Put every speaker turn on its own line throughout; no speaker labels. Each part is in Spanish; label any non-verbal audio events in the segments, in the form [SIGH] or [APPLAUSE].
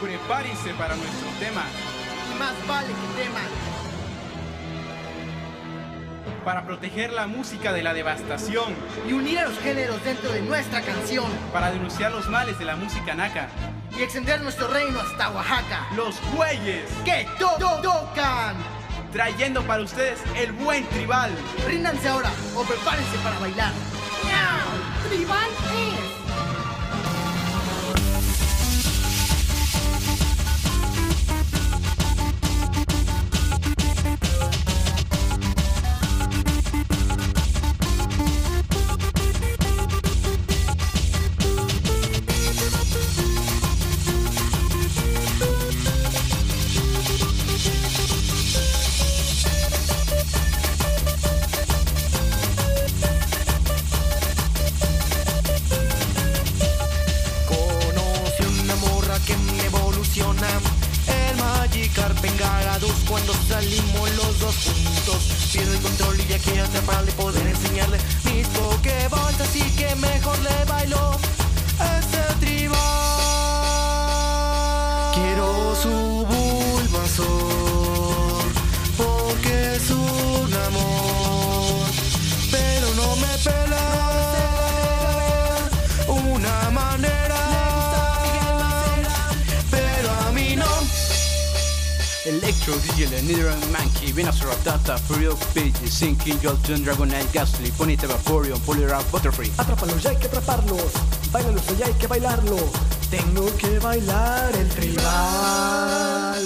Prepárense para nuestro tema.
Más vale que teman.
Para proteger la música de la devastación.
Y unir a los géneros dentro de nuestra canción.
Para denunciar los males de la música naca.
Y extender nuestro reino hasta Oaxaca.
Los güeyes
que to to tocan.
Trayendo para ustedes el buen tribal.
Ríndanse ahora o prepárense para bailar.
¡Miau! Tribal es.
El Magikarp venga a dos cuando salimos los dos juntos Pierdo el control y ya quiero atraparle Poder enseñarle mis Pokéballs Así que mejor le bailo a ese tribal Quiero su Bulbasaur Porque es un amor Pero no me pela Una manera pero a mí no.
Electro, Digital, Nidoran, Mankey, Venusaur, Rattata, Furio, Pidgey, Sinking, Jolteon, Dragonite, Gastly, Ponyta, Vaporeon, Poliwrath, Butterfree.
Atrápalos, ya hay que atraparlos. Báilalos, ya hay que bailarlo. Tengo que bailar el tribal.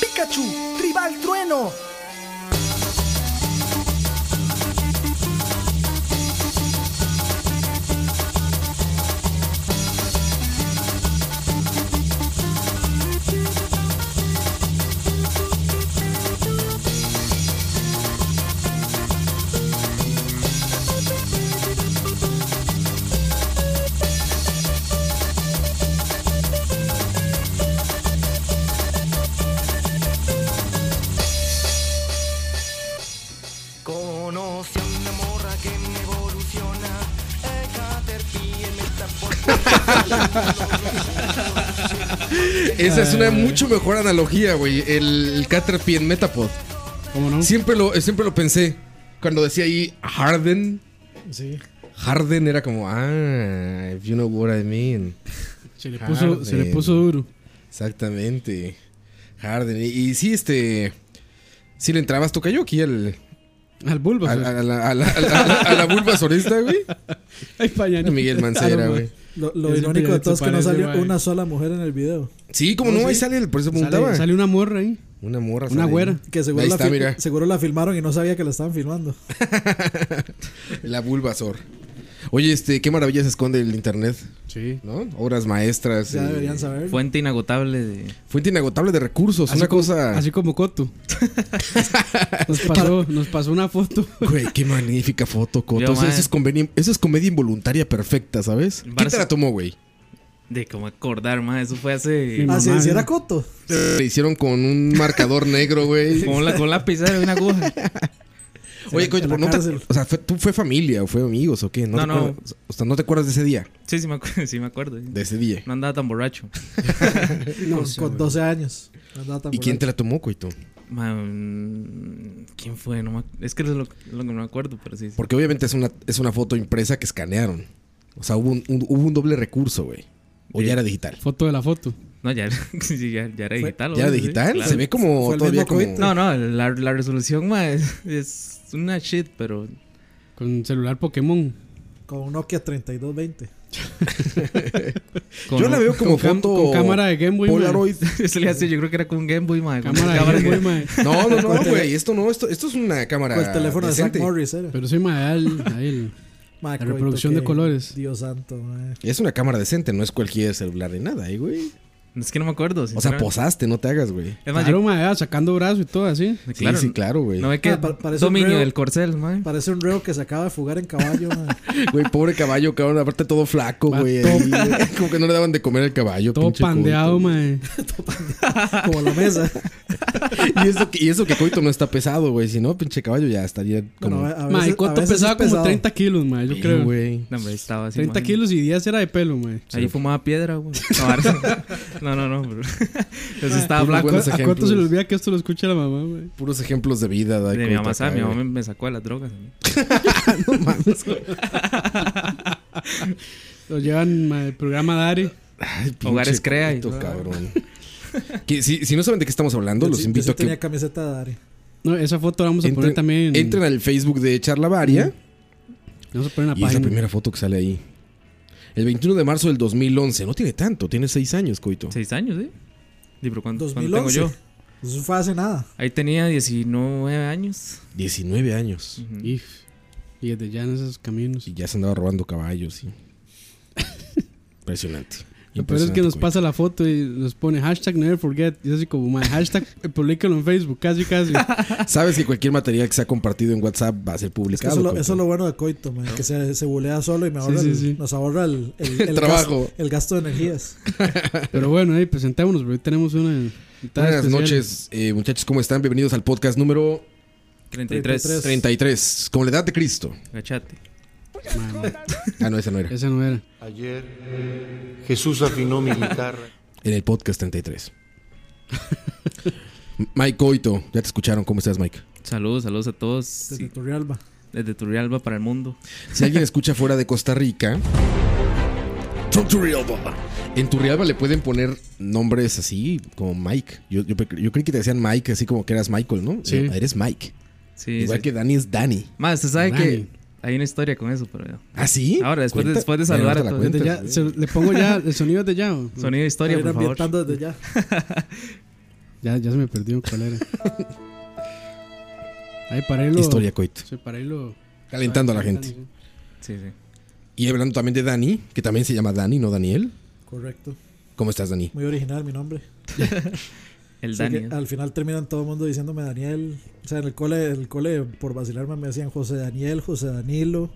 Pikachu, tribal trueno.
Conocí a una morra que me evoluciona. El Caterpie en esta
Esa es una mucho mejor analogía, güey. El, Caterpie en Metapod.
¿Cómo no?
Siempre lo, siempre lo pensé. Cuando decía ahí Harden,
Sí.
Harden era como, ah, if you know what I mean.
Se le puso, se le puso duro.
Exactamente. Harden. Y, y sí, este. Si le entrabas tu aquí al.
Al
A,
Bulbasaur.
la- a la, a la- a la- a la Bulbasaurista, güey.
Ay, pañanito.
Miguel Mancera,
Ah, no,
güey.
Lo,
Yo
lo
siempre
irónico de todo es que no
parece,
salió
mae.
una sola mujer en el video.
Sí, como no, ahí sale, el- por eso preguntaba.
Oh, Sale, sale una morra ahí.
Una morra.
Una
sale.
güera.
Que seguro,
Ahí
la
está,
fil-
mira.
seguro la filmaron y no sabía que la estaban filmando.
La Bulbasaur. Oye, este, qué maravilla se esconde el internet,
Sí.
¿no? Obras maestras.
Ya
eh,
deberían saber.
Fuente inagotable de.
Fuente inagotable de recursos. una
como,
cosa.
Ah. Así como Coto. Nos pasó, nos pasó una foto.
[LAUGHS] Güey, qué magnífica foto, Coto.
Yo,
Eso,
mae.
eso es conveni- eso es comedia involuntaria perfecta, ¿sabes? ¿Quién te
Barça-
la tomó, güey?
De cómo acordar, más. Eso fue hace.
Mi
Ah, sí,
mamá,
sí era
¿no?
Coto.
[LAUGHS]
Le hicieron con un marcador negro, güey.
[LAUGHS] Con la, con la pizarra y una aguja.
Oye,
en
coño,
la
pero no te-
cárcel.
o sea, fue, ¿tú fue familia o fue amigos o qué? No,
No,
te
no.
acuerdas- O sea, ¿no te acuerdas de ese día?
Sí, sí me, acuerdo, sí me acuerdo.
De ese día.
No andaba tan borracho.
con, con 12 años. Andaba tan
¿Y quién
borracho.
te la tomó, coito?
Ma, mm, ¿Quién fue? No me ac- es que es lo, lo que no me acuerdo, pero sí. sí.
Porque obviamente es una, es una foto impresa que escanearon. O sea, hubo un, un- hubo un doble recurso, güey. O ya era digital.
Foto de la foto.
No, ya, [LAUGHS] sí, ya, ya era digital.
¿Ya era
obvio, sí,
digital?
claro.
Se ve como
Fue el
todavía
mismo
como...
coito.
No, no, la, la resolución, ma, es, es una shit, pero. [LAUGHS]
Con celular Pokémon.
Con un Nokia 3220.
con
Yo la
un-
veo como
con cam-
foto...
con cámara de Game Boy, man.
Polaroid.
Eso le hace, yo creo que era con un Game Boy, ma. con
Cámara de
[LAUGHS] cámara que-
Game Boy, mae.
No,
[LAUGHS]
no, no,
Con tele-
güey. Esto no, esto, esto es una cámara
Con el teléfono
Ah, decente.
de Zack Morris era.
Pero sí, ma, ahí el- ahí el-
Mae,
la
coito,
reproducción de
qué-
colores.
Dios santo, mae.
Es una cámara decente, no es cualquier celular ni nada, ¿eh, güey.
Es que no me acuerdo.
O sea, pues,
sinceramente.
posaste, no te hagas, güey.
Es más,
Claro,
yo-
mae, sacando brazo y todo así.
Sí,
claro,
sí, claro, güey.
No eh. ve que
Ah, pa- parece un
dominio
reo.
del corcel, man.
Parece un reo que se acaba de fugar en caballo.
[LAUGHS]
ma.
Güey, pobre caballo, cabrón. Aparte todo flaco,
Va,
güey.
[LAUGHS]
todo-
ahí, güey. [LAUGHS] Como que no le daban de comer al caballo.
Todo
pinche coito,
pandeado,
güey.
mae.
Como la mesa.
Y eso, que, y eso que coito no está pesado, güey. Si no, pinche caballo ya estaría como...
Bueno, a- a veces-
Mae,
a
¿cuánto
veces es
pesaba? Como
pesado.
30 kilos, mae, yo
Sí,
creo.
güey.
No, hombre, estaba así.
30
man.
kilos y 10 era de pelo, mae.
Ahí fumaba piedra, güey. No, ahora- No, no, no. bro. Entonces estaba
Tiene
blanco.
buenos
¿A cuánto
ejemplos.
se le olvida que esto lo escucha la mamá, güey?
Puros ejemplos de vida. da
De mi
coito
mamá,
acá,
¿sabes? Mi
güey.
mamá me sacó de las drogas. a mí.
Lo llevan mae, el programa Dari.
Ay, pinche
Hogares Crea y
coito,
todo.
cabrón. Que si, si no saben de qué estamos hablando,
Yo
los
sí- yo
invito
sí
a que
tenía camiseta de Dari.
No, esa foto la vamos a
entren,
poner también.
entren al Facebook de Charlavaria.
Vamos a poner en
Y es
la
la
página.
primera foto que sale ahí. El 21 de marzo del 2011. No tiene tanto, tiene seis años, coito.
Seis años, ¿sí? ¿Y pero cuánto, cuánto tengo
2011.
yo?
Eso fue hace nada.
Ahí tenía 19 años.
19 años.
Ujú.
If. Y desde ya en esos caminos.
Y ya se andaba robando caballos. Y... Impresionante.
Lo peor es que nos
Impresionante,
pasa la foto y nos pone hashtag never forget. Y es así como, mae,
[LAUGHS]
hashtag eh, publícalo en Facebook, casi, casi.
coito. Sabes que cualquier material que sea compartido en WhatsApp va a ser
Es que
publicado.
eso, lo-
coito.
eso es lo bueno de Coito, man, que se, se bulea solo y me ahorra
sí,
el-
sí.
nos ahorra el, el- el
Trabajo.
gasto- el gasto de energías.
Pero bueno, ahí presentémonos, porque hoy tenemos una. invitada
Buenas
especial.
noches, eh, muchachos, ¿cómo están? Bienvenidos al podcast número
33.
33.
33, con la edad de Cristo.
Agachate.
Ah, no, esa
[LAUGHS]
no era.
Esa no era.
Ayer Jesús afinó mi guitarra.
En el podcast 33. [LAUGHS] Mike Coito, ya te escucharon. ¿Cómo estás, Mike?
Saludos, saludos a todos.
Desde
Sí,
Turrialba.
desde Turrialba para el mundo.
Si alguien escucha fuera de Costa Rica. From Turrialba. En Turrialba le pueden poner nombres así, como Mike. Yo, yo, pe- yo creí que te decían Mike, así como que eras Michael, ¿no?
Sí.
Eh, Eres Mike.
Sí,
Igual
sí.
que Dani es Dani.
Más, usted sabe
Dani.
que hay una historia con eso, pero
¿Ah, sí?
Ahora, después de-
Cuenta-
después de
Bueno,
saludar
ahorita
a
la
todos.
Desde
cuentas,
ya,
güey.
se- le pongo ya el sonido de ya. o?
sonido de historia,
Para ir
por favor.
ambientando desde ya.
Ya, ya se me perdió
[LAUGHS]
cuál era. Ahí para irlo.
Historia Coito.
Sí, para irlo.
Calentando a la gente.
Sí, sí.
Y hablando también de Dani, que también se llama Dani, no Daniel.
Correcto.
¿Cómo estás, Dani?
Muy original mi nombre.
El
Sí, que
Dani. ¿eh?
al final terminan todo el mundo diciéndome Daniel. O sea, en el cole, en el cole por vacilarme me decían José Daniel, José Danilo.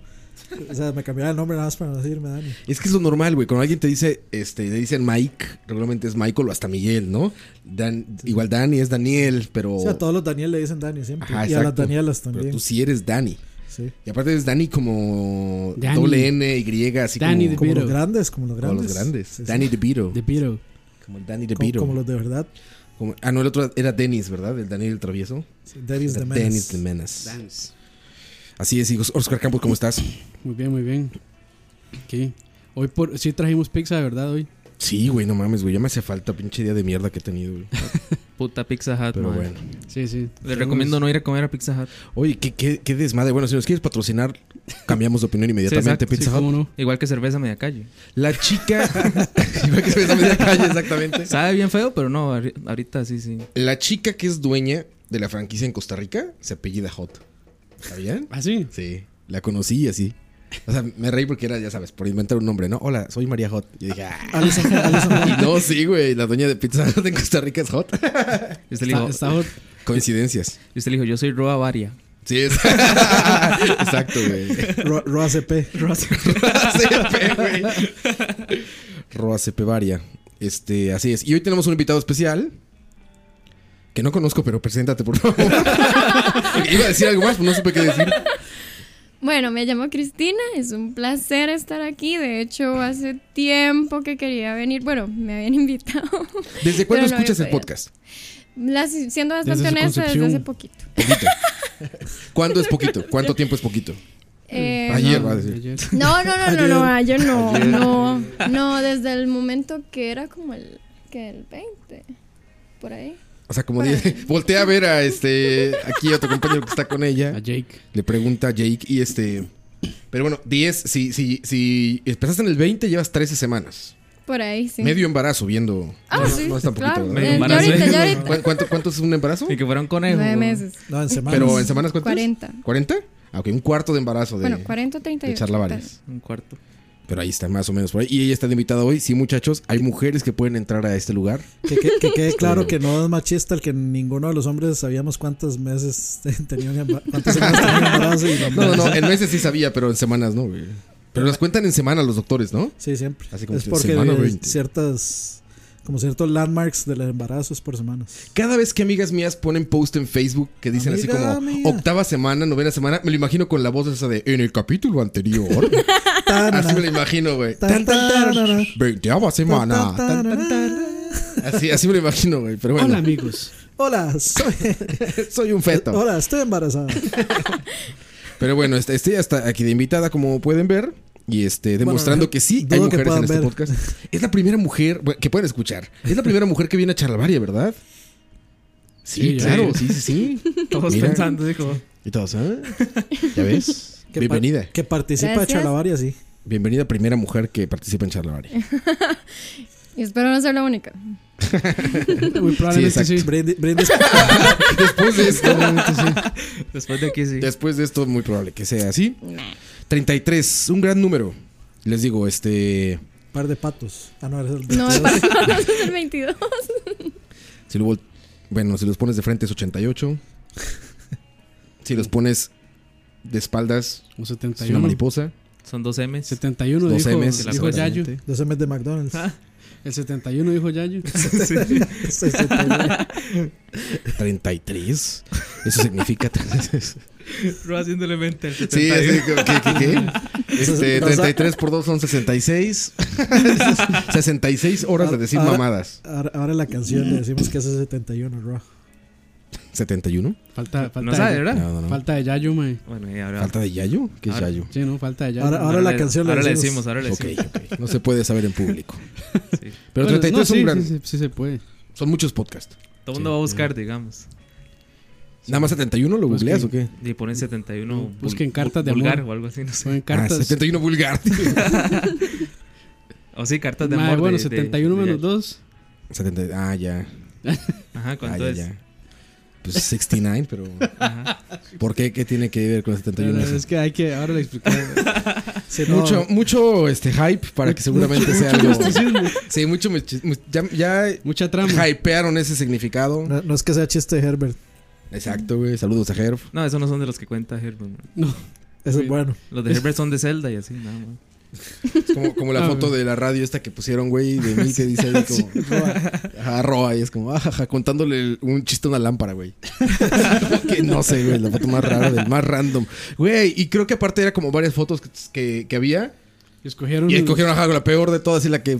O sea, me cambiaba el nombre nada más para no decirme Dani.
Es que es lo normal, güey. Cuando alguien te dice, este, le dicen Mike, regularmente es Michael o hasta Miguel, ¿no? Dan- igual Dani es Daniel, pero,
O sea, a todos los Daniel le dicen Dani siempre.
Oh. Ajá,
y a las
exacto.
Danielas
pero
también.
tú sí eres Dani.
Sí.
Y aparte es Dani como
Dani.
doble N, Y, así
Dani
como,
de-
Como los
Pero-
grandes, como los
como
grandes.
los grandes.
Sí, sí.
Danny DeVito.
De Piro.
Como el Danny
Como,
DeVito.
como los de verdad.
Como- ah, no, el otro era Dennis, ¿verdad? El Daniel el travieso.
Sí, Dennis
Era
de
Dennis
Menes.
the Menace. Así es, hijos. Oscar Campos, ¿cómo estás?
Muy bien, muy bien. Aquí. Hoy por, sí trajimos pizza, de verdad, hoy.
Sí, güey, no mames, güey. Ya me hace falta pinche día de mierda que he tenido, güey.
Puta Pizza Hut,
Pero
man.
bueno.
Sí, sí.
Les recomiendo no ir a comer a Pizza Hut.
Oye, ¿qué, qué, qué desmadre. Bueno, si nos quieres patrocinar, cambiamos de opinión inmediatamente.
exacto,
Pizza
sí,
Hut.
cómo no.
Igual que cerveza media calle.
La chica. [LAUGHS] Igual que se ve a media calle,
[LAUGHS]
exactamente.
Sabe bien feo, pero no, ahori- ahorita sí, sí.
La chica que es dueña de la franquicia en Costa Rica se apellida Hot. ¿Sabían?
¿Ah, sí?
Sí. La conocí así. O sea, me reí porque era, ya sabes, por inventar un nombre, ¿no? Hola, soy María Hot. Y dije, ah.
[LAUGHS] Alison, Alison Hot.
Y no, sí, güey. La dueña de Pizza Hut en Costa Rica es Hot.
Y usted le
Está,
dijo,
está hot.
Coincidencias.
y usted le dijo, yo soy Roa Varia.
Sí, es. [LAUGHS] Exacto, güey.
Ro- Roa CP.
CP, güey. Roa CP Varia. Este, así es. Y hoy tenemos un invitado especial. Que no conozco, pero preséntate, por favor. [LAUGHS] Iba a decir algo más, pero no supe qué decir.
Bueno, me llamo Cristina, es un placer estar aquí. De hecho, hace tiempo que quería venir. Bueno, me habían [LAUGHS] invitado.
¿Desde cuándo
Pero no
escuchas
había
el
podido.
podcast?
La- siendo bastante
Desde su
honesta, desde
concepción.
hace poquito.
Poquito. ¿Cuándo es poquito? ¿Cuánto tiempo es poquito?
Eh,
Ayer, va a decir.
Ayer.
no, no, no, no, no, ayer no, no, no, desde el momento que era como el, que el 20, por ahí.
O sea, como dice, [LAUGHS] voltea a ver a este aquí a tu compañero que está con
A
ella.
Jake.
Le pregunta a Jake y este. Pero bueno, 10, si, si, si empezaste en el 20, llevas 13 semanas.
Por ahí, sí.
Medio embarazo viendo.
Ah,
no,
sí,
no es tan poquito,
claro.
¿verdad?
Eh,
Medio
ya
embarazo.
ahorita, ya ahorita.
¿Cu- ¿Cuánto, ¿Cuánto es un embarazo?
Y que fuera un conejo.
Nueve
güey.
meses.
No, en semanas.
Pero en semanas cuántas?
40.
¿40? Ah, ok, un cuarto de embarazo de,
Bueno, 40 o
de
38.
Charla Varias.
[LAUGHS]
Un cuarto.
Pero ahí está, más o menos por ahí. Y ella está de invitada hoy. Sí, muchachos, hay mujeres que pueden entrar a este lugar.
Que, que- que quede claro que no es machista el que ninguno de los hombres sabíamos cuántos meses [LAUGHS] tenían emba- cuántas semanas tenían embarazo y la-
No, no, no, en meses sí sabía, pero en semanas no, güey. Pero las cuentan en semana los doctores, ¿no?
Sí, siempre.
Así como
es
que
porque
semana
de-
20.
ciertas como ciertos landmarks del embarazo es por semanas.
Cada vez que amigas mías ponen post en Facebook que dicen así
Amiga
como
mía.
octava semana, novena semana, me lo imagino con la voz esa de en el capítulo
[LAUGHS]
anterior. [LAUGHS] así me lo imagino, güey. Tan, tan, tan, Veinteava semana. Tan, tan, tan. Así, así me lo imagino, güey. Pero bueno.
Hola,
amigos.
Hola, soy
[LAUGHS] soy un feto.
Hola, estoy embarazada.
Pero bueno, este, este ya está aquí de invitada, como pueden ver. Y este, demostrando
no,
que sí hay
dudo que
mujeres en
puedan
este
ver.
podcast. Es la primera mujer bueno, que pueden escuchar. Es la primera mujer que viene a Charlavaria, ¿verdad? Sí,
Sí,
claro, sí,
sí.
sí, sí.
[LAUGHS] Todos
Mira.
pensando, dijo.
Y todos, ¿eh? ¿Ya ves?
Que par-
Bienvenida.
que participa
Gracias.
de Charlavaria, sí.
Bienvenida primera mujer que participa en Charlavaria.
Y espero no ser la única.
Muy probablemente sí.
Después de esto.
[LAUGHS] Después de aquí, sí.
Después de esto, muy probable que sea así. 33, un gran número. Les digo, este.
Par de patos. Ah, no, eres el
[LAUGHS]
No, el
veintidós.
no es [LAUGHS] el 22.
Si lo vol- bueno, si los pones de frente es 88. Si los pones de espaldas,
Un
es una
71.
mariposa.
Son dos M's.
71
Dos
dijo,
Ms,
[LAUGHS]
dijo Yayo.
seguramente.
Dos M's de McDonald's.
Ah.
[LAUGHS]
El 71 dijo Yayo.
Sí,
33. Eso [LAUGHS] significa.
Ro haciéndole mente al
sí,
71.
así, ¿qué, qué, qué? Este,
Nos da-
33 por 2 son [LAUGHS] 66. 66 horas de decir
Ahora-
mamadas.
Ahora, ahora la canción le decimos que hace 71, Raw.
71.
Falta, falta
No sabe, ¿verdad?
No, no, no.
Falta de Yayo, mae.
Bueno, y ahora.
¿Falta de Yayo? ¿Qué es
Ahora-
Yayo?
Sí, no, falta de Yayo.
Ahora- ahora la
le-
canción la
ahora le
decimos.
decimos, ahora le
Ok,
decimos.
ok. No se puede saber en público. Pero
Bueno,
33
no,
son
sí,
gran-
sí, sí, sí se puede.
Son muchos podcasts.
Todo el mundo va a buscar, digamos.
¿Nada más 71 lo
Busquen-
googleas o qué? Ah,
Y ponen 71. vul-
Busquen cartas de
vulgar
amor.
o algo así, no sé.
Ponen cartas.
Ah, 71 vulgar.
O sí, cartas de
Mae,
amor.
bueno,
de- de-
71
de-
menos 2.
70 ah, ya.
Ajá, ¿cuánto
Ah,
es?
ya, ya. Pues 69, pero.
Ajá.
¿Por qué? ¿Qué tiene que ver con 71?
Ah, es que hay que. Ahora le [LAUGHS] explicamos.
Sí, no.
Mucho, mucho este hype para que seguramente
Mucho-
sea
mucho
algo.
misticismo.
Sí, mucho. misti- mu- Ya, ya
Mucha trama.
hypearon ese significado.
No, no es que sea chiste de Herbert.
Exacto, güey. Saludos a Herb.
No, esos no son de los que cuenta Herbert. man.
No.
Eso es [LAUGHS] bueno.
Los
[LAUGHS]
de Herbert son de Zelda y así, nada más.
Es como, como la
Ah,
foto
güey.
de la radio esta que pusieron, güey, de mí que dice
[LAUGHS]
ahí como. Ajá, Roa. Y es como, ajaja, contándole el- un chiste a una lámpara, güey. Como que no sé, güey. La foto más rara, del más random. Güey, y creo que aparte era como varias fotos que- que, que había.
Y escogieron.
Y escogieron ajá, la peor de todas y la que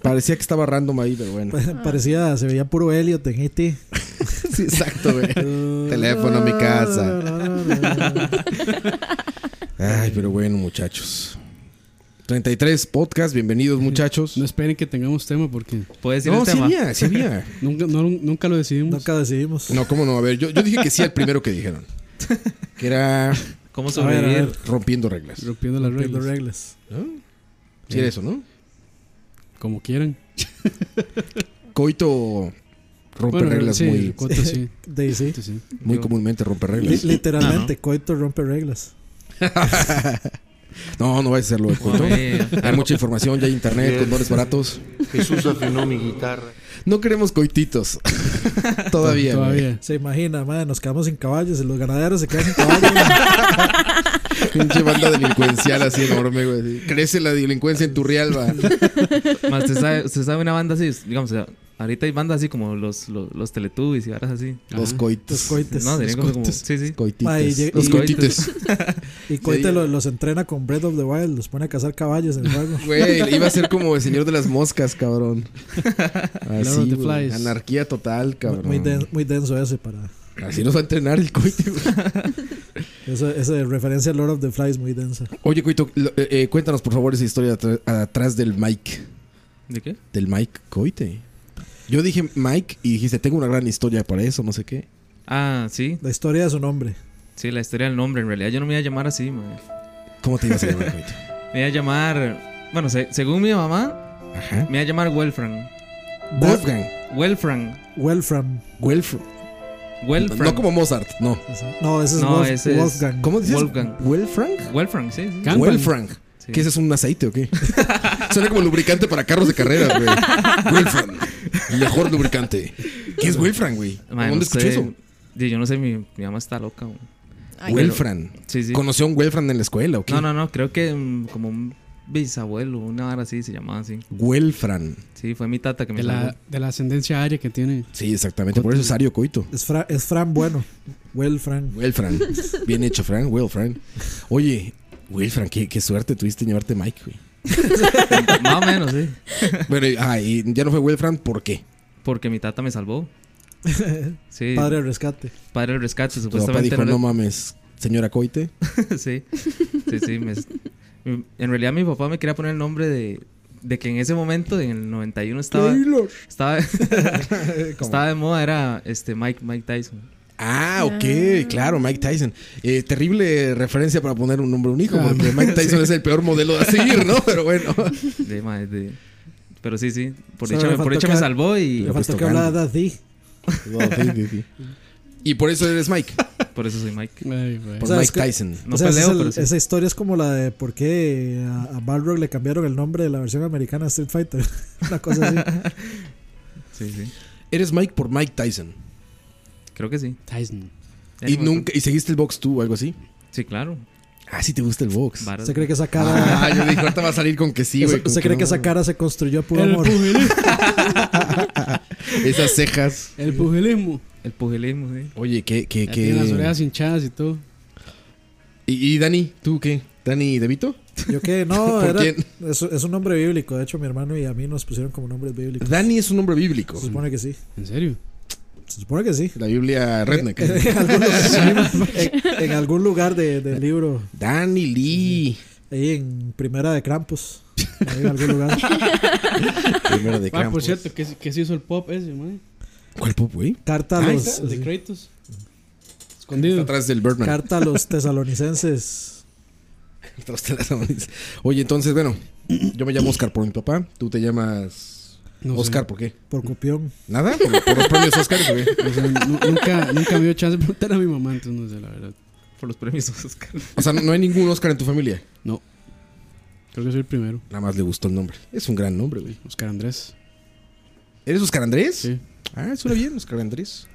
parecía que estaba random ahí, pero
[LAUGHS]
bueno.
Parecía, se veía puro Elliot en E.T.
Sí, exacto, güey. Teléfono a mi casa. Ay, pero bueno, muchachos. 33 podcast, bienvenidos muchachos.
No esperen que tengamos tema porque
Puedes decir
No,
el
sí
tema.
había, sí había.
[LAUGHS]
nunca, no- nunca lo decidimos.
Nunca decidimos.
No, cómo no, a ver, yo, yo dije que sí al primero que dijeron. Que era
¿Cómo
A ver, a
sobrevivir?
ver.
rompiendo reglas.
Rompiendo las
Rompiendo
reglas.
reglas.
Sí era eso, ¿no?
Como quieran.
Coito rompe
Bueno,
reglas
sí,
muy,
Coto sí.
De [LAUGHS] sí.
Coto sí.
muy comúnmente rompe
Li-
reglas.
literalmente, Coito rompe reglas.
No, no vayas a hacerlo, Coito.
Hombre.
Hay mucha información, ya hay internet, condones baratos.
Jesús afinó mi guitarra.
No
[LAUGHS]
queremos coititos. Todavía. güey.
Todavía.
Se imagina, madre, nos quedamos sin caballos y los ganaderos se quedan sin
[LAUGHS]
caballos.
Pinche banda delincuencial así enorme, güey. así. Crece la delincuencia en Turrialba.
Más, ¿usted, sabe, usted sabe una banda así, digamos, o sea, ahorita hay bandas así como los, los, los Teletubbies y varas así.
Los
los
coitos.
coites.
No, dirían como, como-
coitos.
sí, sí.
Coitites.
Ay, llega-
los
y-
coitites.
y Coito
Sí.
lo- los, entrena con Breath of the Wild, los pone a cazar caballos en el juego.
Güey, iba a ser como el señor de las moscas, cabrón.
Lord of
Así,
the
güey.
Flies.
Anarquía total, [LAUGHS] cabrón.
Muy, den- muy denso ese para.
Así nos va a entrenar el coito, güey.
Esa, esa de referencia a Lord of the Flies muy densa.
[LAUGHS] Oye, coito, lo- eh, eh, cuéntanos por favor esa historia atr- atrás del Mike.
¿De qué?
Del Mike Coite. Yo dije Mike y dijiste, tengo una gran historia para eso, no sé qué.
Ah, sí.
La historia de su nombre.
Sí, la historia del nombre. En realidad yo no me iba a llamar así, man.
¿Cómo te ibas a llamar, coito?
Me iba a llamar... Bueno, se- según mi mamá,
Ajá.
me iba a llamar Welfran.
Wolfgang.
Welfran.
Welfram.
Wolf.
Welfran.
No como Mozart, no.
No, ese es,
No,
Wolf-
ese es-
Wolfgang.
¿Cómo dices?
Wolfgang.
Wolfgang.
Welfran, sí. sí.
Gangbang.
Wolfgang.
Sí.
¿Qué ese es un aceite o qué? [LAUGHS] Suena como lubricante para carros de
[LAUGHS]
carrera, güey. Wilfran. El mejor lubricante. ¿Qué es Wilfran, güey?
Mae,
¿Dónde
no
escuché
sé.
eso?
Di- Yo no sé, mi, mi mamá está loca. güey. Pero-
Wilfran.
Sí, sí.
¿Conoció a un Wilfran en la escuela o qué?
No, no, no, creo que mm, como un bisabuelo, una hora así se llamaba así.
Wilfran.
Sí, fue mi tata que me
De la,
salvó.
de la ascendencia aria que tiene.
Sí, exactamente. Por eso es Ario Coito.
Es, Fra- es Fran bueno. Well, Fran.
Wilfran. Bien hecho, Fran. Wilfran. Oye, Wilfran, qué, qué suerte tuviste en llevarte Mike, güey.
Más o menos, sí.
Bueno, y- ah, y ya no fue Wilfran, ¿por qué?
Porque mi tata me salvó. Sí.
Padre del rescate.
Padre del rescate,
Tu papá
supuestamente.
dijo,
era-
no mames, señora Coite.
[LAUGHS] sí, sí, sí. me- en realidad mi papá me quería poner el nombre de, de que en ese momento, en el 91, estaba...
Taylor.
Estaba, estaba de moda, era este Mike, Mike Tyson.
Ah, ok, claro, Mike Tyson. Eh, terrible referencia para poner un nombre a un hijo,
Ah,
porque Mike Tyson
sí.
es el peor modelo a seguir, ¿no? Pero bueno.
De, ma- de- pero sí, sí. Por
Solo
dicha,
le
por
faltó
dicha
que-
me salvó y...
le faltó que hablara de Daddy. Daddy, Daddy. Y por eso eres Mike.
Por eso soy Mike.
Por
O sea,
Mike
es que-
Tyson.
No
o sea, ese es
peleo,
el-
pero sí.
Esa historia es como la de por qué a, a Balrog le cambiaron el nombre de la versión americana de Street Fighter. [LAUGHS] Una cosa
[LAUGHS]
así.
Sí, sí.
Eres Mike por Mike Tyson.
Creo que sí.
Tyson.
Y nunca, y seguiste el box tú o algo así.
Sí, claro.
Ah, sí te gusta el box.
Varas.
Se cree que esa cara-
Ah, yo dije, ahorita va a salir con que sí, güey.
Se- se cree que esa cara se construyó a puro amor. [LAUGHS]
Esas cejas.
El pugilismo.
El pugilismo, sí.
Oye, qué, qué,
Ya
qué-
Tiene las orejas hinchadas y todo.
¿Y, y Dani, tú qué? ¿Dani Devito?
Yo qué, no,
[LAUGHS] ¿Por
era,
quién?
Es, es un nombre bíblico. De hecho, mi hermano y a mí nos pusieron como nombres
[LAUGHS]
bíblicos.
Dani es un nombre bíblico.
Se supone que sí.
¿En serio?
Se supone que sí.
La Biblia Redneck.
En, [LAUGHS] en algún,
[LAUGHS]
en- en algún lugar de- del libro.
Danny Lee.
Ahí en Primera de Krampus. Ahí en algún
[LAUGHS]
lugar.
Primera de
Ah, por cierto, ¿qué, se- qué se hizo el pop ese, man?
¿Cuál pop, güey?
Carta a
Ahí
Ah, los-
está, el
sí.
de Kratos. Escondido.
Está atrás del Birdman.
Carta a los tesalonicenses.
Los teléfonos. Oye, entonces, bueno, yo me llamo Oscar por mi papá. Tú te llamas
No sé.
Oscar, ¿por qué?
Por Copión.
¿Nada? Por, por los premios Oscar, güey.
O sea, nu- nunca, nunca me dio chance de preguntar a mi mamá, entonces no sé, la verdad.
Por los premios Oscar.
O sea, no, no hay ningún Oscar en tu familia.
No. Creo que soy el primero.
Nada más le gustó el nombre. Es un gran nombre, güey.
Oscar Andrés.
¿Eres Oscar Andrés?
Sí.
Ah, suena bien, Oscar Andrés.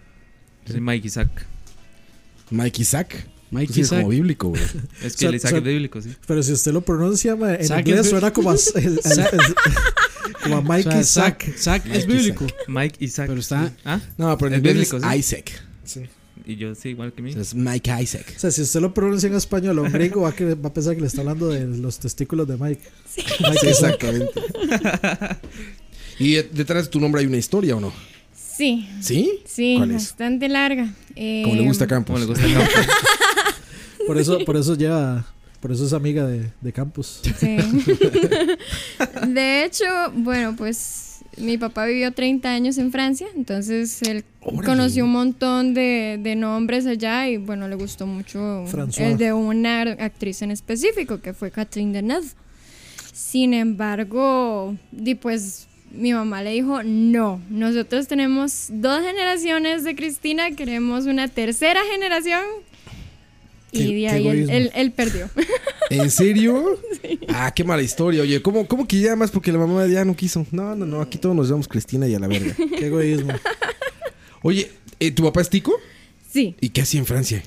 Soy Mike Isaac.
Mike Isaac.
Mike
Tú Pues sí eres
Isaac.
como bíblico, güey.
Es que
Sa-
el Isaac
sa-
es bíblico, sí.
Pero si usted lo pronuncia ma, en
Zack
inglés
es-
suena como a, el- el-
Zack.
el- como a Mike
O sea,
Isaac.
Zack- Zack es
Mike
bíblico.
Mike Isaac.
Pero está.
¿Ah?
No, pero en
Es
inglés
bíblico,
es
sí.
Isaac.
Y yo sí, igual que mí.
Es Mike Isaac.
O sea, si usted lo pronuncia en español o en griego, va a, cre- va a pensar que le está hablando de los testículos de Mike. Mike
Sí,
Isaac.
[LAUGHS]
exactamente. ¿Y eh, detrás de tu nombre hay una historia o no?
Sí.
¿Sí?
Sí,
¿Cuál es?
bastante larga. Eh,
Em, Como le gusta a Campos.
Como le gusta el campo.
Por eso, por eso lleva, por eso es amiga de, de Campus.
[LAUGHS]
Sí. De hecho, bueno, pues mi papá vivió 30 años en Francia, entonces él conoció un montón de, de nombres allá y bueno, le gustó mucho
François.
el de una actriz en específico, que fue Catherine Deneuve. Sin embargo, di pues mi mamá le dijo, no, nosotros tenemos dos generaciones de Cristina, queremos una tercera generación.
Qué-
Y
qué
de ahí él,
egoísmo.
él- él perdió.
[LAUGHS]
[LAUGHS]
¿En [LAUGHS] serio? Ah, qué mala historia. Oye, ¿cómo, cómo que llamas? Porque la mamá ya no quiso. No, no, no. Aquí todos nos llamamos Cristina y a la verga.
Qué
[LAUGHS]
egoísmo.
Oye, eh, ¿tu papá es tico?
Sí,
¿Y qué hacía en Francia?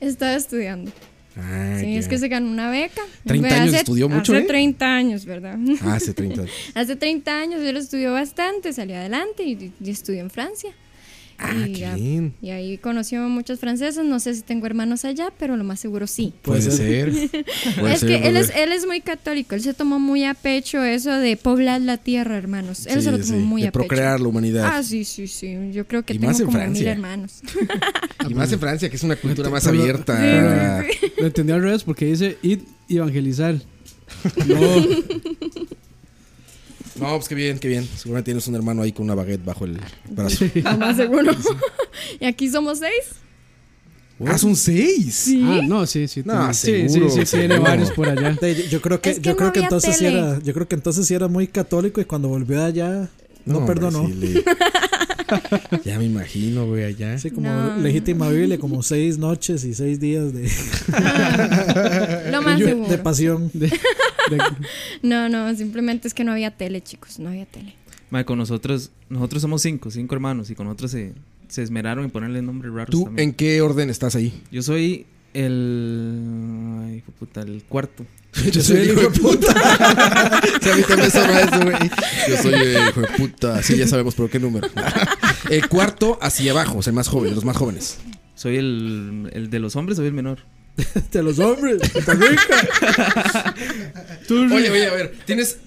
estaba estudiando.
Ah,
Sí,
ya.
es que se ganó una beca.
30
Ve,
años estudió mucho,
Hace
¿eh?
30 años, ¿verdad? [LAUGHS]
Ah, hace [LAUGHS] 30 años.
hace 30 años él estudió bastante, salió adelante y, y estudió en Francia.
Ah,
y,
qué
ya-
bien.
y ahí conoció a muchos franceses. No sé si tengo hermanos allá, pero lo más seguro sí.
Puede ser. [LAUGHS] Puede
es
ser,
que él
puede
es,
ser.
él es muy católico. Él se tomó muy a pecho eso de poblar la tierra, hermanos. Él
Sí,
se lo
sí,
tomó
sí.
muy
De
a pecho.
procrear la humanidad.
Ah, sí, sí, sí. Yo creo que
Y
tengo
más en
como mil
Francia.
hermanos.
Y más en Francia, que es una cultura más
Pero-
abierta.
Lo entendí al revés porque dice ir
[LAUGHS]
y evangelizar. No,
No, pues qué bien, qué bien. Seguramente tienes un hermano ahí con una baguette bajo el brazo.
lo más
[LAUGHS]
seguro. [LAUGHS] y aquí somos seis.
Ah, son seis.
Ah, no, sí, sí.
No,
tiene- sí, sí,
seguro,
sí, tiene
seguro.
varios por
[LAUGHS]
allá.
De- yo- yo creo que,
Es que
yo
no
creo que
había
entonces sí
tele.
era, yo creo que entonces sí era muy católico y cuando volvió de allá no,
hombre,
perdonó.
sí, le- [LAUGHS] Ya me imagino, güey, allá.
Sí, como
No.
legítima Biblia, como seis noches y seis días de,
Lo más
de,
seguro.
pasión.
No, no, simplemente es que no había tele, chicos, no había tele.
Mae, con nosotros, nosotros somos cinco, cinco hermanos, y con nosotros se, se esmeraron en ponerle nombres raros
¿Tú
también.
en qué orden estás ahí?
Yo soy el. Ay, hijo de puta, el cuarto.
Yo soy el hijo de puta. [LAUGHS] Sí, a mí también sonó eso, güey. Yo soy el hijo de puta. Sí, ya sabemos por qué número. [LAUGHS] El cuarto hacia abajo, o sea, el más joven, los más jóvenes.
Soy el, el de los hombres, soy el menor.
De los hombres, Costa
[LAUGHS]
Rica.
Oye, oye, a ver, tienes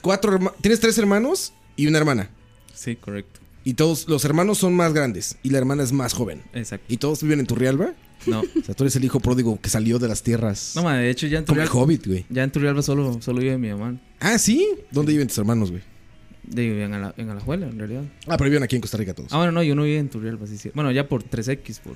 cuatro herma- tienes tres hermanos y una hermana.
Sí, correcto.
Y todos los hermanos son más grandes y la hermana es más joven.
Exacto.
¿Y todos viven en Turrialba?
No.
O sea, tú eres el hijo pródigo que salió de las tierras.
No, mae, de hecho ya en
Como el
Turrialba-
Hobbit, güey.
Ya en Turrialba solo, solo vive mi mamá.
Ah, ¿sí? ¿Dónde viven tus hermanos, güey?
De, en, Ala- en Alajuela, en realidad.
Ah, pero viven aquí en Costa Rica todos.
Ah, bueno, no, yo no vivía en Turrialba, sí, sí. Bueno, ya por 3X, por...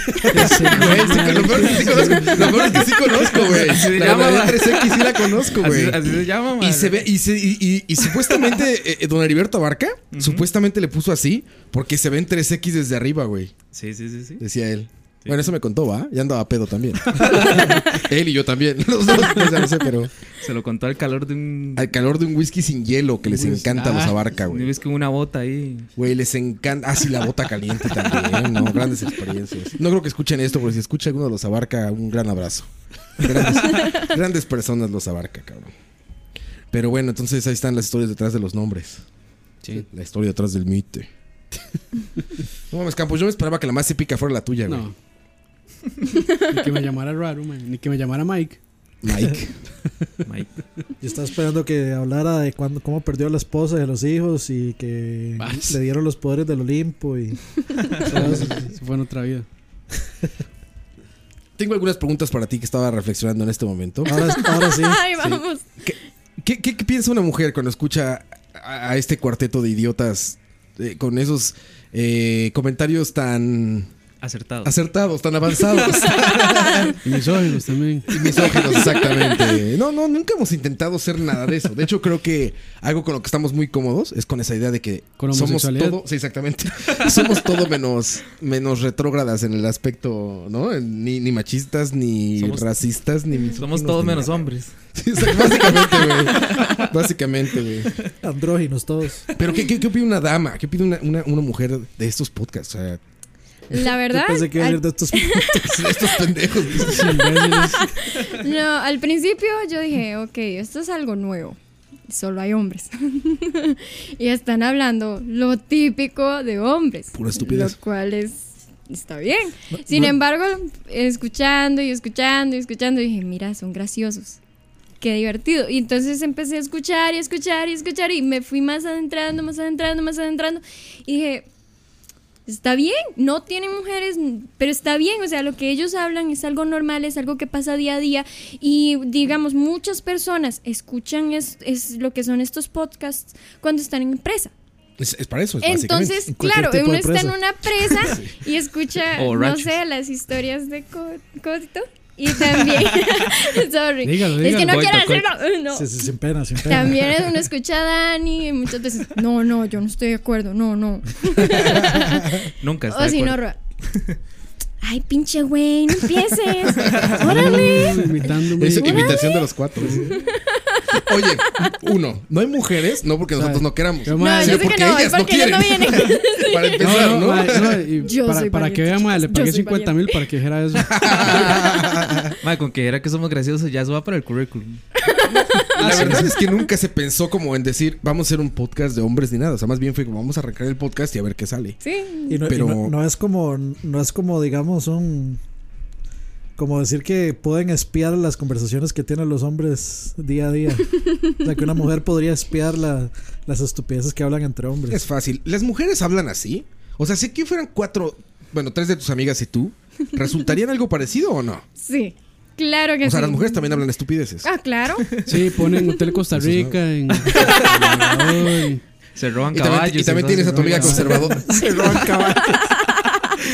3X. Güey, sí, lo peor es que sí conozco- lo peor es que sí conozco, güey. La verdadera 3X sí la conozco, güey.
Así, así se llama,
Y
madre.
se ve, y, se- y- y- y supuestamente eh, don Heriberto Abarca, supuestamente le puso así porque se ven 3X desde arriba, güey.
Sí, sí, sí, sí.
Decía él. Bueno, eso me contó, ¿va? Ya andaba pedo
[LAUGHS]
también. él y yo también. Los dos, pues, ya no sé, pero.
Se lo contó al calor de un...
Al calor de un whisky sin hielo que les
Whisky.
encanta a los
Ah,
abarca, güey.
Es que una bota ahí.
Güey, les encanta. Ah, sí, la bota caliente también, ¿no? Grandes experiencias. No creo que escuchen esto, porque si escucha alguno de los abarca, un gran abrazo. Grandes, grandes personas los abarca, cabrón. Pero bueno, entonces ahí están las historias detrás de los nombres.
Sí.
La historia detrás del mite. No mames, Campos, yo me esperaba que la más épica fuera la tuya, güey.
No. Ni que me llamara raro, man. Ni que me llamara Mike.
Mike.
Mike.
Yo estaba esperando que hablara de cuándo, cómo perdió a la esposa y a los hijos y que
Vas.
le dieron los poderes del Olimpo y
Se fue en otra vida.
Tengo algunas preguntas para ti que estaba reflexionando en este momento.
Ahora- ahora sí. Ay, vamos.
¿Qué, qué, qué- qué piensa una mujer cuando escucha a, a este cuarteto de idiotas eh, con esos eh, comentarios tan
Acertado.
acertados, tan
[LAUGHS]
avanzados?
Y misóginos también.
Y misóginos, exactamente. No, no, nunca hemos intentado ser nada de eso. De hecho, creo que algo con lo que estamos muy cómodos es con esa idea de que
Con
somos
homosexualidad.
todo, sí, exactamente. [LAUGHS] Somos todo menos, menos retrógradas en el aspecto, ¿no? Ni, ni machistas, ni
Somos-
racistas, ni
Somos
misóginos,
todos
ni
menos
nada. [LAUGHS]
hombres.
Sí, exact- básicamente,
[LAUGHS]
güey. Básicamente, güey.
andróginos todos.
Pero ¿qué, qué, qué opina una dama? ¿Qué opina una, una, una mujer de estos podcasts? O sea,
La verdad,
Yo pensé que iba a
al-
ir
[LAUGHS]
de estos
de estos [LAUGHS] pendejos.
No, al principio yo dije, ok, esto es algo nuevo. Solo hay hombres. [LAUGHS] y están hablando lo típico de hombres.
Pura estupidez.
Lo cual es, está bien. Sin embargo, escuchando y escuchando y escuchando, dije, mira, son graciosos. Qué divertido. Y entonces empecé a escuchar y escuchar y escuchar y me fui más adentrando, más adentrando, más adentrando. Y dije, Está bien, no tienen mujeres, pero está bien, o sea, lo que ellos hablan es algo normal, es algo que pasa día a día y digamos, muchas personas escuchan es, es lo que son estos podcasts cuando están en presa.
Es, es para eso, es
Entonces,
básicamente.
claro, uno está en una
[LAUGHS]
presa y escucha,
O
no
ranchos.
sé, las historias de Co- Coto y también, [LAUGHS] sorry,
Dígalo,
es que
dígalo.
no quiero
Coito,
decirlo,
coito.
no.
Sí, sí, sin pena, sin pena.
También es- uno escucha a Dani y muchas veces, no, no, yo no estoy de acuerdo, no, no.
Nunca está
O
de
si Oh, no,
acuerdo.
Roa, [LAUGHS] Ay, pinche güey, no
[LAUGHS]
empieces. Órale.
Imitándome.
Es
Órale.
imitación de los cuatro. Oye, uno, no hay mujeres, no porque nosotros no queramos,
Yo, madre,
sino
yo sé que
porque
no,
ellas no
porque ellas
quieren. [LAUGHS]
no
para empezar,
No,
¿no?
no, madre, no, y
Yo
para,
soy
para que
valiente,
vea, madre, le
chicas, yo
pagué
soy
50 mil para que dijera eso.
Mae, con que era que somos graciosos, ya eso va para el currículum.
La verdad es que nunca se pensó como en decir, vamos a hacer un podcast de hombres ni nada. O sea, más bien fue como, vamos a arrancar el podcast y a ver qué sale.
Sí.
Y no, y
Pero-
no- no es como, no es como, digamos, un... Como decir que pueden espiar las conversaciones que tienen los hombres día a día. O sea, que una mujer podría espiar la- las estupideces que hablan entre hombres.
Es fácil. ¿Las mujeres hablan así? O sea, si aquí fueran cuatro, bueno, tres de tus amigas y tú, ¿resultarían algo parecido o no?
Sí, claro que
O
sí.
sea, las mujeres también hablan estupideces.
Ah, claro.
Sí, ponen Hotel Costa Rica en.
Se roban
Y también,
caballos.
[LAUGHS] y también tienes a tu amiga conservadora. Se roban caballos.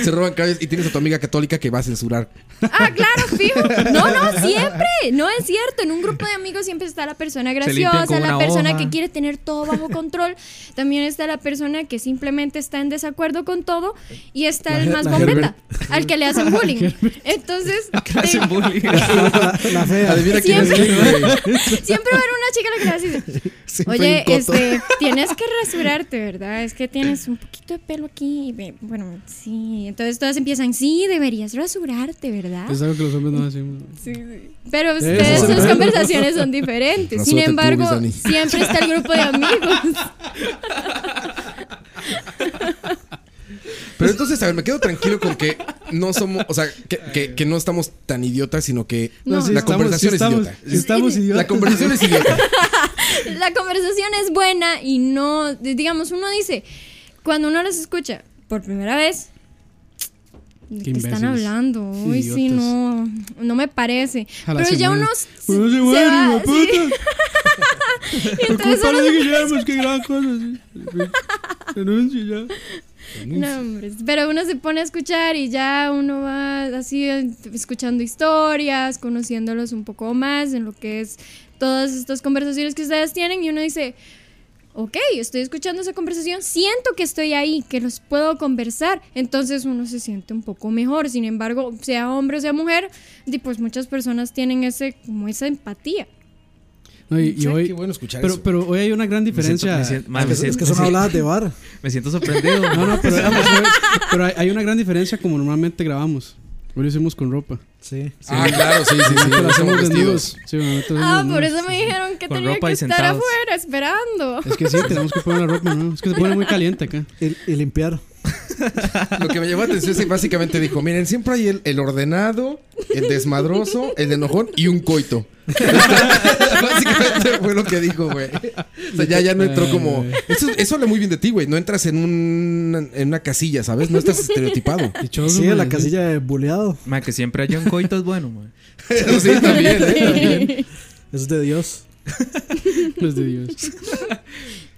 se roban cables y tienes a tu amiga católica que va a censurar.
Ah, claro, fijo. No, no, siempre. No es cierto. En un grupo de amigos siempre está la persona
limpian
graciosa,
con
la
una
persona
hoja.
que quiere tener todo bajo control. También está la persona que simplemente está en desacuerdo con todo. Y está el
La-
más
la
bombeta,
Herbert.
al que le hacen
[LAUGHS]
bullying. Entonces,
Hacen bullying.
La [LAUGHS] fea.
Adivina quién es
Siempre.
quién, [LAUGHS] güey.
siempre va a haber una chica a la que le vas a decir,
Siempre hay
Oye,
un coto.
[LAUGHS]
este, tienes que rasurarte, ¿verdad? Es que tienes un poquito de pelo aquí. y ve- Bueno, sí. Entonces todas empiezan, sí, deberías rasurarte, ¿verdad?
Es algo que los hombres no hacen.
Sí, sí. Pero
Eso,
ustedes sus
¿verdad?
conversaciones son diferentes. Sin
Rasúrate el
embargo,
pubis, Dani.
siempre está el
[LAUGHS]
grupo de amigos.
Pero entonces, a ver, me quedo tranquilo con que no somos, o sea, que, que- que no estamos tan idiotas, sino que
No. No, sí
la
estamos-
conversación
Pues sí
es
estamos-
idiota.
sí estamos
La
idiotas.
conversación es idiota.
La conversación es buena y no, digamos, uno dice, cuando uno las escucha por primera vez, ¿de qué,
Qué
están
imbéciles.
hablando? Uy, sí,
Idiotas.
no, no me parece.
A la
Pero ya
semana.
unos...
Uno se
se
muere,
va-
hijo de
sí. [LAUGHS] Y
Por
entonces
culpa
uno
de
se
que
pone a
llevamos, qué gran cosa. sí.
[LAUGHS]
Renuncio ya.
No, hombre, pero uno se pone a escuchar y ya uno va así eh, escuchando historias, conociéndolos un poco más en lo que es todas estas conversaciones que ustedes tienen y uno dice, ok, estoy escuchando esa conversación, siento que estoy ahí, que los puedo conversar, entonces uno se siente un poco mejor, sin embargo, sea hombre o sea mujer, y pues muchas personas tienen ese, como esa empatía.
No, y, y
Sí,
hoy,
qué bueno escuchar
pero,
eso.
pero hoy hay una gran diferencia.
me siento- ma, Es que- me es siento-
que son me habladas de bar.
Me siento sorprendido.
No, no,
[LAUGHS]
pero, digamos, hoy- pero hay, hay una gran diferencia como normalmente grabamos. Hoy lo hicimos con ropa.
Sí.
Ah, claro, sí, sí, sí,
Normalmente
lo
lo
hacemos
hacemos
vestidos.
desnudos. Sí, normalmente lo
Ah,
hacemos
por
desnudos.
eso me dijeron que
Con
tenía
ropa
que
y
estar
sentados.
afuera
[LAUGHS]
esperando.
Es que sí, tenemos que poner la ropa, ¿no? Es que se pone muy caliente acá.
[LAUGHS]
Y, y limpiar.
Lo que me llamó la atención es que básicamente dijo: Miren, siempre hay el, el ordenado, el desmadroso, el enojón y un coito. [LAUGHS] básicamente fue lo que dijo, güey. O sea, ya, ya no entró como. Eso, eso habla muy bien de ti, güey. No entras en, un, en una casilla, ¿sabes? No
[LAUGHS]
estás estereotipado.
Sí, en la casilla de buleado.
Ma, que siempre haya un coito es bueno, ma.
Eso sí, también, ¿eh?
También. Es de Dios.
es Pues
[LAUGHS]
de Dios.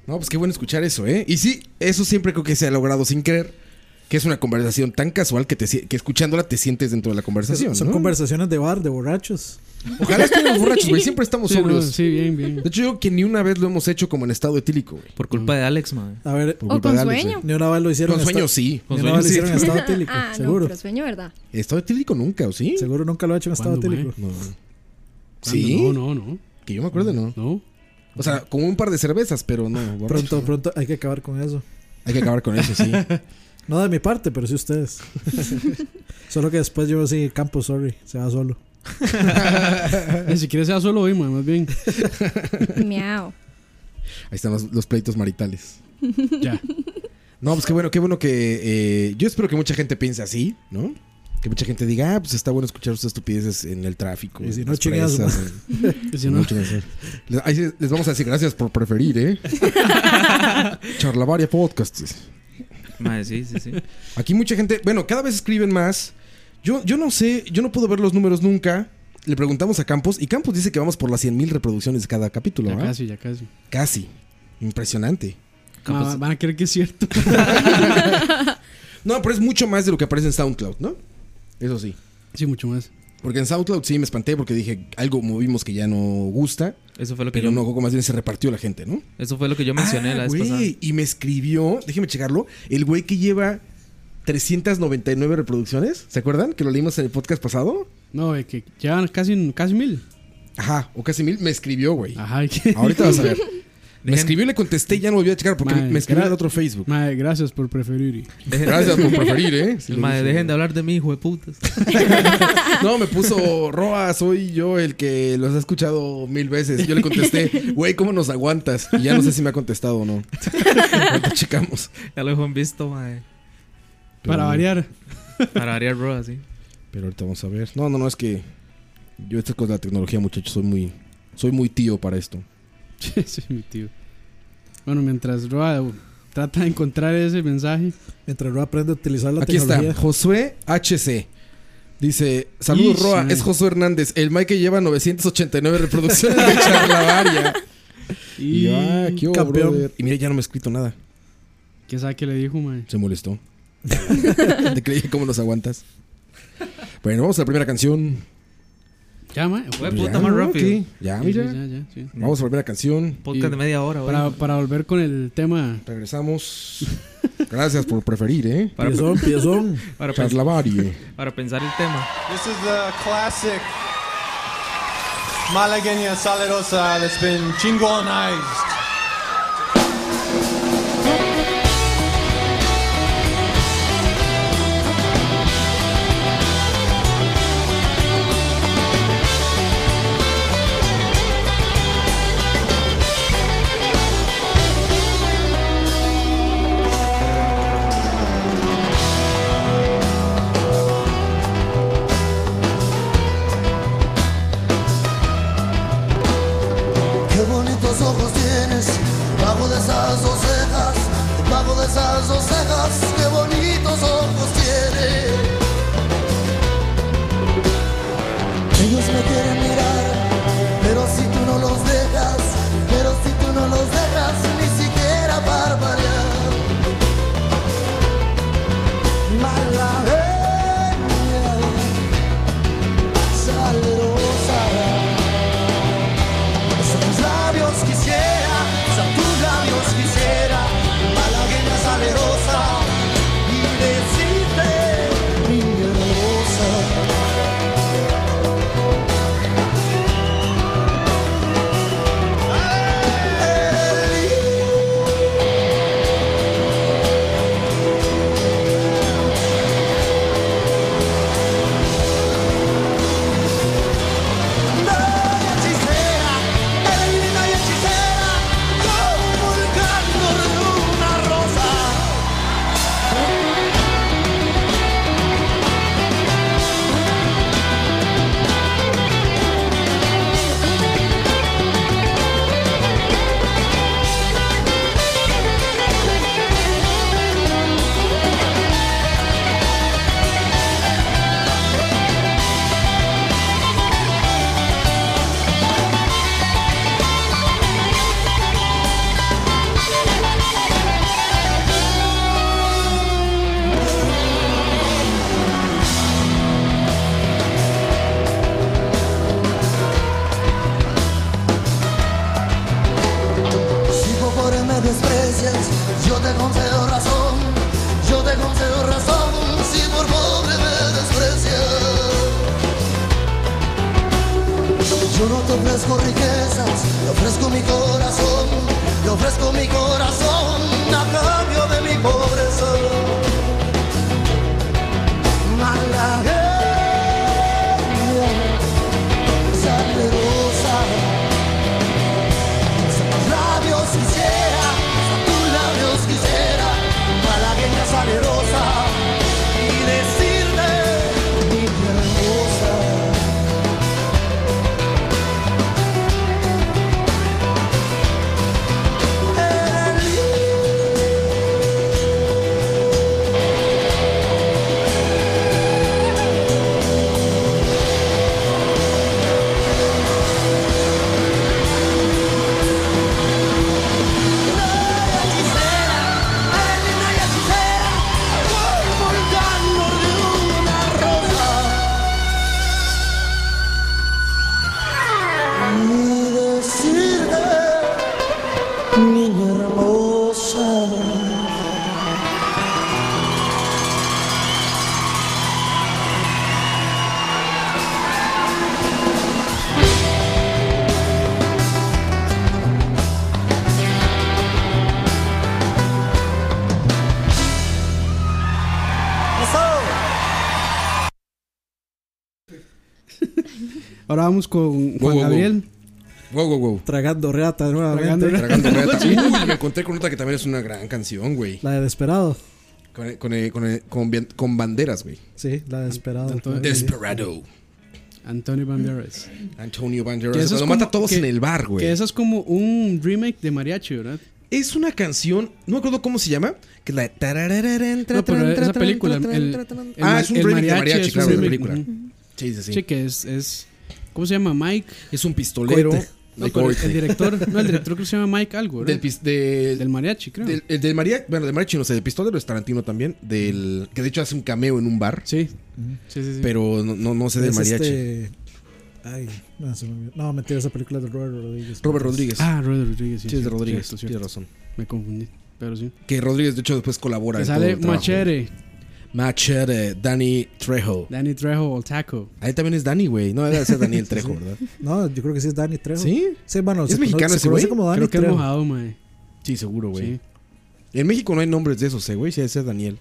No, pues qué bueno escuchar eso, ¿eh? Y sí, eso siempre creo que se ha logrado sin querer. Que es una conversación tan casual que, te, si- que escuchándola te sientes dentro de la conversación.
Son
Ah, ¿no?
conversaciones de bar, de borrachos.
Ojalá estuviéramos borrachos, güey. Siempre estamos
Sí, no,
sobrios.
sí, bien, bien.
De hecho, yo creo que ni una vez lo hemos hecho como en estado etílico, güey.
Por culpa de Alex, man.
A ver,
Por O culpa con de Alex, sueño. güey.
Ni una vez lo hicieron.
Con
en
sueño,
esta-
sí.
Ni
Con
una vez lo
sueño,
hicieron en
sí. [LAUGHS]
estado etílico.
ah, no,
seguro.
pero sueño,
[LAUGHS]
¿verdad?
Estado etílico nunca, ¿o sí?
Seguro nunca lo ha hecho en estado
¿Cuándo,
etílico.
Sí.
No, Ah, no, no.
Que yo me acuerdo, ¿no?
No.
O sea, con un par de cervezas, pero no. borracho.
Pronto, pronto hay que acabar con eso.
Hay que acabar con eso, sí.
No de mi parte, pero sí
[LAUGHS]
ustedes. solo que después yo así, campo, sorry, se va solo.
Ni siquiera sea solo hoy, ma, más bien.
Miau.
Ahí están los, los pleitos maritales.
Ya.
No, pues qué bueno, qué bueno que. eh, yo espero que mucha gente piense así, ¿no? Que mucha gente diga, ah, pues está bueno escuchar sus estupideces en el tráfico.
Y si
en
no,
las
chingue a su
presas,
madre.
en-
Y si no-
No, chingue a su- Les, ahí sí les vamos a decir gracias por preferir, ¿eh? Charlavaria Podcasts.
Ma, sí, sí, sí.
Aquí mucha gente, bueno, cada vez escriben más. Yo, yo no sé, yo no puedo ver los números nunca. Le preguntamos a Campos y Campos dice que vamos por las 100.000 reproducciones de cada capítulo,
Ya
¿verdad?
casi, ya casi.
Casi. Impresionante.
Ma,
Capaz-
van a creer que es cierto.
No, pero es mucho más de lo que aparece en SoundCloud, ¿no? Eso sí.
Sí, mucho más.
Porque en SoundCloud sí me espanté porque dije algo movimos que ya no gusta.
Eso fue lo que
Pero
yo-
no, como más bien se repartió la gente, ¿no?
Eso fue lo que yo mencioné la
Ah,
vez
güey,
pasada.
Y me escribió, déjeme checarlo, el güey que lleva 399 reproducciones. ¿Se acuerdan? Que lo leímos en el podcast pasado.
No, es que ya casi, casi mil.
Ajá, o casi mil. Me escribió, güey.
Ajá, [LAUGHS] ¿y qué?
Ahorita vas a ver. Me escribió y le contesté y ya no volví a checar porque
Madre,
me escribió
gra-
en otro Facebook.
Madre, gracias por preferir.
Dejen-
Gracias por preferir,
[LAUGHS]
¿eh? Sí lo
Ma,
dije.
dejen de hablar de mí, hijo de putas.
No, me puso Roa, soy yo el que los ha escuchado mil veces. Yo le
[LAUGHS]
contesté, güey, ¿cómo nos aguantas? Y ya no sé si me ha contestado o no. Ahorita checamos.
[LAUGHS] Ya lo han visto, ma.
Para variar. [LAUGHS]
Para variar, bro, así.
Pero ahorita vamos a ver. No, no, no, es que yo estas cosas de la tecnología, muchachos, soy muy, soy muy tío para esto.
Sí, sí, mi tío. Bueno, mientras Roa trata de encontrar ese mensaje.
Mientras Roa aprende a utilizar la
Aquí está, Josué HC. Dice, saludos
Ish,
Roa,
man.
es Josué Hernández, el Mike que lleva 989 reproducciones de
[LAUGHS]
Charlavaria. Y, yo, ah, qué hubo,
campeón.
brother. Y mira, ya no me ha escrito nada.
¿Quién sabe qué le dijo, mae?
Se molestó. [LAUGHS] Te creí, ¿cómo nos aguantas? Bueno, vamos a la primera canción.
Ya, ma. Fue
Pues
puta
ya,
más
¿no?
rápido.
¿Qué? Ya,
Sí,
mira.
sí, ya, ya, sí.
Vamos a la primera canción.
Podcast de media hora, güey.
Para, para volver con el tema.
Regresamos. Gracias por preferir, ¿eh?
Para- Piezón, piezón.
[LAUGHS]
Para-
Charlavarie.
Para pensar el tema.
This is the classic Malagueña Salerosa that's been chingonized.
Qué bonitos ojos tienes, bajo de esas dos cejas, bajo de esas dos cejas, qué bonitos ojos tienes. Ellos me quieren mirar, pero si tú no los dejas, pero si tú no los dejas, ni siquiera parpadear. Malagueña, salerosa. Son tus labios quisiera, son tus labios quisiera, malagueña salerosa, y decirte, mi hermosa. Divina y hechicera, como el canto de una rosa. Si por favor me desprecias, yo te concedo razón, yo te concedo razón, si por pobre me desprecias. Yo no te ofrezco riquezas, te ofrezco mi corazón, te ofrezco mi corazón a cambio de mi pobreza. Malagueña, salerosa, tus labios quisiera, a tus labios quisiera, malagueña salerosa, y decirte, mi hermosa. Y decirte, mi hermosa.
Ahora vamos con
Wow,
Juan
wow, wow.
Gabriel.
Wow, wow, wow.
Tragando reata nuevamente.
[LAUGHS]
Tragando reata. Uy, me encontré con otra que también es una gran canción, güey.
La de Desperado.
Con, con, eh, con, eh, con bien- con banderas, güey.
Sí, la de Desperado.
Desperado.
Antonio Banderas.
Antonio Banderas.
Que eso es
Cuando
como-
mata a todos
que-
en el bar, güey.
Que eso es como un remake de Mariachi, ¿verdad?
Es una canción, no me acuerdo cómo se llama, que es la de tarararán,
No, pero
tararán,
esa
tararán,
película. El,
tararán,
el-
tararán.
el
ah,
ma-
es un
el
remake de mariachi,
es un
claro, de la
remake,
película.
ujú.
Sí, sí, sí.
Sí, que es, es. ¿Cómo se llama? Mike.
Es un pistolero.
No,
Like
pero
Orton.
el director,
[LAUGHS]
no, el director creo que se llama Mike algo, ¿verdad?
Del, pis- de- del
mariachi, creo.
Del, el del mariachi, bueno, del mariachi no sé, del pistolero es Tarantino también, del que de hecho hace un cameo en un bar.
Sí. Sí, sí, sí.
Pero no, no, no sé del
Es
mariachi.
este- Ay, no, se me olvidó. No, mentira, esa película es de Robert Rodríguez.
Robert Rodríguez.
Ah, Robert Rodríguez, sí.
Sí, es de
cierto,
Rodríguez,
cierto, cierto.
tienes razón.
Me confundí, pero sí.
Que Rodríguez, de hecho, después colabora.
Que
en
sale
todo el trabajo.
Machete.
Machete, Danny Trejo.
Danny Trejo o Taco.
Ahí también es Danny, güey. No, debe ser Daniel
Sí, sí,
Trejo,
sí.
¿verdad?
No, yo creo que sí es Danny Trejo.
¿Sí?
Sí, bueno,
¿Es
se cono-
mexicano
se
ese
conoce
güey?
como Danny
Creo que es
Trejo.
mojado.
Oh, mae.
Sí, seguro, güey.
Sí.
En México no hay nombres de esos, eh, güey. Sí, ese es Daniel.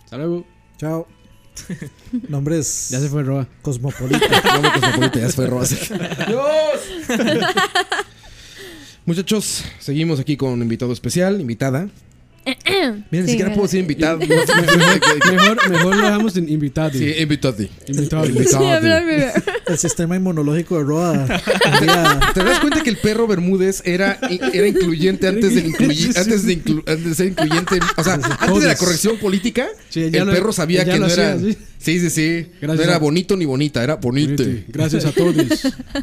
[LAUGHS]
Hasta luego.
Chao. Nombres.
Ya se
[LAUGHS]
fue Roa.
Cosmopolita.
Nombre cosmopolita, ya se fue Roa.
¡Dios!
[LAUGHS] Muchachos, seguimos aquí con un invitado especial, invitada. Mira, ni siquiera puedo decir invitado.
[LAUGHS]
[LAUGHS]
mejor, mejor lo dejamos en invitado.
Sí, invitado.
Invitado.
[LAUGHS]
El sistema inmunológico de
[LAUGHS]
Roa.
¿Te das cuenta que el perro Bermúdez era, era incluyente antes de, incluy- antes, de inclu- antes de ser incluyente? O sea, antes de la corrección política,
Sí, ya
el
lo-
perro sabía
ya
que
lo
no era.
hacía,
Sí, sí,
sí.
sí. no
Gracias
era
a-
bonito ni bonita, era bonite.
Gracias a todos.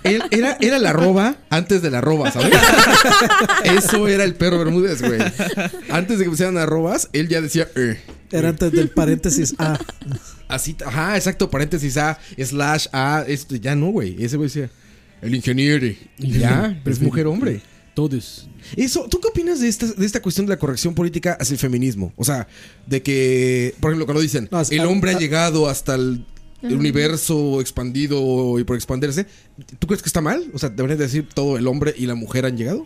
Él era, era la arroba antes de la arroba,
[LAUGHS]
¿sabes? Eso era el perro Bermúdez, güey. Antes de que pusieran arrobas, él ya decía. "Eh".
Era antes del paréntesis A.
Así, ajá, exacto, paréntesis A, slash A, esto, ya no, güey. Ese güey decía, el ingeniero. Ya, es mujer hombre.
Todos.
Eso, ¿tú qué opinas de esta, de esta cuestión de la corrección política hacia el feminismo? O sea, de que, por ejemplo, cuando dicen,
No, es-
el
ah,
hombre ha
ah.
llegado hasta el, el
Ajá.
universo expandido y por expandirse, ¿tú crees que está mal? O sea, deberían decir todo el hombre y la mujer han llegado.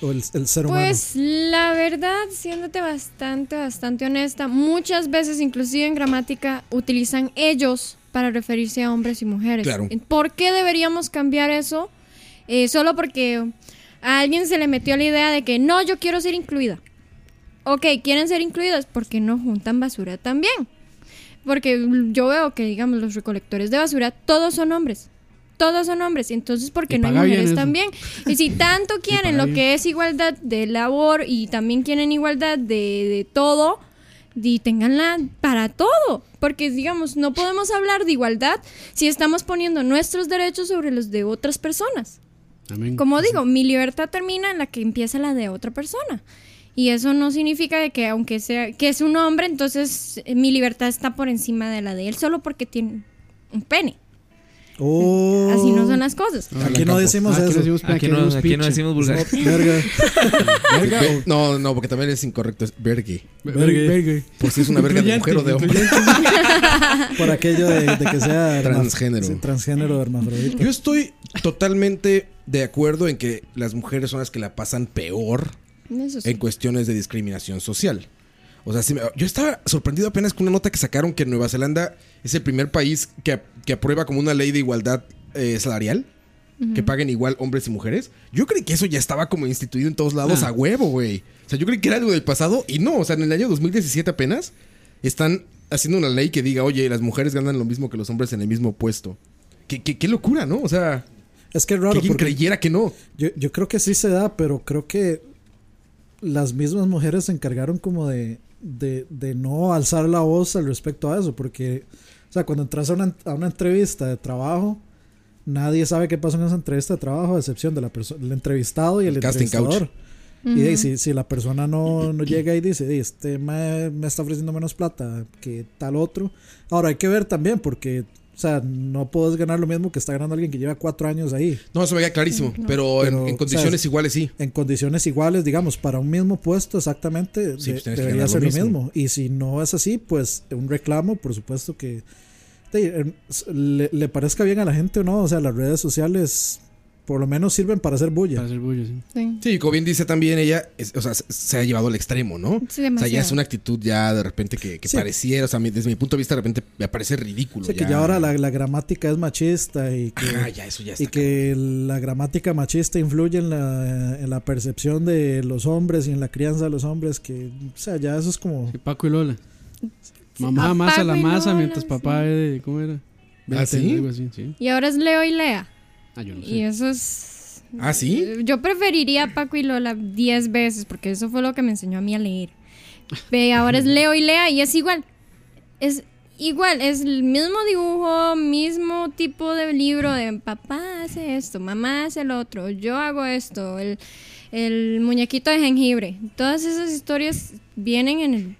O el, el ser humano.
Pues la verdad, siéndote bastante, bastante honesta, muchas veces, inclusive en gramática, utilizan ellos para referirse a hombres y mujeres.
Claro.
¿Por qué deberíamos cambiar eso? Eh, solo porque a alguien se le metió la idea de que no, yo quiero ser incluida. Ok, quieren ser incluidas porque no juntan basura también. Porque yo veo que, digamos, los recolectores de basura, todos son hombres. Todos son hombres. Entonces, ¿por qué
Y
no hay
paga bien
mujeres
eso.
también? Y si tanto quieren
paga
lo
bien.
que es igualdad de labor y también quieren igualdad de, de todo, y tenganla para todo. Porque, digamos, no podemos hablar de igualdad si estamos poniendo nuestros derechos sobre los de otras personas.
Amén.
Como digo, mi libertad termina en la que empieza la de otra persona. Y eso no significa de que aunque sea que es un hombre, entonces eh, mi libertad está por encima de la de él solo porque tiene un pene.
Oh.
Así no son las cosas.
Aquí Ah, no
Ah,
decimos
Ah, Aquí no
eso.
decimos- aquí no- aquí no decimos vulgar.
No, verga.
Verga
Ve- No, no, porque también es incorrecto, es vergue.
Vergue. Vergue.
Por si es una verga de mujer o de hombre.
Por aquello de, de que sea. herma-
Transgénero.
sí, Transgénero hermafrodita.
Yo estoy totalmente de acuerdo en que las mujeres son las que la pasan peor
Eso Pues sí.
en cuestiones de discriminación social. O sea, sí me- yo estaba sorprendido apenas con una nota que sacaron que Nueva Zelanda es el primer país que, que aprueba como una ley de igualdad eh, salarial. Que
Ujú.
paguen igual hombres y mujeres. Yo creí que eso ya estaba como instituido en todos lados
Ah.
a huevo, güey. O sea, yo creí que era algo del pasado y no. O sea, en el año 2017 apenas están haciendo una ley que diga, oye, las mujeres ganan lo mismo que los hombres en el mismo puesto. Qué, qué- qué locura, ¿no? O sea,
Es que es raro.
que quien
porque
creyera que no.
Yo, yo creo que sí se da, pero creo que las mismas mujeres se encargaron como de, de, de no alzar la voz al respecto a eso, porque, o sea, cuando entras a una, a una entrevista de trabajo, nadie sabe qué pasó en esa entrevista de trabajo, a excepción de la perso- del entrevistado y el,
El casting couch.
entrevistador. Y de ahí,
Ujú.
si, si la persona no, no llega y dice, "Di, este me, me está ofreciendo menos plata que tal otro. Ahora hay que ver también, porque, o sea, no puedes ganar lo mismo que está ganando alguien que lleva cuatro años ahí.
No, eso me queda clarísimo. Pero, en- en,
Pero,
condiciones
o sea,
iguales sí.
En condiciones iguales, digamos, para un mismo puesto exactamente,
Sí,
de-
pues tienes que
debería
ganar lo
ser lo
mismo.
mismo. Y si no es así, pues un reclamo, por supuesto que de- em, s- le, le parezca bien a la gente o no, o sea, las redes sociales por lo menos sirven para hacer bulla.
Pues,
Para
hacer bulla, sí.
Sí, y como bien dice también ella, es- o sea, se, se ha llevado al extremo, ¿no?
Sí,
o sea, ya
demasiado.
es una actitud ya de repente que, que
Sí.
pareciera, o sea, mi- desde mi punto de vista de repente me parece ridículo.
O sea, que ya ahora la, la gramática es machista y que,
Ajá, ya, eso ya Ah, está
y que la gramática machista influye en la, en la percepción de los hombres y en la crianza de los hombres, que, o sea, ya eso es como...
Paco y Lola. Mamá amasa la
ah, Paco y
masa
Lola,
mientras papá eh, ¿Cómo era?
¿Ah, sí?
Algo así, sí.
Y ahora es Leo y Lea.
Ah, yo no sé.
Y eso es...
¿Ah, sí?
Yo preferiría a Paco y Lola 10 veces porque eso fue lo que me enseñó a mí a leer. Ve, ahora es Leo y Lea y es igual. Es igual, es el mismo dibujo, mismo tipo de libro de papá hace esto, mamá hace lo otro, yo hago esto, el, el muñequito de jengibre. Todas esas historias vienen en el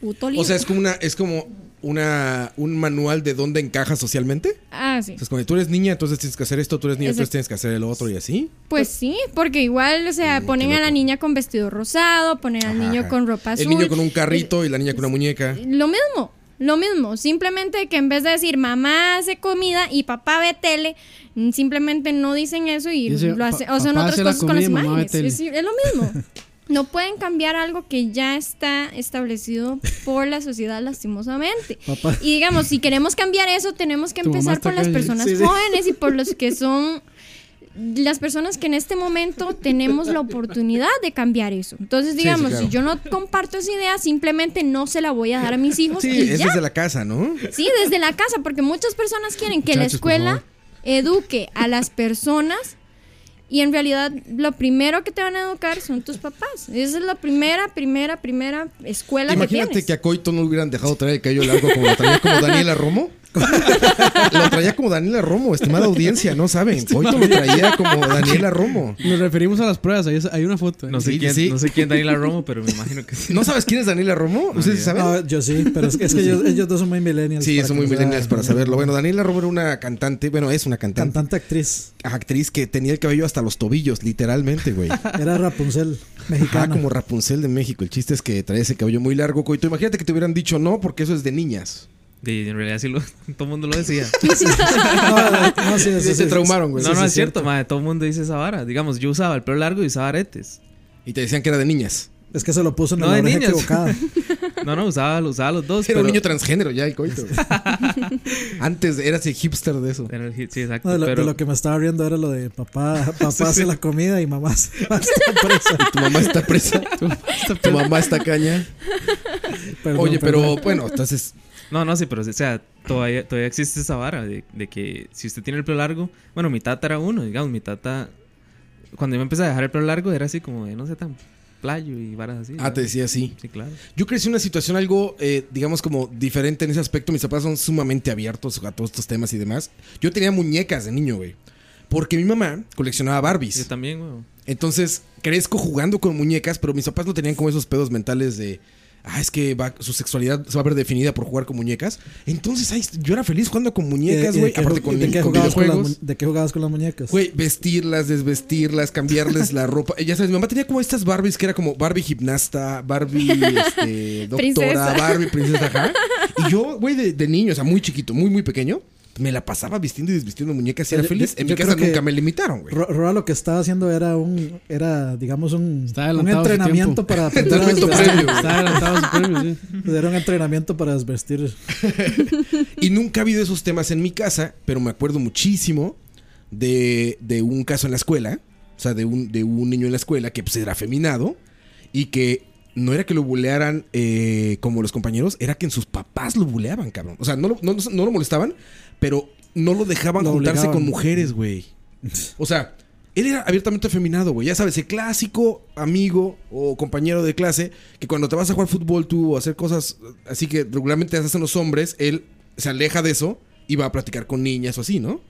puto libro.
O sea, es como una, es como una, un manual de dónde encajas socialmente.
Ah, sí.
O sea, es como tú eres niña, entonces tienes que hacer esto, tú eres niña,
Exacto.
entonces tienes que hacer el otro y así.
Pues sí, porque igual, o sea, ponen a la niña con vestido rosado, ponen al niño
Mm, Ajá.
con ropa azul.
El niño con un carrito y la niña con una muñeca.
Lo mismo, lo mismo. Simplemente que en vez de decir mamá hace comida y papá ve tele, mm, simplemente no dicen eso y
Dice,
lo hace,
"Pa-
o son
papá
otras
hace la
cosas con las
comida y mamá ve
imágenes.
tele.
Es, decir, es lo mismo. No pueden cambiar algo que ya está establecido por la sociedad lastimosamente.
Papá.
Y digamos, si queremos cambiar eso, tenemos que
Tu mamá
empezar
está
por las
calle.
personas
Sí, sí.
jóvenes y por los que son las personas que en este momento tenemos la oportunidad de cambiar eso. Entonces,
Sí, sí,
digamos,
claro.
si yo no comparto esa idea, simplemente no se la voy a dar a mis hijos.
Sí,
y
es
ya.
desde la casa, ¿no?
Sí, desde la casa, porque muchas personas quieren que la
Muchachos, por
escuela
favor.
eduque a las personas y en realidad lo primero que te van a educar son tus papás. Esa es la primera, primera, primera escuela que
Imagínate
tienes.
que a Coito no le hubieran dejado traer el cabello largo como lo traía como Daniela Romo. [LAUGHS] lo traía como Daniela Romo, estimada audiencia, no saben. Coito lo traía como Daniela Romo.
Nos referimos a las pruebas, ahí es- hay una foto. ¿eh?
No sé, quién, no sé quién Daniela Romo, pero me imagino que [LAUGHS] sí.
¿No sabes quién es Daniela Romo? ¿Ustedes saben?
Ah, yo sí, pero es que, es que
[LAUGHS] Sí.
ellos, ellos dos son muy millennials.
Sí,
para
son
que
muy
no sea-
millennials para saberlo. Bueno, Daniela Romo era una cantante, bueno, es una cantante.
Cantante actriz.
Actriz que tenía el cabello hasta los tobillos, literalmente,
[LAUGHS]
güey.
Era
[LAUGHS]
Rapunzel,
Ajá,
mexicano.
como Rapunzel de México. El chiste es que traía ese cabello muy largo, Coito. Imagínate que te hubieran dicho no, porque eso es de niñas.
Y en realidad sí lo, [LAUGHS] todo el mundo lo decía.
no, no, sí, eso
Se
sí.
traumaron, güey.
No,
Ah, Sí,
no
sí,
es cierto, madre. Todo el mundo dice esa vara. Digamos, yo usaba el pelo largo y usaba aretes.
Y te decían que era de niñas.
Es que se lo puso en
No,
la
de
oreja
niñas.
equivocada.
No, no, usaba, lo usaba los dos.
Era un
pero-
niño transgénero ya, el [LAUGHS] coito. Antes era ese hipster de eso.
Era el hip- sí, exacto.
No, de, lo, de
pero
lo que me estaba riendo era lo de papá, papá
Sí, sí.
hace la comida y mamá hace- [LAUGHS] mamá está presa.
Tu mamá está presa. [LAUGHS] Tu mamá está caña.
Perdón,
Oye, pero
perdón.
bueno, entonces.
No, no, sí, pero o sea, todavía, todavía existe esa vara de, de que si usted tiene el pelo largo, bueno, mi tata era uno, digamos, mi tata, cuando yo empecé a dejar el pelo largo era así como de, no sé, tan playo y varas así.
Ah,
¿verdad?
te decía así.
Sí, claro.
Yo crecí en una situación algo, eh, digamos, como diferente en ese aspecto. Mis papás son sumamente abiertos a todos estos temas y demás. Yo tenía muñecas de niño, güey. Porque mi mamá coleccionaba Barbies.
Yo también, güey.
Entonces, crezco jugando con muñecas, pero mis papás no tenían como esos pedos mentales de. Ah, es que va- su sexualidad se va a ver definida por jugar con muñecas. Entonces, ahí, yo era feliz jugando con muñecas,
¿Y- y de
güey.
qué
Aparte
ju-
con,
de qué
con
jugabas con las
videojuegos.
mu- ¿De qué jugabas con las muñecas?
Güey, vestirlas, desvestirlas, cambiarles la ropa. Eh, Ya sabes, mi mamá tenía como estas Barbies que era como Barbie gimnasta, Barbie este, doctora,
Princesa.
Barbie princesa. ajá. Y yo, güey, de, de niño, o sea, muy chiquito, muy, muy pequeño, me la pasaba vistiendo y desvistiendo muñecas y era
Yo-
feliz.
yo-
En mi
yo
casa
creo que
nunca me limitaron, güey.
Ro- Roa lo que estaba haciendo era un, era digamos un, un
adelantado a su
entrenamiento
tiempo. [LAUGHS]
para aprender a
Entrenamiento
desvestir.
previo. Estaba adelantado a su
sí.
Era un entrenamiento para desvestir.
Y nunca ha habido esos temas en mi casa, pero me acuerdo muchísimo de, de un caso en la escuela, o sea, de un, de un niño en la escuela que pues era afeminado y que no era que lo bulearan eh, como los compañeros, era que en sus papás lo buleaban, cabrón. O sea, no lo, no, no lo molestaban, pero no lo dejaban
Lo
juntarse
obligaban.
con mujeres, güey. O sea, él era abiertamente afeminado, güey. Ya sabes, el clásico amigo o compañero de clase que cuando te vas a jugar fútbol tú o hacer cosas eh, así que regularmente hacen los hombres, él se aleja de eso y va a platicar con niñas o así, ¿no?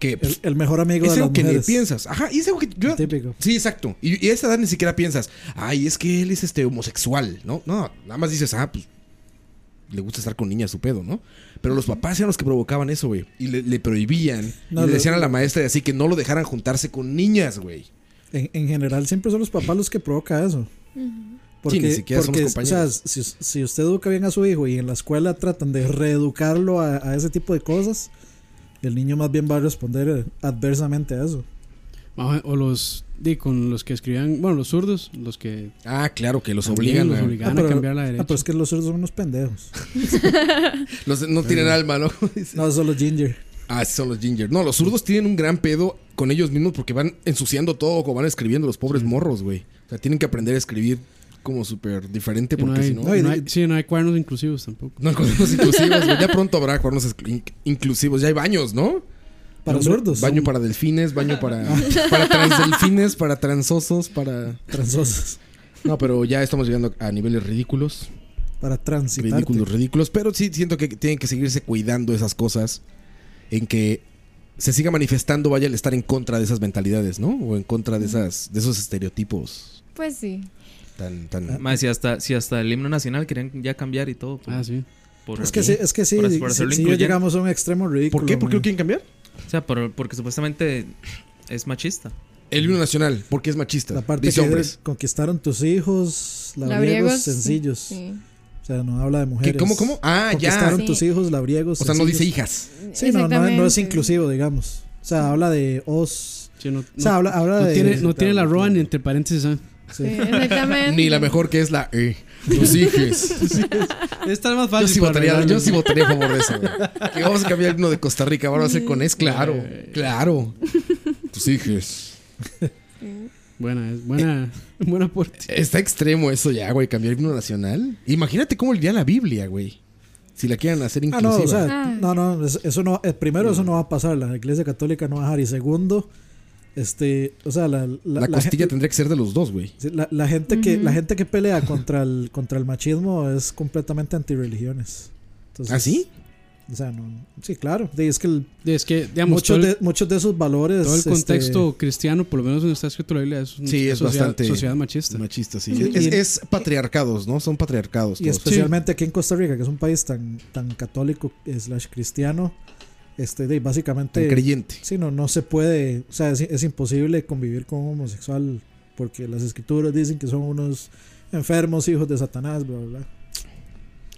Que pues,
El, el mejor amigo
es
de las
algo que ni
mujeres.
piensas. Ajá, y es algo que yo. Sí, exacto. Y, y a esa edad ni siquiera piensas, ay, es que él es este homosexual, ¿no? No, nada más dices, ah, pues le gusta estar con niñas su pedo, ¿no? Pero los papás eran los que provocaban eso, güey. Y le, le prohibían.
No,
y le
lo-
decían a la maestra y así que no lo dejaran juntarse con niñas, güey.
En, en general siempre son los papás los que provoca eso. Porque,
Sí, ni siquiera son
porque,
los
o sea,
compañeros.
si, si usted educa bien a su hijo y en la escuela tratan de reeducarlo a, a ese tipo de cosas, el niño más bien va a responder eh, adversamente a eso.
Ajá, O los, di, con los que escribían, bueno, los zurdos, los que...
Ah, claro, que los
También
obligan.
los
a-
obligaban
Ah, pero-
a cambiar la derecha.
Ah, pero es que los otros son unos pendejos.
Los- no tienen
Sí.
alma, ¿no? [LAUGHS]
no, son los ginger.
Ah, sí, son los ginger. No, los zurdos tienen un gran pedo con ellos mismos porque van ensuciando todo como van escribiendo los pobres morros, güey. O sea, tienen que aprender a escribir como súper diferente
Que no
porque
hay-
si no...
no hay- sí, no hay cuernos inclusivos tampoco.
No hay cuernos inclusivos, güey. Ya pronto habrá cuernos exclu- in- inclusivos. Ya hay baños, ¿no?
Para
Hombre,
zurdos.
Baño para delfines, baño para, para transdelfines, para transosos, para...
Transosos.
No, pero ya estamos llegando a niveles ridículos.
para transitar.
Ridículos, ridículos. Pero sí siento que tienen que seguirse cuidando esas cosas. En que se siga manifestando, vaya, el estar en contra de esas mentalidades, ¿no? O en contra de esas, de esos estereotipos
Pues sí.
tan, tan.
Ah.
Más si hasta, si hasta el himno nacional querían ya cambiar y todo. ah, sí.
Es que sí, es que sí, sí, sí, ya llegamos a un extremo ridículo.
¿Por qué? ¿Por qué lo
quieren cambiar?
O sea, por- porque supuestamente es machista.
El himno nacional, porque es machista.
La parte
Dice
que
hombres.
conquistaron tus hijos, labriegos,
Labriegos,
sencillos.
sí.
O sea, no habla de mujeres.
cómo, cómo? Ah, ya.
Conquistaron
Sí.
tus hijos, labriegos.
O sea, no
sencillos.
dice hijas.
Sí, no, no, no es
Exactamente.
inclusivo, digamos. O sea, habla de os. o sea,
no-
habla, habla
no
de.
tiene- no tiene la
roa
ni entre paréntesis. exactamente.
Ni la mejor que es la E. Tus hijas.
Esta es más fácil.
Yo sí
para
votaría,
arreglarlo.
yo sí votaría a favor de eso. güey. Que vamos a cambiar el himno de Costa Rica, ahora va a ser con es claro, claro. Tus hijos.
Buena, es buena,
Eh.
[LAUGHS] buen aporte.
Está extremo eso ya, güey, cambiar el himno nacional. Imagínate cómo iría la Biblia, güey. Si la quieran hacer
Ah, no,
inclusiva.
o sea, no, no, es- eso no, eh, primero eso no va a pasar, la iglesia católica no va a dejar, y segundo, este, o sea, la, la,
la
la
costilla
gen-
tendría que ser de los dos, güey.
sí, la- la gente que,
Ujú.
la gente que pelea contra el, contra el machismo es completamente antirreligiones. Entonces,
¿Ah, sí?
O sea, no, sí, claro, de- es que, el-
Es que, digamos,
muchos,
todo
de,
el-
muchos de esos valores...
Todo el
este,
contexto cristiano, por lo menos donde está escrito la Biblia, es una
Pues, Sí, es
sociedad,
bastante
sociedad machista.
Machista, sí. Es, es patriarcados, ¿no? Son patriarcados.
Y
todos.
especialmente aquí en Costa Rica, que es un país tan, tan católico eh, slash cristiano, este, de, básicamente...
Tan creyente.
Sí, no, no se puede, o sea, es, es imposible convivir con un homosexual porque las escrituras dicen que son unos enfermos, hijos de Satanás, bla, bla, bla.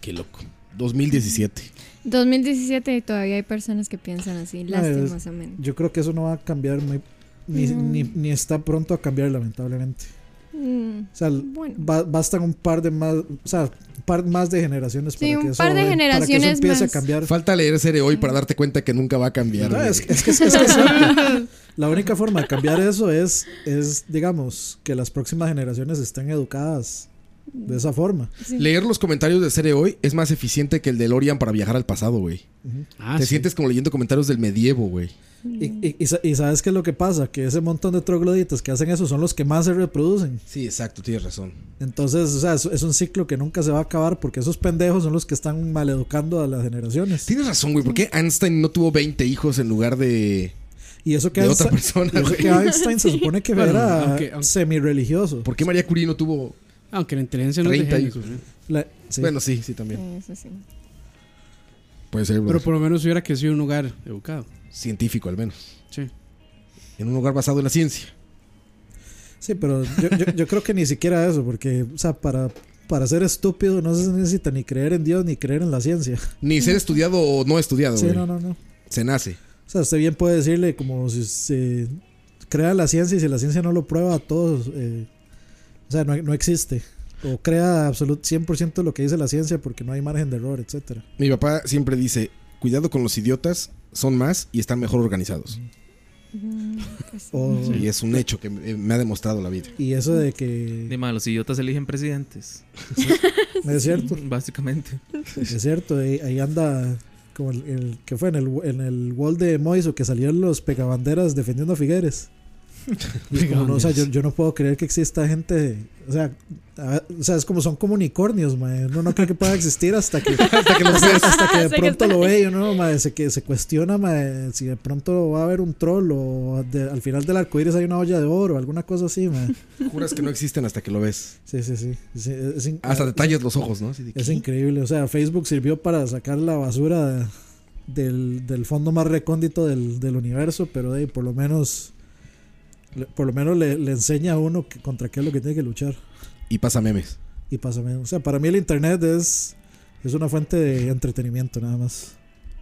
Qué loco. 2017.
2017 y todavía hay personas que piensan así,
No, es-
lastimosamente.
Yo creo que eso no va a cambiar muy- ni,
No.
ni- ni está pronto a cambiar, lamentablemente.
Mm,
O sea, ba- bastan un par de más, o sea, un par más de generaciones
Sí,
para que
un
eso,
par de
para que eso
generaciones
empiece
más.
a cambiar.
Falta leer ese de hoy para darte cuenta que nunca va a cambiar.
No,
güey.
es, es que es que es cierto. La única forma de cambiar eso es, es, digamos, que las próximas generaciones estén educadas de esa forma.
Leer los comentarios de serie hoy es más eficiente que el de Lorian para viajar al pasado, güey.
Ujú.
Ah,
Te sientes como leyendo comentarios del medievo, güey.
Y, y- y sa- y sabes qué es lo que pasa, que ese montón de trogloditas que hacen eso son los que más se reproducen.
Sí, exacto, tienes razón.
Entonces, o sea, es, es un ciclo que nunca se va a acabar porque esos pendejos son los que están maleducando a las generaciones.
Tienes razón, güey. ¿Por qué Einstein no tuvo 20 hijos en lugar de.
Y eso que
de
Einstein-
otra persona,
y eso
güey?
que Einstein se supone
[LAUGHS]
que Bueno, era aunque- aunque- semi-religioso.
¿Por qué María Curie no tuvo.
Aunque la inteligencia no es de
30 hijos?
género, ¿eh?
La- sí.
Bueno, sí, sí, también.
eso sí.
Puede ser,
Pero
bro.
por lo menos hubiera crecido en un hogar educado.
Científico, al menos.
Sí.
En un hogar basado en la ciencia.
Sí, pero yo, yo- yo creo que ni siquiera eso, porque, o sea, para, para ser estúpido no se necesita ni creer en Dios ni creer en la ciencia.
Ni ser estudiado o no estudiado,
Sí,
Ah,
no,
güey.
no, no.
Se nace.
O sea, usted bien puede decirle como si se crea la ciencia y si la ciencia no lo prueba, todos, eh, o sea, no, no existe. O crea absolut 100% lo que dice la ciencia porque no hay margen de error, etcétera.
Mi papá siempre dice: cuidado con los idiotas, son más y están mejor organizados.
O-
Y es un hecho que me me ha demostrado la vida.
Y eso de que
De malos idiotas
[LAUGHS]
eligen presidentes.
Es cierto.
Básicamente.
es cierto, ahí, ahí anda como el, el que fue en el, en el wall de Moiso que salieron los pegabanderas defendiendo a Figueres. Y es como, no, o sea, yo, yo no puedo creer que exista gente. O sea, a- o sea, es como son como unicornios, mae. Uno no cree que pueda existir hasta que, hasta que,
lo ves.
de
[LAUGHS] Hasta que
pronto
está
lo ve
ahí.
y uno mae, se, que se cuestiona mae, si de pronto va a haber un troll o de- al final del arco iris hay una olla de oro, alguna cosa así, mae.
Juras que no existen hasta que lo ves.
Sí, sí, sí. Sí, es in-
Hasta
ah,
te tallas los ojos, ¿no? Así de,
es
¿qué?
increíble. O sea, Facebook sirvió para sacar la basura del, del fondo más recóndito del, del universo, pero de, ahí, por lo menos. le- Por lo menos le, le enseña a uno que- contra qué es lo que tiene que luchar.
Y pasa memes.
Y pásame. O sea, para mí el internet es, es una fuente de entretenimiento, nada más.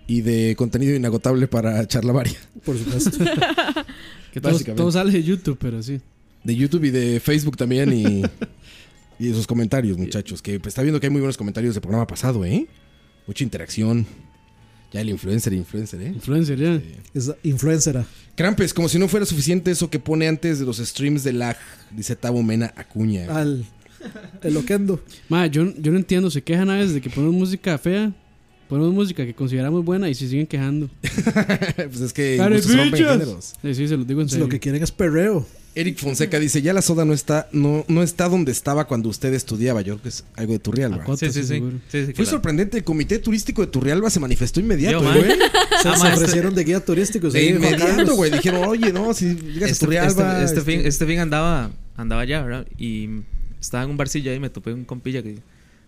Y de contenido inagotable para charlavaria.
Por supuesto.
Que todo,
Básicamente.
todo sale de YouTube, pero sí.
De YouTube y de Facebook
[LAUGHS]
también y, y de sus comentarios, muchachos. Que pues, está viendo que hay muy buenos comentarios del programa pasado, ¿eh? Mucha interacción. Ya el influencer, influencer, ¿eh?
Influencer, ya.
[LAUGHS] Es influencera.
Crampes, como si no fuera suficiente eso que pone antes de los streams de lag, dice Tabo Mena
Ah.
Acuña.
Al. El loquendo.
Ma, yo, yo no entiendo. Se quejan a veces de que ponemos música fea. Ponemos música que consideramos buena y se siguen
[LAUGHS]
quejando.
[LAUGHS] pues es que
¡Care
gustos rompen
bichas!
géneros.
Sí, sí, se los digo en
Pues [LAUGHS]
serio.
Lo que quieren es perreo.
Eric Fonseca dice, ya la soda no está, no, no está donde estaba cuando usted estudiaba. Yo creo que es algo de Turrialba.
Sí, sí, sí. seguro. Sí, sí,
Fue
claro.
sorprendente, el comité turístico de Turrialba se manifestó inmediato, ¿eh?
Yo, man.
güey.
Se- Ah, se man, ofrecieron
de guía turístico.
De inmediato, Pues güey. Dijeron, oye, no, si llegas a
Este,
Turrialba...
este- este fin, este fin andaba, andaba allá, ¿verdad? Y estaba en un barcillo ahí y me topé un compilla que,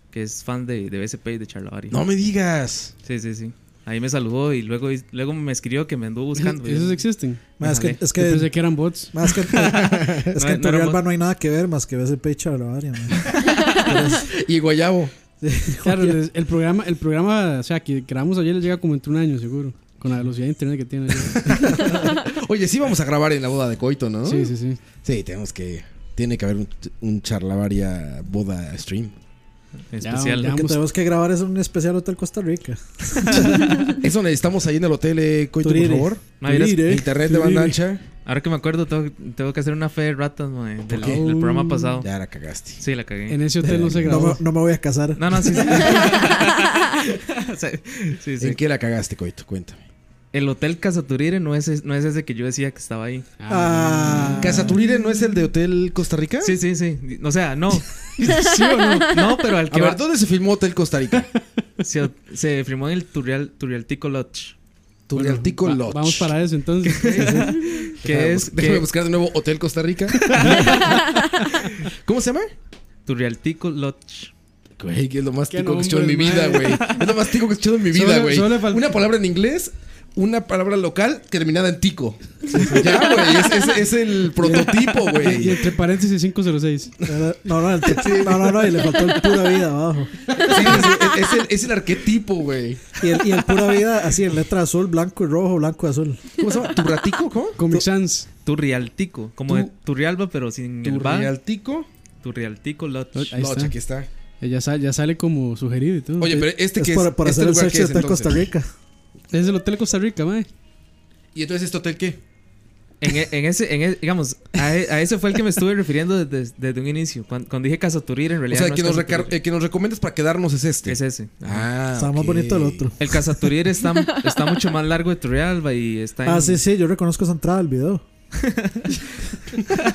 que es fan de, de BSP y de Charlavari.
No
[LAUGHS]
me digas.
Sí, sí, sí. Ahí me saludó y luego, luego me escribió que me anduvo buscando.
[LAUGHS] ¿Esos existen?
Me
Ma, es que,
jalé.
es que,
Yo pensé que
[LAUGHS]
eran bots.
Ma, es que, es que
No,
en
no eran
Turrialba
bots.
no hay nada que ver más que BCP y Charlavaria. ma.
y Guayabo.
Claro, el, el programa, el programa, o sea, que grabamos ayer le llega como entre un año, seguro. Con la velocidad de internet que tiene.
[LAUGHS] Oye, sí vamos a grabar en la boda de Coito, ¿no?
Sí, sí, sí.
Sí, tenemos que... Tiene que haber un, un charlavaria boda
[LAUGHS]
stream.
Lo que
Pues
tenemos que grabar es un especial Hotel Costa Rica.
Eso necesitamos ahí en el hotel, eh, Coito, por
Turire.
favor.
Ma, vieras-
Internet de banda ancha.
Ahora que me acuerdo, tengo, tengo que hacer una fe de ratas, mae, del,
qué?
del programa pasado.
Ya la cagaste.
Sí, la cagué.
En ese hotel no se grabó.
No, me- no me voy a casar.
No, no,
[LAUGHS]
sí, sí. O sea, sí, sí.
¿En qué la cagaste, Coito? Cuéntame.
El hotel Casaturire no es, no es ese que yo decía que estaba ahí.
Ah.
Ah.
¿Casaturire no es el de Hotel Costa Rica?
Ah. Sí, sí, sí. O sea, no.
[LAUGHS] ¿Sí o no?
No, pero al que
A ver,
va-
¿dónde se filmó Hotel
[LAUGHS]
Costa Rica?
Se, se firmó en el Turrial, Turrialtico Lodge.
Turrialtico
Bueno, va-
Lodge.
vamos
para eso entonces.
Que es-
Déjame
que-
buscar de nuevo Hotel Costa
[LAUGHS]
Rica. ¿Cómo se llama?
Turrialtico Lodge.
Güey, que es lo más
Qué
tico que he escuchado en mi
nombre,
vida,
madre.
güey. Es lo más tico que he escuchado en mi vida,
Solo-
güey.
solo le faltó-
Una palabra en inglés, una palabra local terminada en tico. Ya, güey. Es, es- es el prototipo,
Y
güey.
entre paréntesis 506.
No, no, el te- no, no, no, y le faltó el pura vida abajo.
Es, es el, es el arquetipo, güey.
Y el, y el pura vida así en letra azul, blanco y rojo, blanco y azul.
¿Cómo se llama? ¿Turratico? ¿Cómo?
Comic Sans.
Turrialtico. Como de Turrialba, pero sin el va.
Turrialtico.
Turrialtico Lodge.
Ahí está. Eh, Ya, sa- ya sale como sugerido y todo.
Oye, pero este
Es por, por hacer el sexy Hotel Costa Rica.
Es el Hotel Costa Rica, mae.
¿Y entonces este hotel qué?
En, e- en ese, en e- digamos, a, e- a ese fue el que me estuve refiriendo desde, desde un inicio. Cuan- Cuando, dije Casaturire, en
O
realidad.
sea,
no
el que,
es
nos
Casaturire.
recar- el que nos recomiendas para quedarnos es este. Es
ese.
Ah,
Está más
ok.
bonito el otro.
El Casaturire está, está mucho más largo de Turrialba y está en.
Ah, sí, sí, yo reconozco esa entrada del video.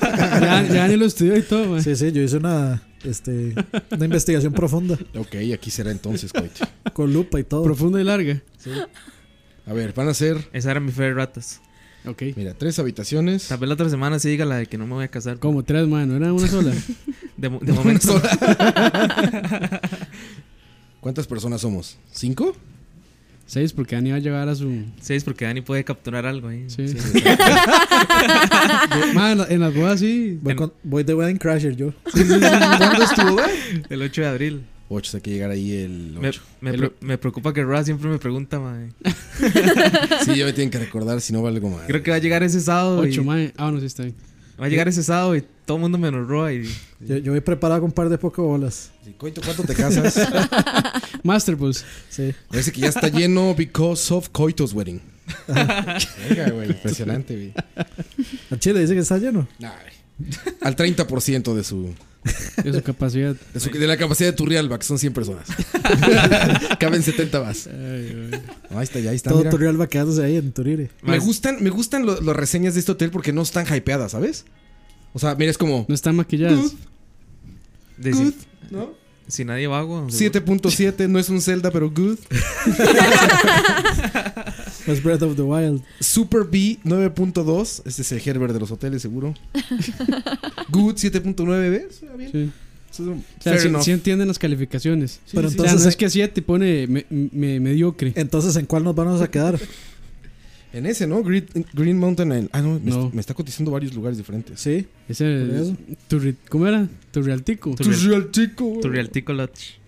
ya, ya ni lo estudió y todo, mae.
Sí, sí, yo hice una, este, una investigación profunda.
Ok, aquí será entonces, coito.
Con lupa y todo.
Profunda y larga.
A ver, van a ser.
Esa era mi fe de ratas.
Ok.
Mira, tres habitaciones.
Tal vez la otra semana sí diga la de que no me voy a casar.
Como tres, mae, no era una sola.
De, mo- de momento.
¿Cuántas personas somos? ¿Cinco?
Seis, porque Dani va a llevar a su.
Seis, porque Dani puede capturar algo ahí.
Sí. [LAUGHS] Mae, en la- en las bodas sí.
Voy, con- voy de Wedding Crasher yo.
¿Cuándo es tu boda?
El 8 de abril.
Ocho, hay que llegar ahí el
Me,
ocho.
me pre- me preocupa que Ra siempre me pregunta, mae.
Sí, ya me tienen que recordar si no vale algo más.
Creo que va a llegar ese sábado.
Ocho,
y-
mae. Ah, no, sí está bien.
Va a llegar ese sábado y todo el mundo menos Roa. Y...
Yo, yo voy preparado con un par de bolas.
Coito, ¿cuánto te casas?
Master pues, Pulse.
Sí.
Parece que ya está lleno because of Coito's wedding. Venga, güey, impresionante, güey.
Al Chile dice que está lleno.
Al 30% de su.
De su capacidad.
De, su- de la capacidad de tu Realba, que son 100 personas. [LAUGHS] Caben 70 más. ahí está, ya ahí está.
Todo
Ah, mira.
Turrialba quedándose ahí en Turire.
Me gustan, me gustan lo- las reseñas de este hotel porque no están hypeadas, ¿sabes? O sea, mira, es como
No están maquilladas.
de-
Good,
si,
¿no?
si nadie va, agua.
7.7, no es un Zelda, pero good.
Es Breath of the Wild.
Super B 9.2, este es el Herbert de los hoteles,
[LAUGHS]
seguro. Good 7.9, ¿ves? Era bien.
Sí.
Eso es un-
O sea,
fair
sí,
enough.
sí entienden las calificaciones.
Pero
Sí, sí,
entonces-
o sea, no es que 7 y pone me- me- mediocre.
Entonces, ¿en cuál nos vamos a quedar?
En ese, ¿no? Green, Green Mountain Island. Ah, no, me,
No.
me está cotizando varios lugares diferentes.
Sí.
Ese
Por eso.
tu ri- ¿Cómo era? Tu realtico.
Tu real-
chico.
Tu Realtico Lodge.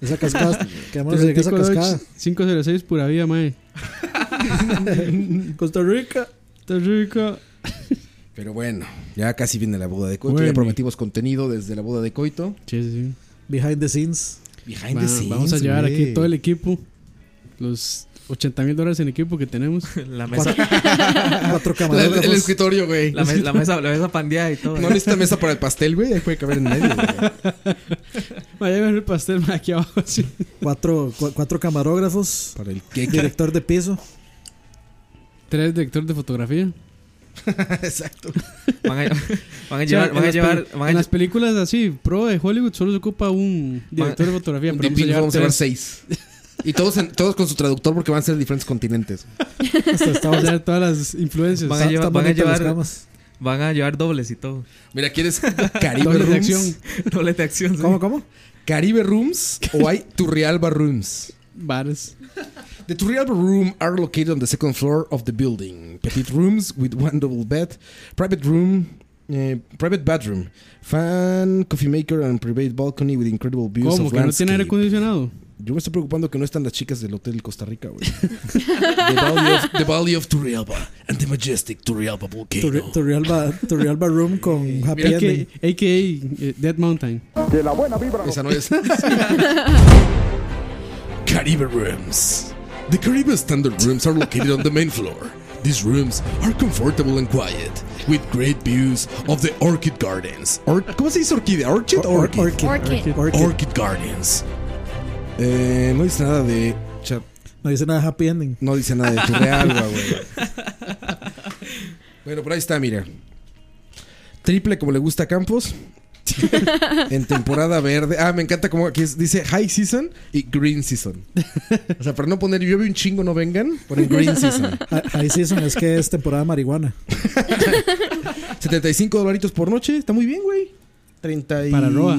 Esa cascada. Quedémonos en esa cascada.
506 pura vida, mae.
Costa Rica.
Está rico.
Pero bueno, ya casi viene la boda de Coito.
Bueno.
Ya prometimos contenido desde la boda de Coito.
Sí, sí, sí.
Behind the
[LAUGHS]
scenes.
Behind
Va-
the scenes.
vamos a llevar
güey.
aquí todo el equipo. Los 80 mil dólares en equipo que tenemos.
[LAUGHS] La mesa.
Cuatro
La-
camarógrafos.
el escritorio, güey.
La, me- la mesa, la mesa pandeada y todo.
[LAUGHS]
eh.
No necesita mesa para el pastel, güey. Ahí puede caber en medio. güey.
Vaya a ver el pastel mae, aquí abajo. sí.
Cuatro, cua- cuatro camarógrafos.
Para el queque.
Director de piso.
Tres directores de fotografía.
[LAUGHS] Exacto.
Van a, van a
O sea,
llevar, van
en
a
las
llevar,
peli-
van a
en
lle-
las películas así, pro de Hollywood, solo se ocupa un director de
[LAUGHS]
fotografía.
Un
pero
tipín, vamos a llevar
tres.
seis. Y todos, en- todos con su traductor porque van a ser de diferentes continentes.
Hasta estamos a ver todas las influencias.
van a llevar, van a llevar, van a llevar dobles y todo. [LAUGHS]
Mira, [LAUGHS] ¿quieres Caribe
Doble de
Rooms?
acción. Doble de acción.
¿Cómo, cómo? ¿Caribe Rooms o hay Turrialba Rooms?
Bares.
The Turrialba Room are located on the second floor of the building. Petite rooms with one double bed, private room, eh, private bathroom, fan, coffee maker and private balcony with incredible views
¿Cómo?
of
¿Que no tiene
landscape.
aire acondicionado?
Yo me estoy preocupando que no están las chicas del Hotel Costa Rica, güey. [LAUGHS] the, Valley of, the Valley of Turrialba and the majestic Turrialba volcano.
Turri- Turrialba, Turrialba Room con Happy
Mira,
Ending.
AKA, eh, Dead Mountain.
De la buena vibra.
Esa no es. [LAUGHS] Caribe Rooms. The Caribe Standard Rooms are located on the main floor. These rooms are comfortable and quiet, with great views of the orchid gardens. Or ¿Cómo se dice orquídea? ¿Orchid?
Or- or-
orchid.
orchid. Orchid. Orchid.
gardens. Eh, no dice nada de...
No dice nada de Happy Ending.
No dice nada de Turrialba, güey. Bueno, por ahí está, mira. Triple como le gusta a Campos. en temporada verde. Ah, me encanta como aquí es- dice high season y green season. O sea, para no poner llueve un chingo, no vengan, ponen green season.
Ah, Ahí sí son, es que es temporada de marihuana.
75 dolaritos por noche, está muy bien, güey. 35.
Para Roa.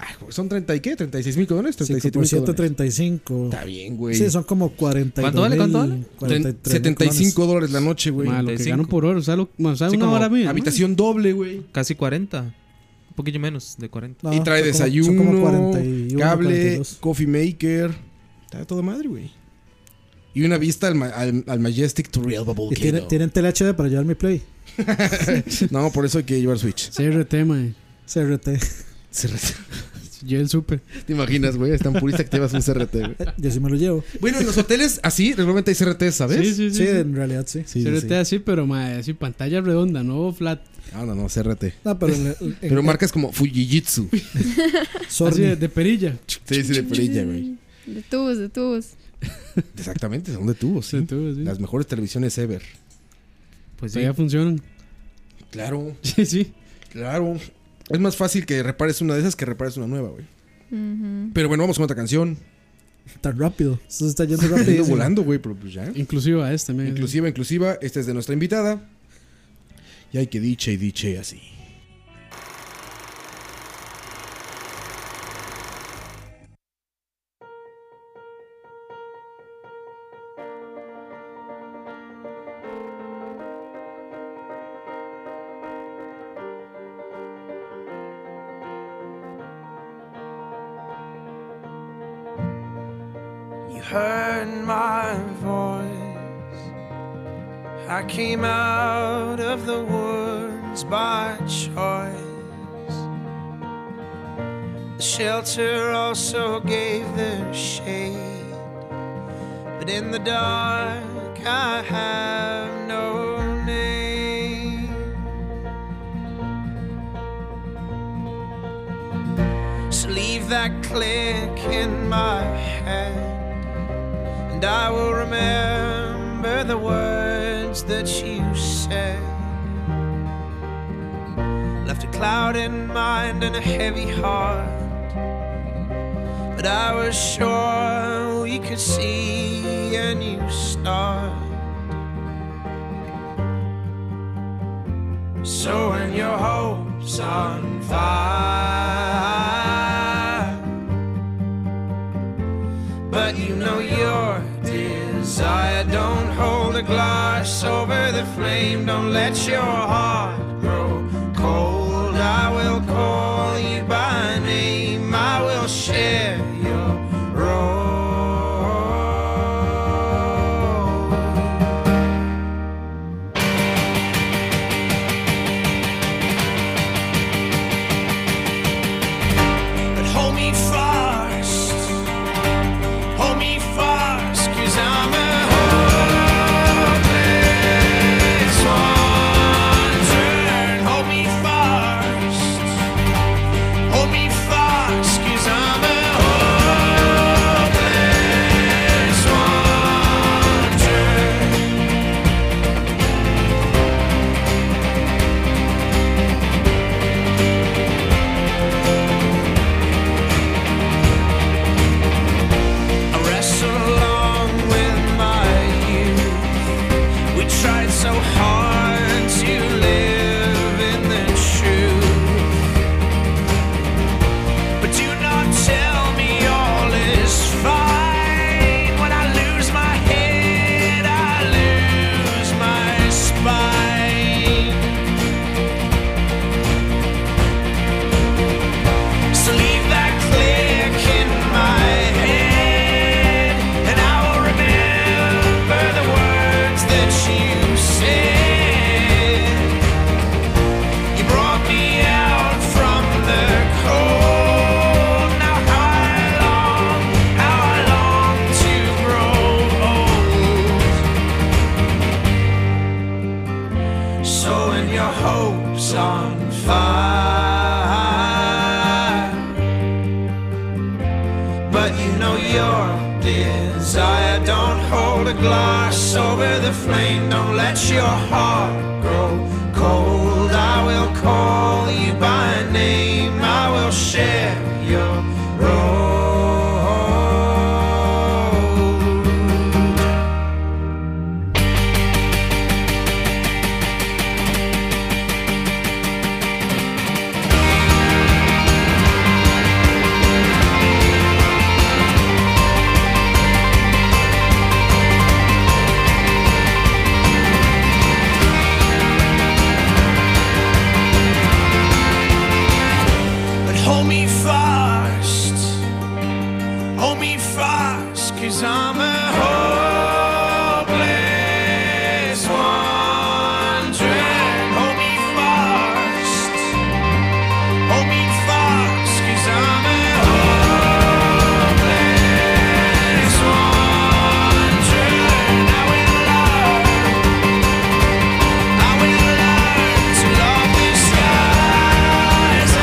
Ah, güey, son 30 y qué? 36 mil colones, 37
por
mil
7,
colones.
35. Está
bien, güey.
Sí, son como 42.
¿Cuánto vale? ¿Cuánto vale?
75
dólares la noche, güey.
Ma, lo que
35.
ganan por hora. O sea, lo, ma, o sea,
Sí,
una
como
hora mía.
habitación doble, güey.
Casi 40. Un poquillo menos de 40.
y
Ah,
trae desayuno, cable, coffee maker. Está de toda madre, güey. Y una vista al, ma- al, al Majestic Turrialba
Y tiene-
Volcano.
tienen tele HD para llevar mi play.
no, por eso hay que llevar
[LAUGHS]
Switch.
CRT, mae.
CRT.
Yo el súper.
¿Te imaginas, güey? Es tan purista que te llevas un CRT, güey.
[LAUGHS] Yo sí me lo llevo.
Bueno, en los hoteles así, regularmente hay CRT, ¿sabes?
Sí, sí, sí, Sí, sí. en
realidad sí.
CRT así, pero mae, así pantalla redonda, no flat.
Ah, no, no, CRT.
No, pero en- en-
Pero
en-
marcas como Fujijitsu.
Así de, de perilla.
Sí, sí, de perilla, güey.
De tubos, de tubos.
Exactamente, son de tubos, sí. Las mejores televisiones ever.
Pues
sí.
Todavía funcionan. [LAUGHS]
Claro.
Sí, sí.
Claro. Es más fácil que repares una de esas que repares una nueva, güey. Pero bueno, vamos con otra canción.
Tan rápido. Eso se está yendo
[LAUGHS] Está yendo
rápido.
volando, güey, pero pues ya.
Inclusiva esta, también.
Inclusiva, inclusiva. Esta es de nuestra invitada. Y hay que dicha y diche así.
You heard my voice. I came out of the woods by choice. The shelter also gave the shade. But in the dark, I have no name. So leave that click in my head, and I will remember the words that you said. Left a cloud in mind and a heavy heart, but I was sure we could see a new start. So when your hope's on fire, but you know your desire don't hold the glass over the flame. Don't let your heart grow cold. I will call you by name. I will share your role. But hold me fast. Hold me fast, cause I'm a hopeless wanderer. you know your desire. Don't hold a glass over the flame. Don't let your heart grow cold. I will call you by name. I will share your road. But hold me fast. Hold me fast, cause I'm a hopeless wandering. Hold me fast. Hold me fast, cause I'm a hopeless wandering. I will learn. I will learn to love the skies.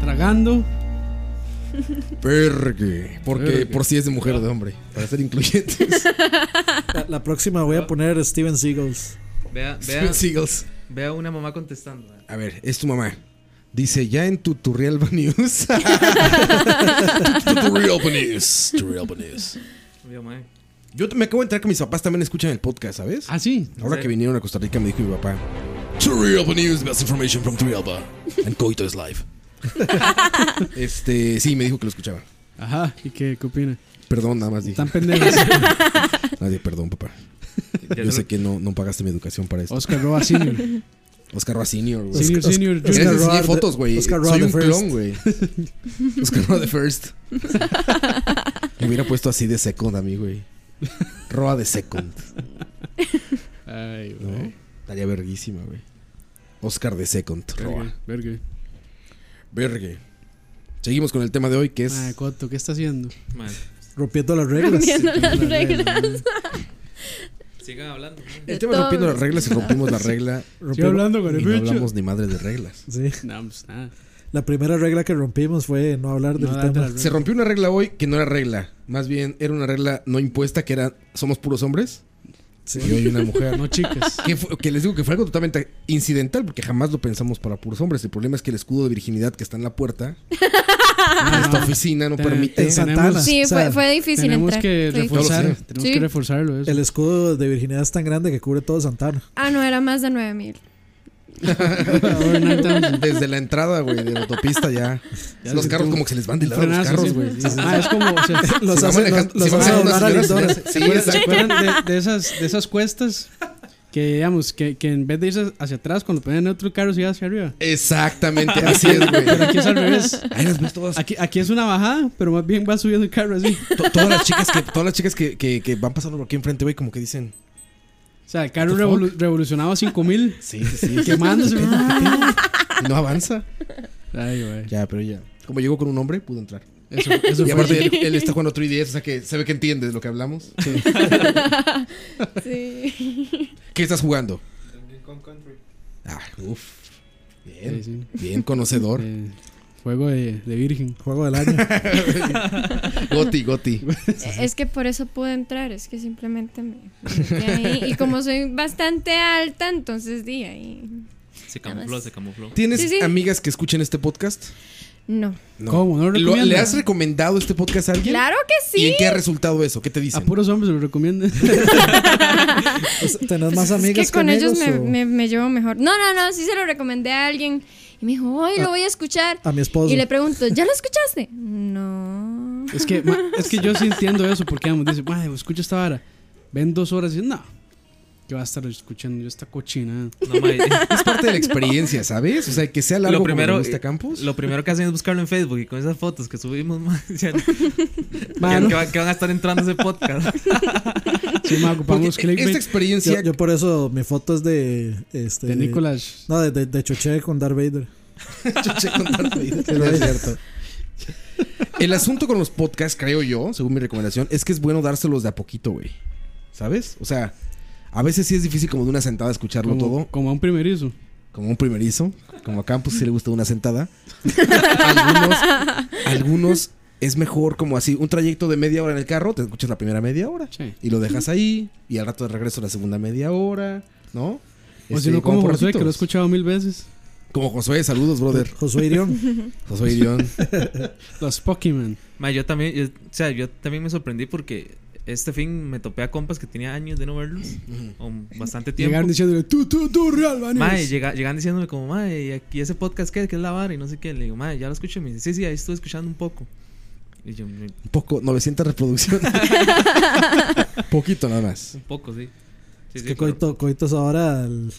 Tragando.
Pergue. Porque
Pergue.
por si es de mujer o de hombre. Para ser incluyentes.
La, la próxima voy a poner Steven Seagulls.
[LAUGHS]
Vea, vea,
Steven Seagulls.
vea una mamá contestando.
A ver, es tu mamá. Dice, ya en tu Turrial News. Turrial News. Turrial News.
Veo,
[LAUGHS]
mae.
Yo me acabo de entrar que mis papás también escuchan el podcast, ¿sabes?
Ah, sí.
Ahora
Sí.
que vinieron a Costa Rica me dijo mi papá. Turrialba News, best information from Turrialba. And Coito is live. este, sí, me dijo que lo escuchaba.
Ajá. ¿Y qué, qué opina?
Perdón, nada más dije.
Están pendejos.
Nadie, perdón, papá.
Ya
Yo
se
sé
lo-
que no, no pagaste mi educación para esto.
Oscar Roa Senior.
Oscar Roa Senior, güey.
Senior,
Oscar-
senior,
Oscar-
junior.
Ya les enseñé
Roa de-
fotos, güey.
Oscar Roa
Soy
the
un
first.
clon, güey. [LAUGHS] Oscar Roa the First. Me hubiera puesto así de second a mí, güey. Roa de second.
Ay,
¿No? Estaría verguísima, güey. Oscar de second, Roa.
Vergue.
Vergue. Seguimos con el tema de hoy que
Ah,
es.
Ay, Coto, ¿qué está haciendo?
Rompiendo las reglas.
Rompiendo las reglas.
Sigan hablando.
El tema es rompiendo las reglas y rompimos la regla.
Rompiendo- hablando [LAUGHS] con el
y no
bicho.
hablamos ni madre de reglas.
Sí.
No, pues nada.
La primera regla que rompimos fue no hablar del tema.
Se rompió una regla hoy que no era regla. Más bien era una regla no impuesta que era somos puros hombres.
Sí.
Y hoy una mujer.
No chicas.
Que, fue- que les digo que fue algo totalmente incidental porque jamás lo pensamos para puros hombres. El problema es que el escudo de virginidad que está en la
[LAUGHS]
puerta de esta oficina no
Te-
permite.
en Santana.
Sí,
O sea,
fue, fue difícil
tenemos
entrar.
que
Fue difícil.
reforzar,
Sí.
tenemos que reforzarlo. Eso.
El escudo de virginidad es tan grande que cubre todo Santana.
Ah, no, era más de 9000.
Desde la entrada, güey, de la autopista ya.
Ya
los
se
carros
tuvo-
como que se les van de lado a los
Frenazo,
carros,
sí.
güey.
Sí, sí. Ah, es como, o sea,
los
va
hace-
manejando-
los-
si
los
va
hace
manejando
doblar
una
al
señora,
lindor.
se le hace-
¿Se
Sí,
acuerdan, se
exacto.
acuerdan de, de esas, de esas cuestas que, digamos, que, que en vez de irse hacia atrás, cuando ponían otro carro, se iba hacia arriba? [LAUGHS]
Exactamente, así es, güey.
Pero aquí es al revés.
Ahí las ves todas.
Aquí, aquí es una bajada, pero más bien va subiendo el carro así.
To- Todas las chicas que, todas las chicas que, que- que van pasando por aquí enfrente, güey, como que dicen.
O sea, el carro revolu revolucionado 5000.
Sí, sí, sí.
[LAUGHS]
[LAUGHS]
Quemándose.
Y no avanza.
Ay, güey.
Ya, pero ya. Como llegó con un hombre, pudo entrar.
Eso, eso
y
fue.
aparte, él, él está jugando 3DS, o sea que se ve que entiendes lo que hablamos.
Sí.
[LAUGHS] ¿Qué estás jugando? Ah, uff. Bien.
Sí, sí.
Bien conocedor.
Eh, juego de, de virgen.
Juego
[LAUGHS]
del año.
Goti, Goti.
E-, Es que por eso pude entrar, es que simplemente me metí ahí. Y como soy bastante alta, entonces di ahí.
Se camufló, se camufló.
¿Tienes
Sí, sí.
amigas que escuchen este podcast?
No.
No.
¿Cómo? ¿No lo
¿Lo- ¿Le
recomiendas?
has recomendado este podcast a alguien?
Claro que sí.
¿Y en qué ha resultado eso? ¿Qué te
A
dicen?
puros hombres se lo recomiendan.
O sea, Pues, ¿Tenés más
Pues Es
amigas
que
que
con ellos me,
amigos o-
me- me llevo mejor. No, no, no, sí se lo recomendé a alguien. Y me dijo, hoy lo voy a escuchar.
A mi esposo.
Y le pregunto, ¿ya lo escuchaste? No.
Es que, ma- es que yo sí entiendo eso, porque digamos, dice, madre, escucha esta vara. Ven dos horas y dicen, no. que va a estar escuchando yo esta cochina. [LAUGHS]
mae.
[LAUGHS] Es parte de la experiencia, ¿sabes? O sea, que sea
[LAUGHS]
largo
Lo
como le
primero, eh,
gusta a Campos.
lo primero que hacen es buscarlo en Facebook y con esas fotos que subimos, [LAUGHS] mae, ya-
[LAUGHS]
Mano.
ya que, va- que van a estar entrando a ese podcast. [LAUGHS]
Sí, ma, ocupamos
Porque
clickbait.
este
esta
Yo, yo por eso mi foto es de. Este,
De Nicolas.
No, de, de, de Choché con Darth
[LAUGHS]
Vader.
Choché con Darth Vader.
Sí, no es cierto.
El asunto con los podcasts, creo yo, según mi recomendación, es que es bueno dárselos de a poquito, güey. ¿Sabes? O sea, a veces sí es difícil como de una sentada escucharlo
Como-
todo.
Como a un primerizo.
Como un primerizo. Como a Campos sí le gusta una
[LAUGHS]
sentada. algunos, algunos es mejor como así, un trayecto de media hora en el carro, te escuchas la primera media hora. Y lo dejas ahí, y al rato de regreso la segunda media hora, ¿no?
O
Este,
si no, como
por
Josué, que lo he
ratitos.
escuchado mil veces.
Como Josué, saludos, brother.
Josué Irión.
Josué
[LAUGHS]
Irión.
Los Pokémon.
Ma, yo también, yo- o sea, yo también me sorprendí porque este fin me topé a compas que tenía años de no verlos, o bastante tiempo.
Llegaron diciéndole, tú, tú, tú, Real Madrid".
Mae, llega, llegan diciéndome como, mae, ¿y aquí ese podcast qué? ¿Qué es la vara? Y no sé qué. Le digo, mae, ya lo escuché. Y me dice, sí, sí, ahí estuve escuchando un poco. Y yo, "Mm,
Un poco,
[LAUGHS]
900 reproducciones. Poquito nada más.
un poco, sí. Sí,
es
sí,
que
claro.
Coito, Coito es ahora el.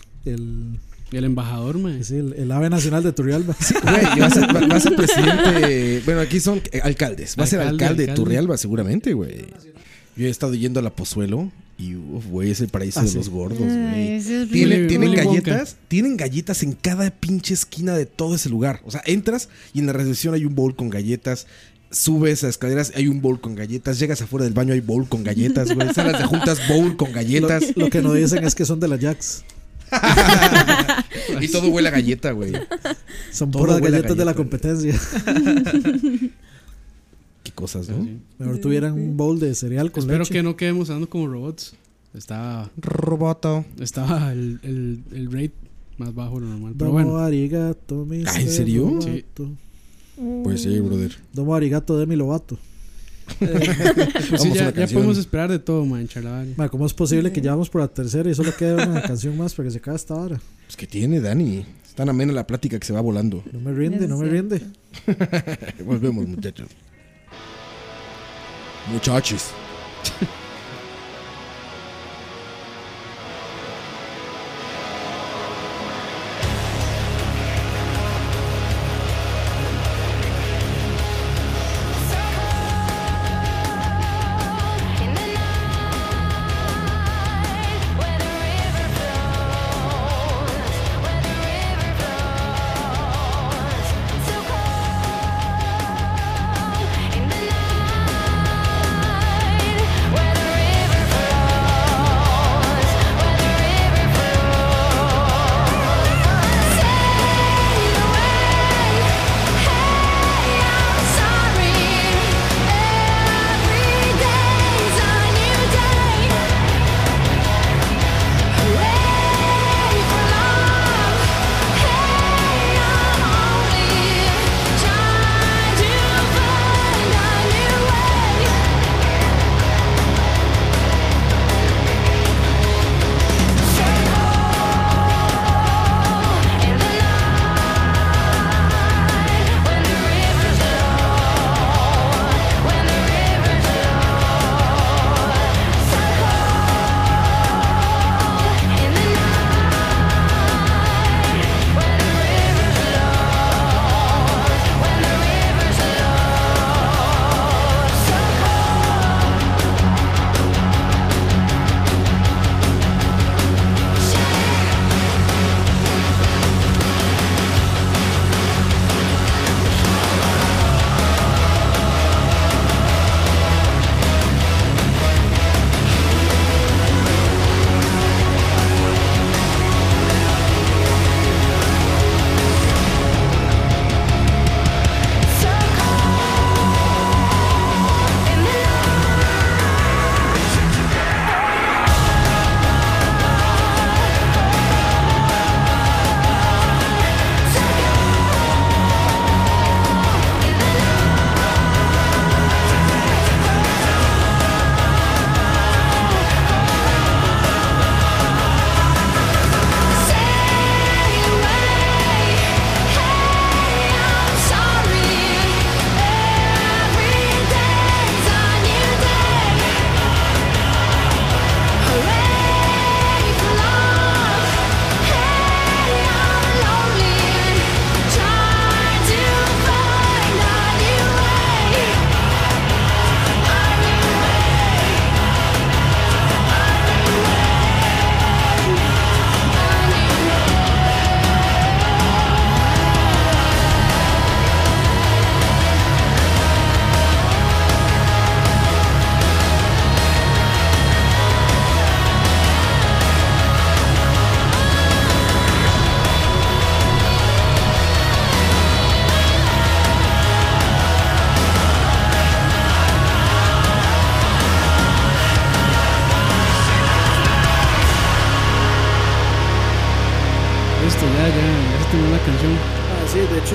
El,
embajador, man.
Sí, el, el ave nacional de Turrialba. [LAUGHS] Sí,
Güey, va a ser, va- va a ser presidente. Bueno, aquí son eh, alcaldes. Va a ser
Alcalde,
alcalde, de
alcalde.
Turrialba, seguramente, güey. Yo he estado yendo a la Pozuelo y, uf, güey, es el paraíso
Ah,
de
sí.
los gordos,
Ay,
güey.
ese es
Tienen,
Willy-
tienen
Willy Wonka.
galletas, tienen galletas en cada pinche esquina de todo ese lugar. O sea, entras y en la recepción hay un bowl con galletas. Subes a escaleras, hay un bowl con galletas. Llegas afuera del baño, hay bowl con galletas, güey. Salas de juntas, bowl con galletas.
Lo, lo que nos dicen es que son de la Jax.
Y todo huele a galleta, güey.
Son
Todo
puras
huele a
galletas de la
galleta,
competencia. [LAUGHS]
Qué cosas, ¿no?
Mejor tuvieran un bowl de cereal con
Espero
leche.
que no quedemos andando como robots. Estaba.
Roboto.
Estaba el, el, el rate más bajo de lo normal. Pero
Domo
bueno.
arigato, mi
Ah, ¿en serio?
Sí.
Sí.
Pues sí, brother.
Domo arigato de mi lobato.
Pues sí, ya, ya podemos esperar de todo, man, charlavaria.
Ma, ¿Cómo es posible que ya vamos por la tercera y solo queda una [LAUGHS] canción más para que se acabe esta hora?
Pues que tiene, Dani. Es tan amena la plática que se va [LAUGHS] volando.
No me rinde, no me
Es
rinde.
Volvemos, muchachos. Muchachos.
Where the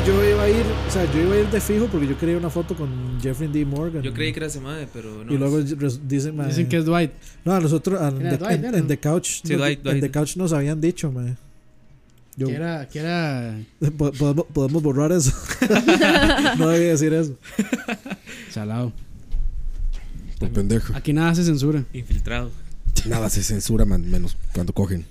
Ah, yo iba a ir, o sea, yo iba a ir de fijo porque yo quería una foto con Jeffrey D. Morgan.
Yo creí que era ese madre, pero no.
y luego res- dicen, mae,
Dicen que es Dwight.
No, a nosotros al-
Era
de-
Dwight,
en,
era.
en The Couch,
Sí,
no-
Dwight,
en
Dwight.
The Couch nos habían dicho, mae. Yo-
Que era, que era.
[LAUGHS] Po- podemos, podemos
[LAUGHS]
borrar eso. no debía decir eso.
Salado.
Por [LAUGHS] pendejo.
Aquí nada se censura.
Infiltrado.
Nada se censura, man, menos cuando cogen.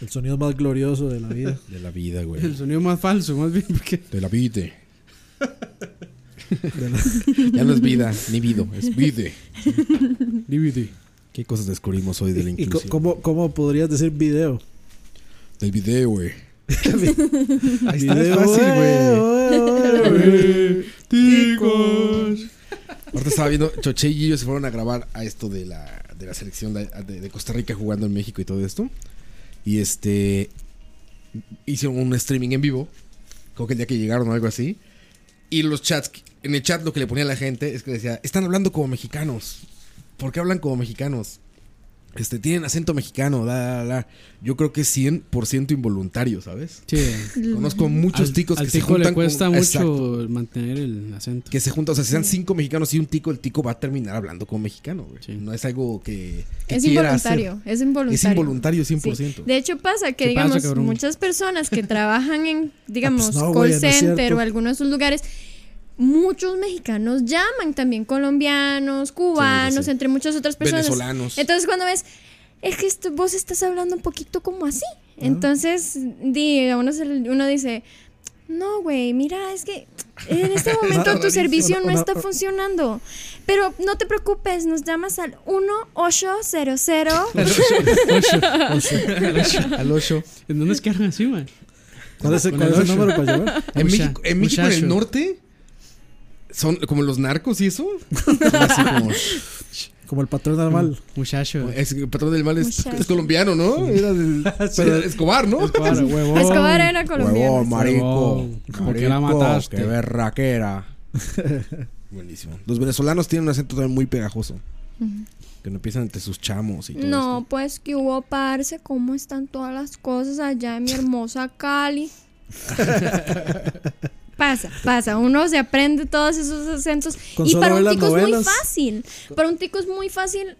El sonido más glorioso de la vida.
De la vida, güey.
El sonido más falso, más bien. Porque...
De la vida. [LAUGHS] Ya no es vida, ni vido, es vide.
DVD.
¿Qué cosas descubrimos hoy de la
¿Y co-
inclusión?
cómo, cómo podrías decir video?
Del video, güey.
Ahí
está, es
[LAUGHS]
fácil,
güey.
Ticos.
Ahorita estaba viendo, Choche y ellos se fueron a grabar a esto de la, de la selección de, de- de Costa Rica jugando en México y todo esto. Y este. Hicieron un streaming en vivo. Creo que el día que llegaron o algo así. Y los chats. En el chat lo que le ponía a la gente es que decía: Están hablando como mexicanos. ¿Por qué hablan como mexicanos? Este, tienen acento mexicano, la, la, la, la. Yo creo que es 100% involuntario, ¿sabes? Conozco muchos
Al-
ticos
al
que se
tico
juntan
le cuesta
con-
mucho
Exacto.
mantener el acento.
Que se junta, o sea, si sean cinco mexicanos y un tico, el tico va a terminar hablando como mexicano, güey. No es algo que, que
Es
quiera hacer.
involuntario,
[LAUGHS]
es involuntario.
Es involuntario 100%.
Sí. De hecho pasa que
¿Qué pasa,
digamos
cabrón?
muchas personas que trabajan en digamos
Ah, pues no,
call
güey, no es
center
cierto.
o algunos de esos lugares muchos mexicanos llaman también colombianos, cubanos,
sí.
entre muchas otras personas.
Venezolanos.
Entonces cuando ves es que esto- vos estás hablando un poquito como así.
Ah.
Entonces di, a uno, se le- uno dice, no, güey, mira, es que en este momento tu
Rarísimo.
servicio no
Una-
está
una-
funcionando. Pero no te preocupes, nos llamas al 1800.
Al 8.
¿En dónde es que eran así, man?
¿Cuál es el-
Con
cuál es el
ocho.
número para llamar?
En
Mucha-
México, en México, en el
muchacho.
norte, son como los narcos
[LAUGHS]
y eso. Son así como,
Como el patrón del mal.
Muchacho.
es- el patrón del mal es,
Muchacho.
es colombiano, ¿no? Era
[LAUGHS]
del- pero Escobar, ¿no?
Escobar, huevón.
Escobar ¿eh? era colombiano.
Huevón, marico.
Huevón. ¿Por qué la
Marico,
mataste?
Qué berraquera.
[LAUGHS]
Buenísimo. Los venezolanos tienen un acento también muy pegajoso.
Ujú.
Que no empiezan entre sus chamos y todo
No, pues que hubo, parce, cómo están todas las cosas allá en mi hermosa
[LAUGHS]
Cali. pasa, pasa, uno se aprende todos esos acentos
Con
y
solo
para
ver
un
las
tico es muy
novelas.
fácil, para un tico es muy fácil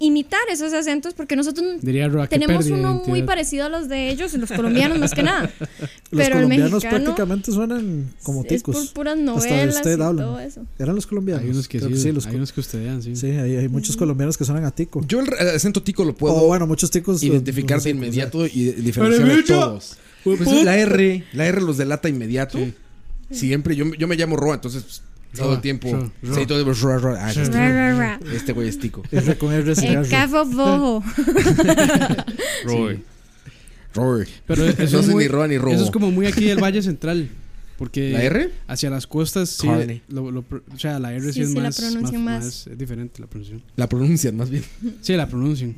imitar esos acentos porque nosotros
Diría Roa, qué
tenemos
pérdida de
uno muy
identidad.
parecido a los de ellos, los colombianos más que nada.
[LAUGHS] Los
Pero el
colombianos
mexicano
prácticamente suenan como
es
ticos.
por puras
Hasta de
novelas
usted
y
hablan.
todo eso.
Eran los colombianos.
Hay unos que
Creo
sí,
los
hay
co-
unos que ustedes sí.
Sí, hay, hay muchos colombianos que suenan a tico.
Yo el re- acento tico lo
Oh,
puedo
O bueno, muchos ticos. eh,
identificar de inmediato y de- diferenciar de
bicho.
todos. Pues es la R, la R los delata inmediato. Siempre, yo, me- yo me llamo Roa, entonces pues, todo el
Roa,
tiempo.
Roa, Roa.
Sí, todo el tiempo, Roa, Roa. Ah, este-
Ra, ra, ra.
Este güey es tico.
R con R se
[LAUGHS] El cabo
[LAUGHS]
bojo.
Roy. Roy.
Pero eso
no
es
sé
muy-
ni Roa ni Robo.
Eso es como muy aquí del Valle Central. Porque
¿La R?
hacia las costas sí.
Carne.
lo- lo pro- o sea, la R sí,
Sí,
es
sí, la
más,
pronuncian
más-
más.
más- Es diferente la pronunciación.
La pronuncian más bien.
Sí, la pronuncian.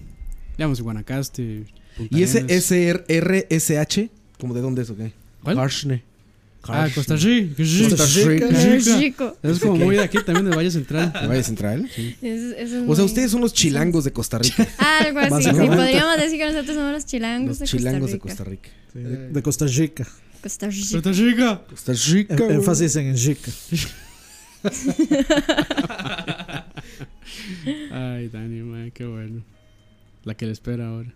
Digamos, Guanacaste. Punta
¿Y ese
Arenas.
SRSH? ¿Como de dónde es o qué?
¿Cuál?
Carne.
Ah, Costa Rica.
Costa Rica.
Costa
Rica.
Eso es como muy de aquí también, del Valle Central.
¿De Valle Central? Sí.
Es- eso es
O sea,
muy-
ustedes son los chilangos de Costa Rica.
Algo así, sí,
Básicamente.
podríamos decir que nosotros somos los chilangos,
Los
de,
chilangos de
Costa
Costa Rica.
De, de Costa Rica.
Rica. Costa Rica.
Rica.
Costa Rica.
En-
güey.
énfasis en Rica.
Ay, Dani, mae, qué bueno. La que le espera ahora.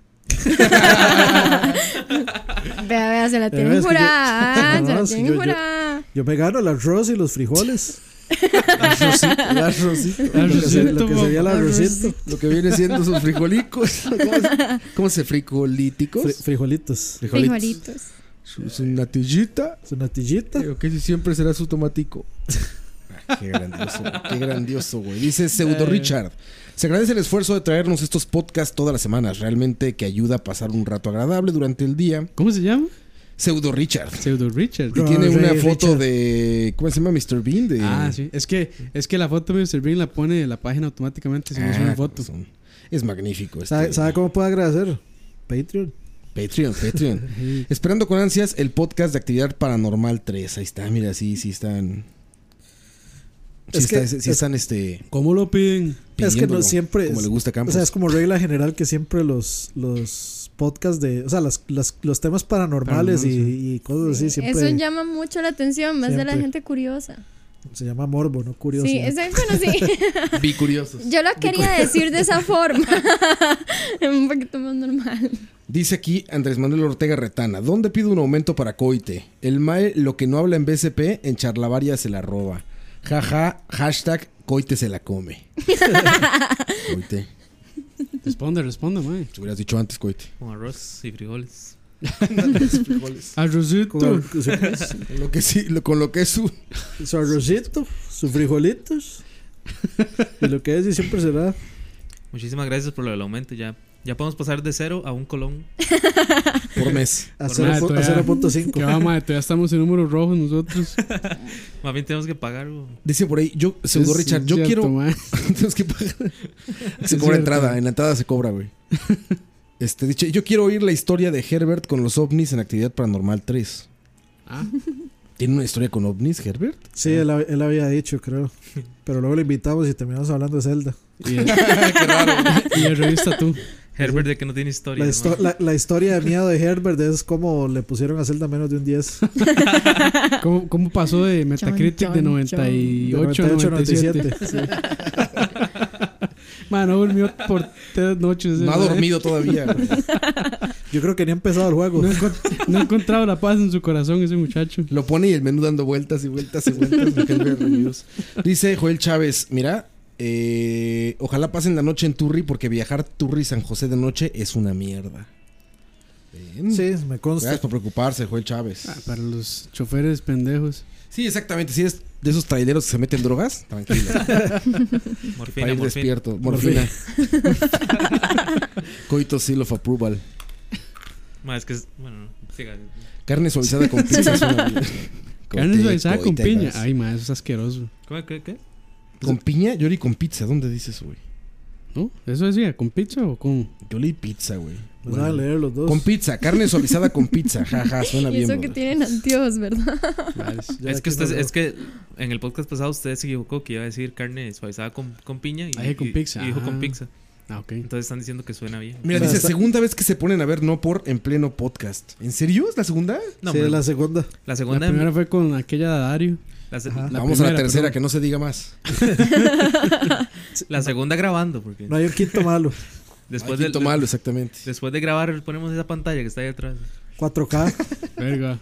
Vea, vea, se la
Eh,
tienen
es que yo-
jurada. se
[LAUGHS] No,
la
es que
tienen
yo- yo-
jurada.
Yo me gano el arroz y los [LAUGHS] frijoles.
El arrocito.
Lo que se- lo que sería el arrocito.
Lo que viene siendo esos [LAUGHS] frijolicos. ¿Cómo se, cómo se- frijolíticos?
pues. frijolitos.
Frijolitos.
Su, su natillita.
Su natillita.
Digo, que si siempre será su tomatico. Ah, Qué grandioso, güey, qué grandioso, güey. Dice Pseudo
Eh.
Richard. Se agradece el esfuerzo de traernos estos podcasts todas las semanas. Realmente que ayuda a pasar un rato agradable durante el día.
¿Cómo se llama?
Pseudo Richard.
Pseudo Richard.
Y tiene una foto de. ¿Cómo se llama? Mr. Bean. De,
Ah, sí. Es que, es que la foto de Mr. Bean la pone la página automáticamente. Si no es
Ah,
una foto.
Es magnífico. este-
¿Sabe, sabe cómo puedo agradecer? Patreon.
Patreon, Patreon. [LAUGHS] Esperando con ansias el podcast de Actividad Paranormal 3. Ahí está, mira, sí, sí están. Sí,
Es que-
está- sí
es-
están este.
¿Cómo lo piden?
Es que no
pidiéndolo,
siempre.
Como le gusta a
O
Campos.
sea, es como regla general que siempre los, los podcasts de. O sea, las, las- los temas paranormales y, y cosas así siempre.
Eso llama mucho la atención, más de la
Siempre.
gente curiosa.
Se llama morbo, no curioso.
Sí, esa- bueno,
[LAUGHS]
sí. [LAUGHS]
Bicuriosos.
Yo lo quería decir de esa forma. [LAUGHS] Un poquito más normal.
Dice aquí Andrés Manuel Ortega Retana, ¿dónde pido un aumento para coite? El mae lo que no habla en BCP, en charlavaria se la roba. Jaja, hashtag coite se la come. [LAUGHS] coite.
Responde, responde, mae.
Te hubieras dicho antes, coite.
Con arroz y frijoles.
Arrocito.
Con lo que sí, lo- con lo que es su.
Su arrocito, sus [LAUGHS] frijolitos. y lo que es y siempre será.
Muchísimas gracias por lo del aumento. Ya, ya podemos pasar de cero a un colón.
Por mes.
A
Por
cero
mes.
pu- a cero punto
[LAUGHS]
cinco.
Que va, mae, todavía estamos en números rojos [LAUGHS] nosotros.
Más bien tenemos que pagar. güey.
Dice por ahí, yo, pseudo
Es-
Richard,
es
yo
cierto,
quiero.
mae.
[LAUGHS] Tienes que
[LAUGHS]
pagar.
Es
Se cobra
cierto.
entrada, en la entrada se cobra, güey. Este, dice, yo quiero oír la historia de Herbert con los ovnis en Actividad Paranormal 3.
Ah.
¿Tiene una historia con ovnis, Herbert?
Sí, él, hab- él había dicho, creo. Pero luego le invitamos y terminamos hablando de Zelda.
Qué raro.
Y el revista tú.
Herbert de que no tiene historia.
La, histo-
hermano.
la- la historia de miedo de Herbert es como le pusieron a Zelda menos de un
[LAUGHS]
10.
¿Cómo, cómo pasó de Metacritic
chon,
de
chon.
98 a
De 98,
97?
97,
Mano, durmió por tres noches.
No ha
ese,
dormido
mae.
todavía, güey. Yo creo que ni ha empezado el juego.
No, encont- no ha encontrado la paz en su corazón ese muchacho.
Lo pone y el menú dando vueltas y vueltas y vueltas. lo que él ve en reviews. Dice Joel Chávez, mira, eh, ojalá pasen la noche en Turri porque viajar Turri-San José de noche es una mierda. Bien.
[LAUGHS] Sí, me consta.
Gracias por preocuparse, Joel Chávez.
Para los choferes pendejos.
Sí, exactamente. Si eres de esos traileros que se meten drogas,
[LAUGHS]
tranquilo.
Morfina,
Para ir
morfina.
despierto. Morfina. [LAUGHS] Coito seal of approval.
Ma, es que es- bueno, no, siga.
Carne suavizada [LAUGHS] con piña. suena bien.
[LAUGHS] Carne
Coite-
suavizada con
coite,
piña.
gas.
Ay, pues, mae, eso es asqueroso.
¿Cómo, ¿Qué? ¿Qué?
¿Con piña? Yo leí con pizza. ¿Dónde dices, güey?
¿No? ¿Eso decía? ¿Con pizza o con...?
Yo leí pizza, güey.
Pues nada, leer los dos.
Con pizza. Carne suavizada con
[LAUGHS]
pizza. Jaja, suena
y
bien.
eso
brother.
que tienen anteojos, ¿verdad?
Es que, usted, es que en el podcast pasado usted se equivocó que iba a decir carne suavizada con, con piña y,
Ah, dije con
y-
pizza.
y dijo
Ah.
con pizza.
Ah, ok.
Entonces están diciendo que suena bien.
Mira, dice, segunda vez que se ponen a ver no por en pleno podcast. ¿En serio? ¿Es la segunda?
No, Sí, hombre. la
segunda.
La segunda-
La primera fue con aquella de Dario.
La se-
Ajá.
Vamos a la
primera,
tercera,
perdón.
que no se diga más.
La segunda grabando. Porque
No hay un quinto malo.
después
Hay
del-
quinto malo, exactamente.
Después de grabar ponemos esa pantalla que está ahí atrás.
4K.
Verga.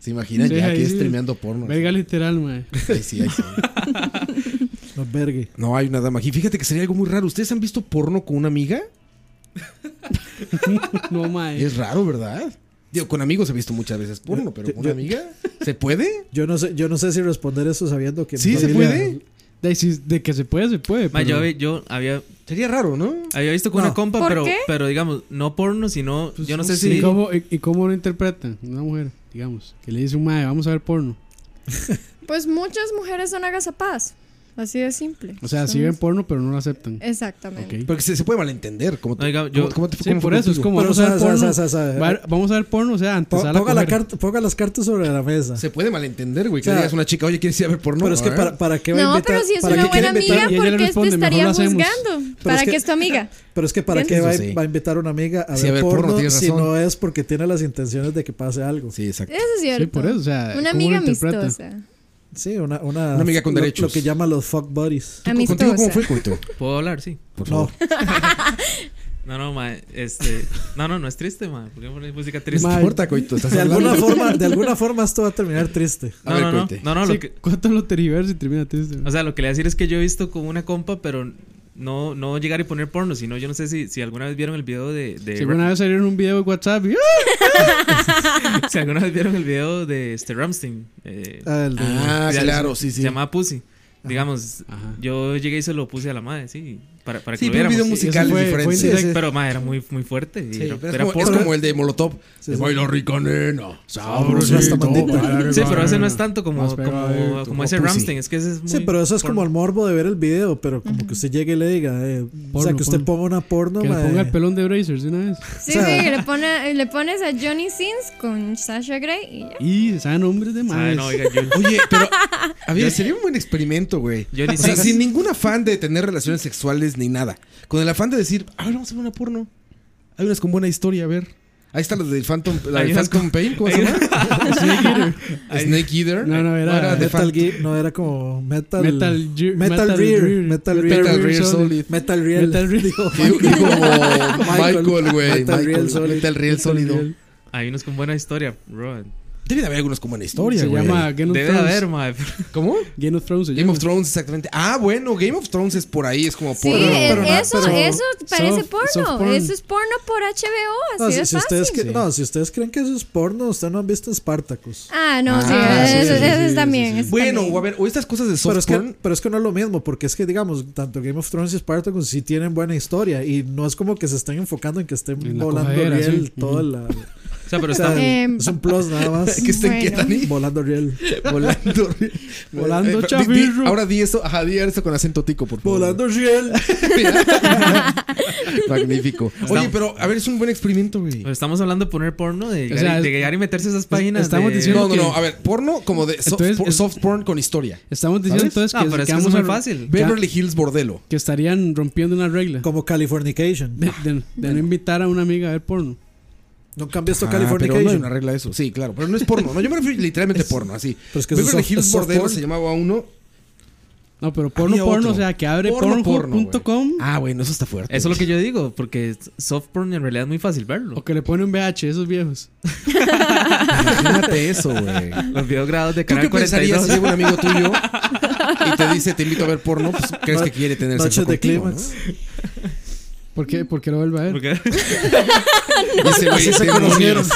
¿Se imaginan ya
Deja
que
ahí,
streameando porno?
Verga literal, mae.
Ahí sí, ahí sí.
No, vergue.
No, hay una dama aquí. Fíjate que sería algo muy raro. ¿Ustedes han visto porno con una amiga?
[LAUGHS] no, mae.
Es raro, ¿verdad? Digo, con amigos he visto muchas veces porno, pero con una amiga. ¿Se puede?
Yo no sé, yo no sé si responder eso sabiendo [LAUGHS] que.
Sí,
mi
se
familia-
puede.
De, si- de que se puede, se puede.
Ma, yo,
pero-
vi- yo había.
Sería raro, ¿no?
Había visto con
No.
una compa,
¿Por
pero,
qué?
pero digamos, no porno, sino. yo no sé
Sí,
si.
¿Y cómo, y, y cómo lo interpretan? Una mujer, digamos, que le dice un mae, vamos a ver porno.
Pues muchas mujeres son agazapadas. Así de simple.
O sea, sí
Son-
ven porno, pero no lo aceptan.
Exactamente.
Porque se, se puede malentender. Como te,
Oiga, yo-
como- como te-
Sí,
como
por
fue
eso es
contigo.
como
Pero,
vamos
o
a
sea, o
ver
sea,
porno.
o sea, o sea,
Va- vamos a ver porno, o sea, antes
Po-
a
ponga, la
coger.
carta- ponga las cartas sobre la mesa.
Se puede malentender, güey. Que
O sea,
le digas a una chica, oye, ¿quieres ir a ver porno?
pero es que
A ver.
para- para qué va a
No,
invitar-
pero si es
¿para
una
qué quiere
buena amiga,
invitar? Y ella le
porque te
responde, mejor
estaría
lo hacemos.
juzgando.
Pero
Para
es
que,
que-
es tu amiga.
Pero es que para qué
Eso
va,
sí.
va a invitar a una amiga a
Sí,
ver, porno,
tienes
si
razón.
no es porque tiene las intenciones de que pase algo.
Sí, exacto.
Eso es cierto.
Sí, por eso, o sea, ¿cómo
una
lo
amiga
interpreta?
amistosa.
[LAUGHS] Sí, una, una,
Una amiga con
lo-
derechos.
Lo que llaman los fuck buddies.
¿Tú- Amistosa. contigo cómo fue,
Coito?
¿Puedo hablar? Sí.
Por
No.
No, no, ma, este, no, no, no es triste, ma. ¿Por qué pones música triste?
Mae, de alguna forma, de alguna forma esto va a terminar triste.
[LAUGHS]
[LAUGHS] No, no, no, no, no, lo
Sí,
que-
¿Cuánto lo tergiversa y termina triste?
o sea, lo que le voy a decir es que yo he visto con una compa, pero no, no llegar y poner porno, sino yo no sé si, si alguna vez vieron el video de, de
Si alguna vez salieron un video de WhatsApp
[LAUGHS]
y... ¡ah!
si alguna vez vieron el video de este Ramstein. eh,
Ah, el de- Ah,
se-
claro,
se-
sí, sí.
Se llamaba Pussy. Digamos, yo llegué y se lo puse a la madre, sí. Para, para
Sí,
que lo
pero un
viéramos.
video musical es diferente. Sí, sí.
Pero ma, era muy, muy fuerte. y
Sí,
era,
pero es
era
como- es
porno.
como el de Molotov. Sí, Te sí. baila rica, nena, sabrosito, baila
Sí, pero ese
rica,
no es tanto como,
más pegadito,
como, como ese
como pussy.
Ramstein. Es que ese es muy
Sí, pero eso es
porno.
como el morbo de ver el video, pero como que usted llegue y le diga, eh, o sea,
Porno,
que usted
porno.
ponga una porno, eh,
que le
mae.
ponga el pelón de Brazers de una vez.
Sí, sí, le, pone- le pones a Johnny Sins con Sasha Grey y ya.
Y saben nombres de
Saben,
Ah,
más. [LAUGHS]
oiga, Jul. Oye, pero A ver, sería un buen experimento, güey.
Yo ni
O sea,
sé.
sin ningún afán de tener relaciones sexuales ni nada. Con el afán de decir, a ver, vamos a ver una porno. Hay unas con buena historia, a ver. Ahí está la del Phantom, la
Hay
del
unas
Phantom
con-
Pain, ¿cómo se llama? [LAUGHS]
Snake Eater.
Snake Eater.
No, no, era,
de
Metal
Phantom-
Gear, no, era como Metal
Metal Gear-
Metal
Metal
Rear,
Gear-
Metal
Metal
Rear,
Rear Solid.
Metal Real,
Metal Rear.
[LAUGHS] dijo
Digo- digo Michael, güey,
Metal
Michael,
Real Solid.
Metal Real Sólido.
Hay unos con buena historia,
[LAUGHS]
bro.
Debe de haber algunos con buena historia,
Se
güey.
llama Game of Debe Thrones. haber, mae.
¿Cómo?
Game of Thrones.
Game of Thrones, exactamente. Ah, bueno, Game of Thrones es por ahí, es como
Sí,
por.
es- eso, eso parece
soft-
porno.
soft porn.
Eso es porno por HBO,
No,
así
si,
de
si
fácil.
ustedes que- no, si ustedes creen que eso es porno, ustedes no han visto Spartacus.
Ah, no, sí,
Ah, sí,
eso,
sí,
eso
sí,
es
sí,
también. eso
Bueno,
también.
o a ver, o estas cosas de soft
Pero es, que,
porn.
pero es que no es lo mismo, porque es que, digamos, tanto Game of Thrones y Spartacus sí tienen buena historia y no es como que se estén enfocando en que estén
la
volando
cojera,
riel
sí.
toda
Ujú.
la. O
sea, pero
está-
el- es un plus nada más.
Que estén Bueno. quietas, ¿eh?
Volando riel.
[LAUGHS] Volando riel.
Volando
Eh, di-
chavirro.
di- Ahora di eso, ajá, di eso con acento tico, por favor.
Volando riel.
Magnífico. Oye, pero a ver, es un buen experimento, güey.
Estamos hablando de poner porno, de llegar,
O sea,
y, de llegar y meterse a esas páginas. de-
No, no, no. A ver, porno como de soft,
Entonces,
por-
es-
soft porn con historia.
Estamos diciendo
¿Sabes?
entonces
Ah,
que, vamos a-
Beverly
que-
Hills Bordelo.
Que estarían rompiendo una regla.
Como Californication.
De, de- de no invitar a una amiga a ver porno.
No cambias esto
Ah,
Californication.
Pero no hay una regla de eso. Sí, claro. Pero no es porno. No, yo me refiero literalmente porno, así.
pero es que eso es
Beverly
soft-
Hills
es soft
Bordelo
porn.
se llamaba uno.
No, pero porno,
Había
porno,
otro.
o sea, que abre
Porno,
pornhub.com.
Ah, bueno, eso está fuerte.
Eso es lo que yo digo, porque soft porn en realidad es muy fácil verlo.
O que le pone un VH, esos viejos.
Imagínate eso, güey.
Los videos grabados de
¿Tú qué
Canal 42.
pensarías si llega un amigo tuyo y te dice, te invito a ver porno? Pues crees que quiere tener
Noches
sexo
de
contigo,
clímax.
¿Por qué, por qué lo vuelve a ver?
[LAUGHS] ¿no? Dice, güey,
Así se
demonios.
conocieron.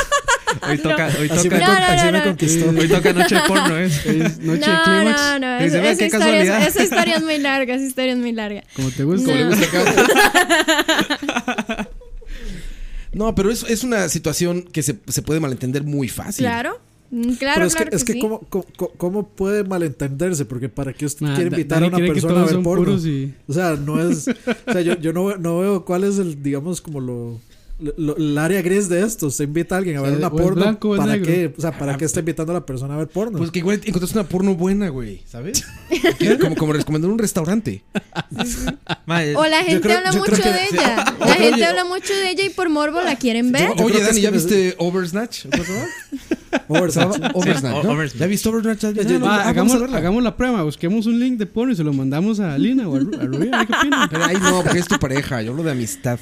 Hoy toca, hoy
Así
toca.
me con- No, no, así me no, no. conquistó.
Hoy toca noche de
[LAUGHS]
porno, ¿eh?
Es noche
No,
de clímax.
no, no,
Y
eso-
dice, "Ve,
esa, historia
qué
es,
casualidad".
esa historia es muy larga, esa historia es muy
[LAUGHS]
larga.
Como te gusta.
No.
[LAUGHS] No, pero es, es una situación que se, se puede malentender muy fácil.
Claro, mm, claro,
pero es
claro
que, es que
sí.
¿cómo, cómo, cómo- cómo puede malentenderse? Porque para qué usted
Ah,
quiere
Da-
invitar
Dani
a una
cree que
persona a
todos
ver
son
porno.
puros y-
O sea, no es. O sea, yo, yo no, ve- no veo cuál es el, digamos, como lo. lo- el área gris de esto, usted invita a alguien a ver
O
una
es
porno.
blanco o es
¿Para
negro. Ah, pues,
qué? O sea, ¿para qué está invitando a la persona a ver porno?
Pues que igual encontraste una porno buena, güey, ¿sabes? Que Como, como recomendar un restaurante.
eh,
eh,
O la gente habla mucho
[LAUGHS]
de ella. La gente habla mucho de ella y por morbo la quieren ver. [LAUGHS]
Oye, Dani, ¿ya viste Oversnatch? ¿Cómo se llama?
[LAUGHS] Oversnatch.
Oversnatch, ¿no?
Oversnatch.
¿Ya viste Oversnatch? Ya- ya- ya-
Va,
vamos a
hagamos,
verla.
hagamos la prueba, busquemos un link de porno y se lo mandamos a Lina o a, Ru- a Rubí. a ver qué opinan. [LAUGHS]
Pero, ay, no, porque es tu pareja. Yo hablo de amistad.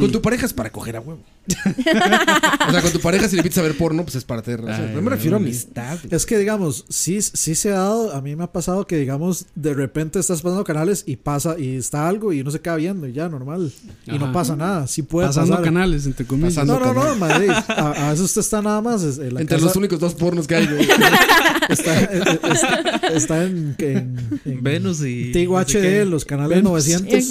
Con tu pareja es para coger a huevo. o sea, con tu pareja si le invitas a ver porno, pues es para tener relaciones. Pero me refiero a amistad.
Es que, digamos, sí, sí se ha dado. A mí me ha pasado que, digamos, de repente estás pasando canales y pasa, y está algo y uno se queda viendo y ya, normal. Y no
Ajá.
pasa nada. Sí puede
Pasando
pasar.
canales, entre comillas.
no, no, no,
canales.
madre. A, a veces usted está nada más. es- en la
Entre
casa-
los únicos dos pornos que hay, güey.
Está, eh, eh, está, [LAUGHS] está en, en, en
Venus y.
Tigo
no sé qué.
HD, los canales
Venus.
900.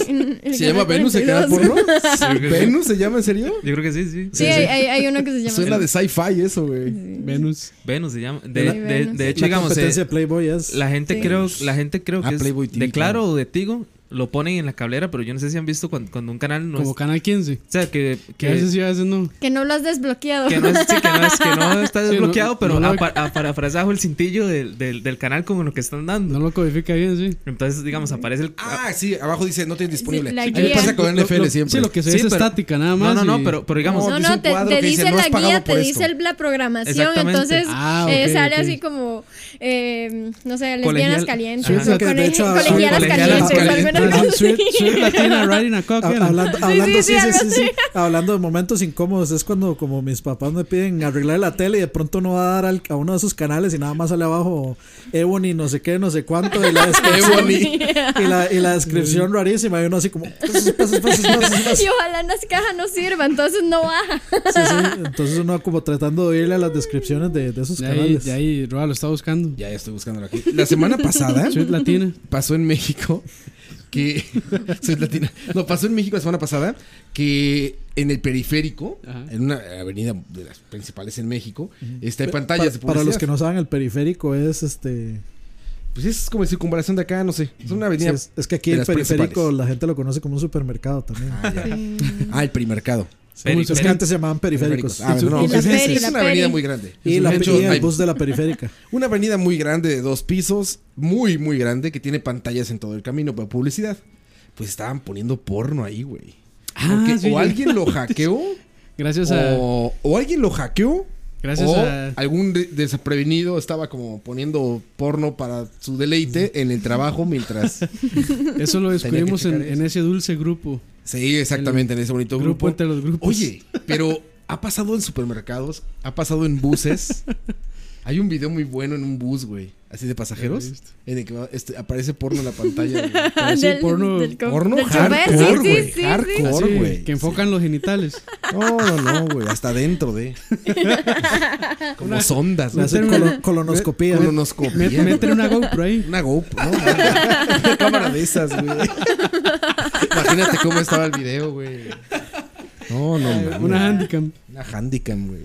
¿Se
[LAUGHS]
llama Venus el canal porno? [LAUGHS] ¿Venus se llama en serio?
Yo creo que sí, sí.
Sí, hay, hay- hay uno que se llama.
Suena de sci-fi eso, güey.
Venus.
Venus se llama. De,
La-
de- de-
Venus.
de hecho,
La
digamos.
competencia
eh,
de Playboy es
La gente,
Sí.
creo, la gente creo que
Ah,
es
Playboy TV,
de Claro o de Tigo. Lo ponen en la cablera, pero yo no sé si han visto cuando, cuando un canal no
Como
es-
Canal 15.
O sea, que.
Que a veces sí, a veces no.
Que no lo has desbloqueado.
Que no, es, sí, que no es- que no está
[LAUGHS] Sí, no-
desbloqueado,
no
pero
lo-
apa- a- parafrasea bajo el cintillo del, del- del canal con lo que están dando.
No lo codifica bien, sí.
Entonces, digamos, aparece el.
Ah, sí, abajo dice no tienes disponible.
Sí, la
Ahí
guía.
me pasa con
Lo- lo-
NFL
lo-
siempre.
sí, lo que se ve es estática, nada más
No, no,
y-
no, pero, pero digamos.
No,
dice
no,
un
te,
cuadro
te
que dice,
dice
"No
la
has pagado
guía,
por
te dice
esto".
el- la programación,
Exactamente.
entonces
Ah,
eh,
ok,
sale
ok.
así como, eh, no sé, lesbianas
Colegial-
calientes,
Ajá.
o
Sí, que de
cole-
hecho-
colegialas
Colegialas
calientes, o alguna cosa así.
Ha- Hablando,
Sí,
hablando,
sí, sí,
sí, sí,
algo
sí,
así.
sí. Hablando de momentos incómodos, es cuando como mis papás me piden arreglar la tele y de pronto no va a dar al- a uno de esos canales y nada más sale abajo Ebony, no sé qué, no sé cuánto, y
[LAUGHS]
la descripción,
Ebony. [LAUGHS]
y la, y la descripción rarísima, y uno así como, pasos, pasos, pasos, pasos, pasos.
Y ojalá en las cajas no sirva, entonces no baja.
Sí, sí, entonces uno como tratando de oírle a las descripciones de, de esos
De ahí,
canales.
de ahí, Roa lo está buscando.
Ya, ya estoy buscándolo aquí. La semana pasada
Soy latina.
pasó en México que [LAUGHS] soy latina. No, pasó en México la semana pasada que en el periférico, en una avenida de las principales en México, está hay pantallas de
Pa- Para los
publicidad.
que no saben, el periférico es este.
Pues es como circunvalación de acá, no sé. Es una avenida.
Sí, es, es que aquí
Pues de
el
las
periférico
principales.
la gente lo conoce como un supermercado también.
Ah, el primercado.
Sí, Como es que antes se llamaban periféricos.
Ah, bueno, no,
Y la
es,
peri,
es
la
una
peri.
avenida muy grande.
Y la-
hecho,
y el
hay-
bus de la
[LAUGHS]
periférica.
Una avenida muy grande de dos pisos, muy, muy grande, que tiene pantallas en todo el camino para publicidad. Pues estaban poniendo porno ahí, güey. Porque
Ah, sí,
o
yo-
alguien
[LAUGHS]
lo hackeó.
Gracias a-
O, o alguien lo hackeó.
Gracias
o
a-
algún de- desprevenido estaba como poniendo porno para su deleite en el trabajo mientras.
[LAUGHS] Eso
tenía
lo
que
descubrimos en,
checar eso.
en ese
[LAUGHS]
dulce grupo.
Sí, exactamente, en ese bonito grupo.
entre los grupos.
Oye, pero ha pasado en supermercados, ha pasado en buses. Hay un video muy bueno en un bus, güey, así de
Ya lo he
pasajeros,
visto.
en el que va- este, aparece porno en la pantalla. güey.
Pero sí,
Del-
porno,
del co-
porno
del chofer, sí,
hardcore,
sí,
güey.
sí, sí.
hardcore,
Así,
güey.
que enfocan los genitales.
No, no, no, güey, hasta dentro de. Como sondas,
Le
güey.
hacen colo- colonoscopía.
Colonoscopía.
Met-
güey.
meten una
[LAUGHS]
GoPro ahí.
Una GoPro, no, güey. Una cámara de esas, güey. Imagínate cómo estaba el video, güey. No, no,
Eh,
mames.
una handicam.
Una handicam, güey.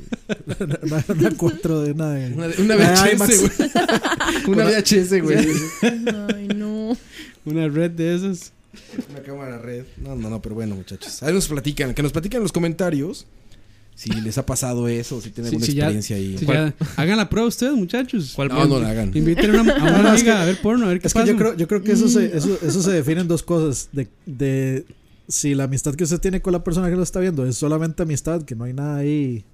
una, una cuatro de una de.
Una, una VHS, güey. [LAUGHS] Una VHS, güey.
Ay, no.
Una red de esas.
Una cámara red. No, no, no, pero bueno, muchachos. Ahí nos platican, que nos platican en los comentarios si les ha pasado eso, si tienen
Sí,
alguna
sí, ya-
experiencia ahí.
sí, ya. Hagan la prueba ustedes, muchachos.
No, porno? no la hagan.
Inviten a una, a una
No, no, es
amiga
que-
a ver porno, a ver qué
es
pasa.
Que yo, creo, yo creo que eso se, eso, eso se define en dos cosas. De, de si la amistad que usted tiene con la persona que lo está viendo es solamente amistad, que no hay nada ahí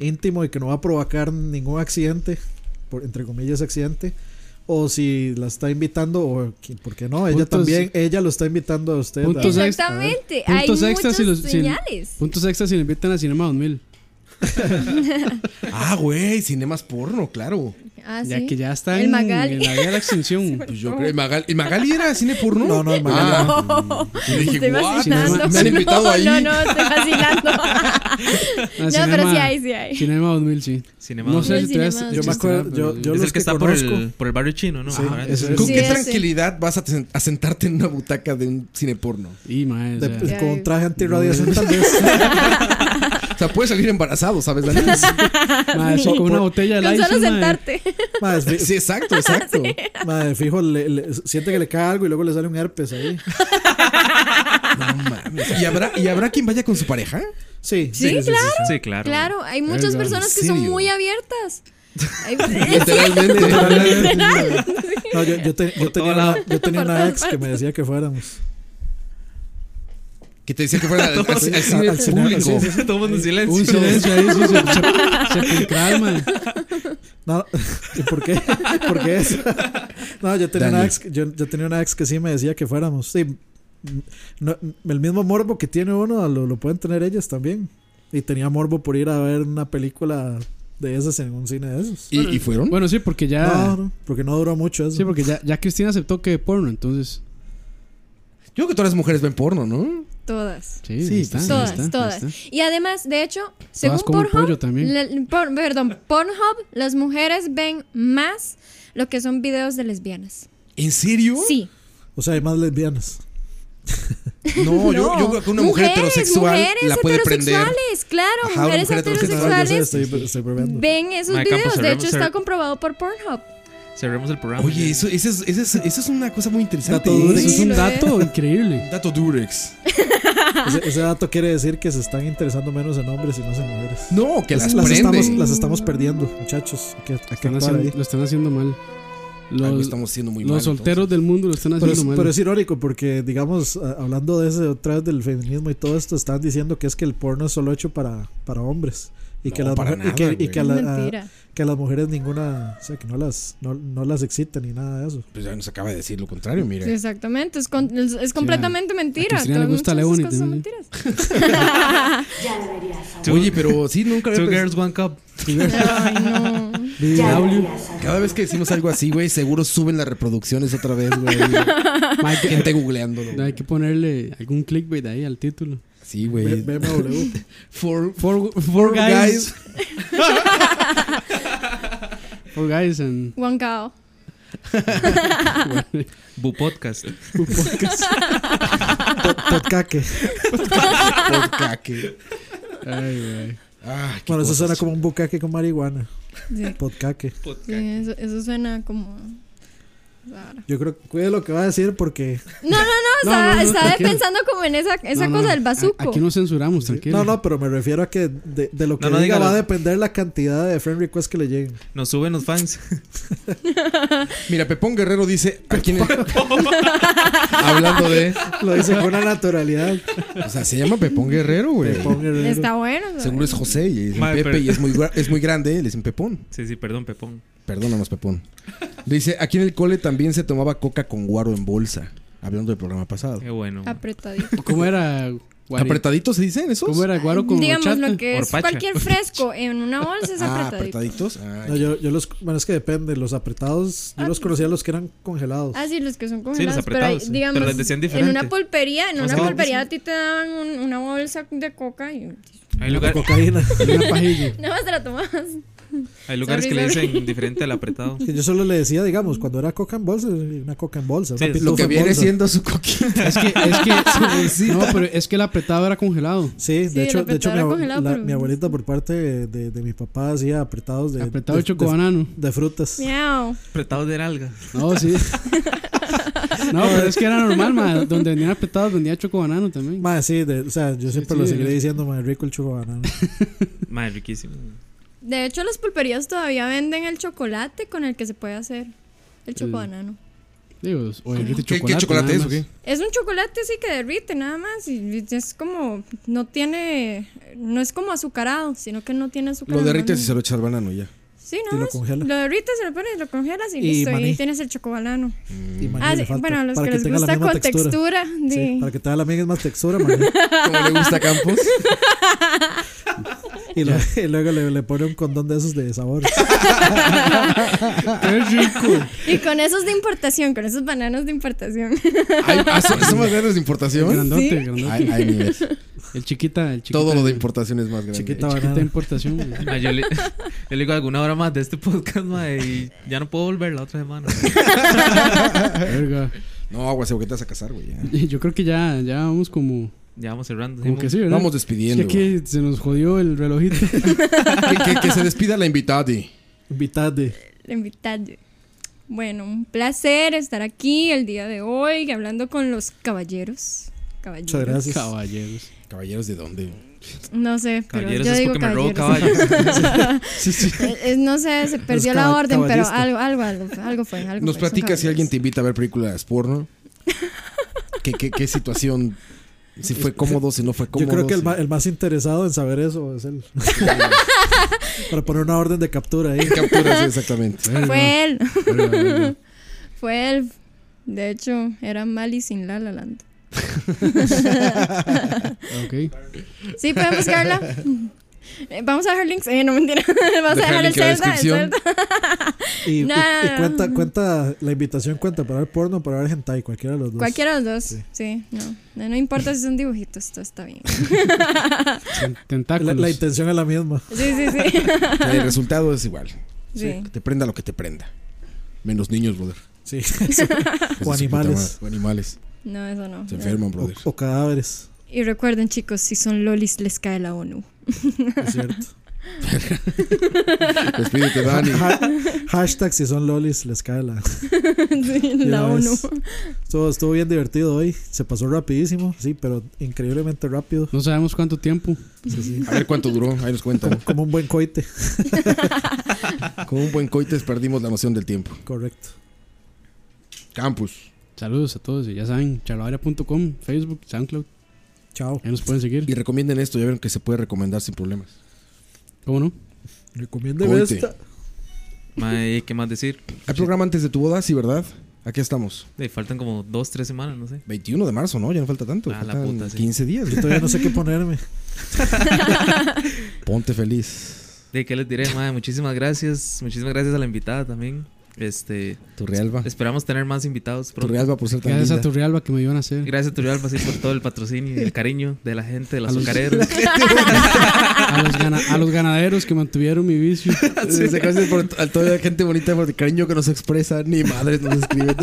íntimo y que no va a provocar ningún accidente, por, entre comillas accidente. O si la está invitando, o que- por qué no, ella
Puntos-
también, ella lo está invitando a usted.
Puntos
a-
Exactamente,
a ver.
hay
si
muchas
si-
señales.
puntos extras si le invitan a Cinema 2000.
Ah, güey, cinemas porno, claro.
Ah,
Ya
sí.
que ya están
El Magali.
en la vía de
[LAUGHS]
la extinción.
Pues yo creo. ¿Y Magali, ¿y
[LAUGHS]
Magali era cine porno? No, no,
No, [LAUGHS]
Y dije,
Ah. estoy
"What?
vacilando.
Me han invitado
no,
ahí".
No, no, estoy
[LAUGHS]
vacilando.
Ah,
no, pero sí hay, sí hay.
Cinema 2000, sí.
Cinema
no sé
2000.
si todavía
Cinema
existirá,
2000.
pero-
Yo- yo Es el los que que está por el- conozco. por el barrio chino, ¿no? Ajá,
es-
ese es.
¿Con
Sí,
qué
ese.
tranquilidad vas a, te- a sentarte en una butaca de un cine porno?
Y más.
De- [LAUGHS] con un traje antirradiación tal [LAUGHS] vez.
O sea, puedes salir embarazado, ¿sabes? Daniel?
Madre,
Sí.
eso con una
botella
Con solo sentarte. [LAUGHS]
Sí, exacto, exacto.
Madre, fijo, le- le- siente que le cae algo y luego le sale un herpes ahí.
¿Y habrá, ¿Y habrá quien vaya con su pareja?
Sí,
Sí, claro.
Sí, claro. [LAUGHS]
Claro, hay muchas
Verga,
personas
¿en
que son
serio?
muy abiertas.
[LAUGHS]
Hay-
Literalmente.
[LAUGHS]
Literal.
No, yo, yo te- yo tenía, una, yo tenía una ex que me decía que fuéramos.
Que te decía que fuera al, al- al cine
Al cine,
público.
sí, sí, sí.
Todo el mundo en silencio.
Un silencio ahí, sí, se- se- sepulcral, man.
No, ¿y por qué? ¿Por qué eso? No, yo tenía, una
Dani.
ex, yo, yo tenía una ex que sí me decía que fuéramos. Sí, no, el mismo morbo que tiene uno lo, lo pueden tener ellas también. Y tenía morbo por ir a ver una película de esas en un cine de esos.
¿Y, y fueron?
Bueno, sí, porque ya.
No, no, porque no duró mucho eso.
Sí, porque ya, ya Cristina aceptó que porno, entonces.
Yo creo que todas las mujeres ven porno, ¿no?
Todas.
Sí,
Sí, ahí
pues
está, ahí
todas,
está, ahí
todas.
está.
Y además, de hecho, según
comen pollo
Pornhub,
también.
la- por- perdón, Pornhub, las mujeres ven más lo que son videos de lesbianas.
¿En serio?
Sí.
O sea, hay más lesbianas.
No, yo, yo creo que una mujer
Mujeres,
heterosexual
mujeres
la puede prender.
heterosexuales, claro,
Ajá, una
mujeres
mujer
No, yo sé,
heterosexuales
estoy, estoy bromeando.
ven esos
Mae,
pues
videos.
Campos,
De
cerremos
hecho,
el-
está comprobado por Pornhub.
Cerremos el programa.
Oye, eso, eso, es, eso, es, eso es una cosa muy interesante.
Dato Durex.
¿eh?
Eso es un Sí, lo dato es.
increíble.
Dato Durex.
Ese, ese dato quiere decir que se están interesando menos en hombres y no en mujeres.
No, que las prende.
estamos, las estamos perdiendo, muchachos. Hay que- hay que
Están
actuar
haciendo-
ahí.
lo están haciendo mal.
Algo estamos haciendo muy
los
mal,
solteros del mundo lo están
Pero
haciendo
es,
mal.
pero es irónico porque, digamos, a- hablando de ese otra vez del feminismo y todo esto, están diciendo que es que el porno es solo hecho para, para hombres. Y, que,
No,
las
para
mujer- y
nada,
que, y
güey.
que a la- a-
Mentira.
que a las mujeres ninguna, o sea, que no las, no, no las excita ni nada de eso.
Pues ya nos acaba de decir lo contrario, mira.
Sí, exactamente, es, con- es- es completamente mentira.
Cristina le
Todas
gusta
muchas de
Leoni
esas
también,
cosas son mentiras. [LAUGHS]
Oye, pero sí, nunca
Two
pensado-
girls, one cup.
Ay, no.
DW. Cada vez que decimos algo así, güey, seguro suben las reproducciones otra vez, güey.
Mike,
Gente googleándolo.
Hay que ponerle algún clickbait ahí al título.
Sí, güey.
B- BMW.
Four,
four,
[LAUGHS]
four guys.
Four guys and
Juan Cao.
Bu podcast.
podcast. Podcaque.
Podcaque.
Ay,
[LAUGHS] Ay,
bueno, eso
cosas.
suena como un bucaque con marihuana.
Sí.
Podcaque.
Sí, eso, eso suena como.
[LAUGHS]
raro.
Yo creo que cuide lo que va a decir porque.
No, no, no,
No,
estaba,
no, no,
estaba
tranquilo.
pensando como en esa, esa
No, no,
cosa del
a-
bazuco.
aquí
no censuramos, tranquilo.
No, no, pero me refiero a que de, de lo que
No, no,
diga va a
dígalo.
depender la cantidad de friend requests que le lleguen.
Nos suben los fans. [LAUGHS]
Mira, Pepón Guerrero dice. ¿a quién- Hablando de.
Lo dice con una
[LAUGHS]
naturalidad.
O sea, se llama Pepón Guerrero, güey.
Pepón
Está bueno. ¿sabes?
Seguro es José y le dicen
Madre,
Pepe
pero-
y es muy, gra- es muy grande, le dicen Pepón.
Sí, sí, perdón, Pepón.
Perdónanos, Pepón. Dice, aquí en el cole también se tomaba coca con guaro en bolsa. Hablando del programa pasado.
Qué bueno.
Ah, Apretadito.
¿Cómo era?
¿Apretaditos se dicen esos?
¿Cómo era guaro con
Digamos
horchata?
lo que es cualquier fresco en una bolsa es
Ah,
apretadito.
apretaditos. Ah,
No, yo, yo los. Bueno, es que depende. Los apretados. Yo los conocía los que eran congelados.
Ah, sí, los que son
Sí, los
congelados. pero,
apretados,
ahí,
sí.
digamos,
Pero les decían
en
diferente.
una pulpería, en
O
una
sea,
pulpería a ti te daban un- una bolsa de coca y
Hay, lugar- [LAUGHS]
cocaína. Una pajilla.
nada más te la tomabas.
hay lugares
Sorry,
que le
sorry.
dicen diferente
[LAUGHS]
al apretado.
Que yo solo le decía, digamos, cuando era coca en bolsa, una coca en bolsa.
Sí,
una
es
pitufa
lo que
en
viene
bolsa.
siendo
su coquita.
Es que, es
[LAUGHS]
que. no, pero es que el apretado era congelado.
Sí, de hecho, de hecho mi, abue-
congelado,
la-
pero-
mi abuelita por parte de, de- de mi papá hacía apretados de
Apretado
de,
de chocobanano.
de, de frutas.
Miau.
Apretado de nalga.
[LAUGHS]
No, sí. No, pero es que era normal, ma. Donde vendían apretados vendía chocobanano también.
Ma, sí, de- o sea, yo siempre
sí,
lo
de-
seguiré diciendo, ma, rico el chocobanano.
Madre, riquísimo.
De hecho, las pulperías todavía venden el chocolate con el que se puede hacer el
Mm.
chocobanano.
Digo, o derrite
¿Qué- qué
chocolate.
chocolate
nada
es o
más.
qué?
Es un chocolate así que derrite nada más y es como no tiene no es como azucarado, sino que no tiene azúcar.
Lo
no,
derrites
no.
y se lo echas al banano y ya.
Sí,
y
no.
lo
Lo,
congelas.
lo derrites, se lo pones, lo congelas y,
Y
listo, y
maní.
tienes el chocobanano.
Y maní
Ah,
le
sí,
falta,
bueno, a los
para
que, les
tenga la
gusta
misma
con textura, de-
Sí, para que te haga la misma textura, ma.
[LAUGHS]
Como le gusta a Campos.
Y, lo- y luego le, le pone un condón de esos de sabor.
[LAUGHS]
Ah, ¡Qué rico!
Y con esos de importación, con esos bananos de importación. [LAUGHS]
Ay, ah, ¿son, son más grandes de importación?
El grandote, el grandote.
Ay, ay, nivel.
El chiquita, el chiquita.
Todo lo de importación es más grande.
Chiquita El chiquita banana. importación, güey.
Ma, yo, le, yo le digo alguna hora más de este podcast, ma, y ya no puedo volver la otra semana.
Verga.
No, agua, se te vas a casar, güey. ya.
Yo creo que ya, ya vamos como.
Ya vamos cerrando.
Como
sí,
que
mo-
sí, ¿verdad?
Vamos despidiendo.
Es que aquí se nos jodió
[LAUGHS]
el relojito.
[LAUGHS] que, que- que se despida la invitada.
Invitade.
La invitada. Bueno, un placer estar aquí el día de hoy hablando con los caballeros. Caballeros.
Muchas gracias.
Caballeros.
¿Caballeros de dónde?
No sé, pero
Caballeros
yo
es
digo
porque me robo
caballeros. [LAUGHS]
caballos. Sí, sí.
Eh, eh, No sé, se perdió
caba-
la orden, pero
caballista.
algo, algo, algo, algo fue. Algo
Nos
fue, son
platica si alguien te invita a ver
[LAUGHS]
películas porno. ¿Qué, qué, qué situación? Si fue cómodo, si no fue
Yo
cómodo.
creo que el,
si-
ma- el más interesado en saber eso es él. [LAUGHS] Para poner una orden de captura ahí.
Captura, sí, exactamente.
[LAUGHS] Fue él.
Verga, verga.
[LAUGHS] Fue él. De hecho, era Mali sin La La Land.
Ok.
Sí, podemos buscarla. Eh, Vamos a dejar links. Eh, no mentira. [LAUGHS] Vamos
Deja
a dejar
el
el
link en la
Zelda. el
descripción.
Zelda.
Y, y-
No,
y
no, no.
cuenta, cuenta, la invitación cuenta para ver porno o para ver hentai, cualquiera de los dos.
Cualquiera de los dos. Sí, no. no. no importa si son dibujitos, todo está bien.
La, la intención es la misma.
Sí, sí, sí.
El resultado es igual.
Sí.
Que te prenda lo que te prenda. Menos niños, brother.
Sí.
Hijos
O
de su puta
animales.
madre. O animales.
No, eso no.
Se enferman, brother.
O cadáveres.
Y recuerden, chicos, si son lolis, les cae la ONU. [LAUGHS]
Es cierto.
Despídete, [LAUGHS] Dani.
Ha- hashtag si son lolis, les cae la.
Sí,
de
la
una
ONU.
vez. Estuvo, estuvo bien divertido hoy. Se pasó rapidísimo, sí, pero increíblemente rápido.
No sabemos cuánto tiempo.
A ver cuánto duró, ahí nos cuentan.
Como, como un buen coite.
Con un buen coites perdimos la noción del tiempo.
Correcto.
Campus.
Saludos a todos y ya saben, charlavaria.com, Facebook, SoundCloud.
Chao.
Ahí nos pueden seguir.
Y recomienden esto, ya vieron que se puede recomendar sin problemas.
¿Cómo no?
Recomiéndeme
Coite.
esta.
Ma, ¿y ¿Qué más decir?
Hay programa antes de tu boda, sí, ¿verdad? Aquí estamos.
Le faltan como dos, tres semanas, no sé.
21 de marzo, ¿no? Ya no falta tanto.
Ah, la
faltan
puta, sí.
15 días.
Yo todavía no sé qué ponerme.
Ponte feliz.
¿De qué les diré, ma? Muchísimas gracias. Muchísimas gracias a la invitada también. Este,
Turrialba.
Esperamos tener más invitados pronto.
Turrialba por ser tan
Gracias a
linda.
Turrialba que me iban a hacer.
Gracias, Turrialba, sí, por todo el patrocinio y el cariño de la gente, de los
A los-
azucareros.
A los, gana- a los ganaderos que mantuvieron mi vicio.
Sí, Gracias por a toda la gente bonita por el cariño que nos expresa. Ni madres nos escriben.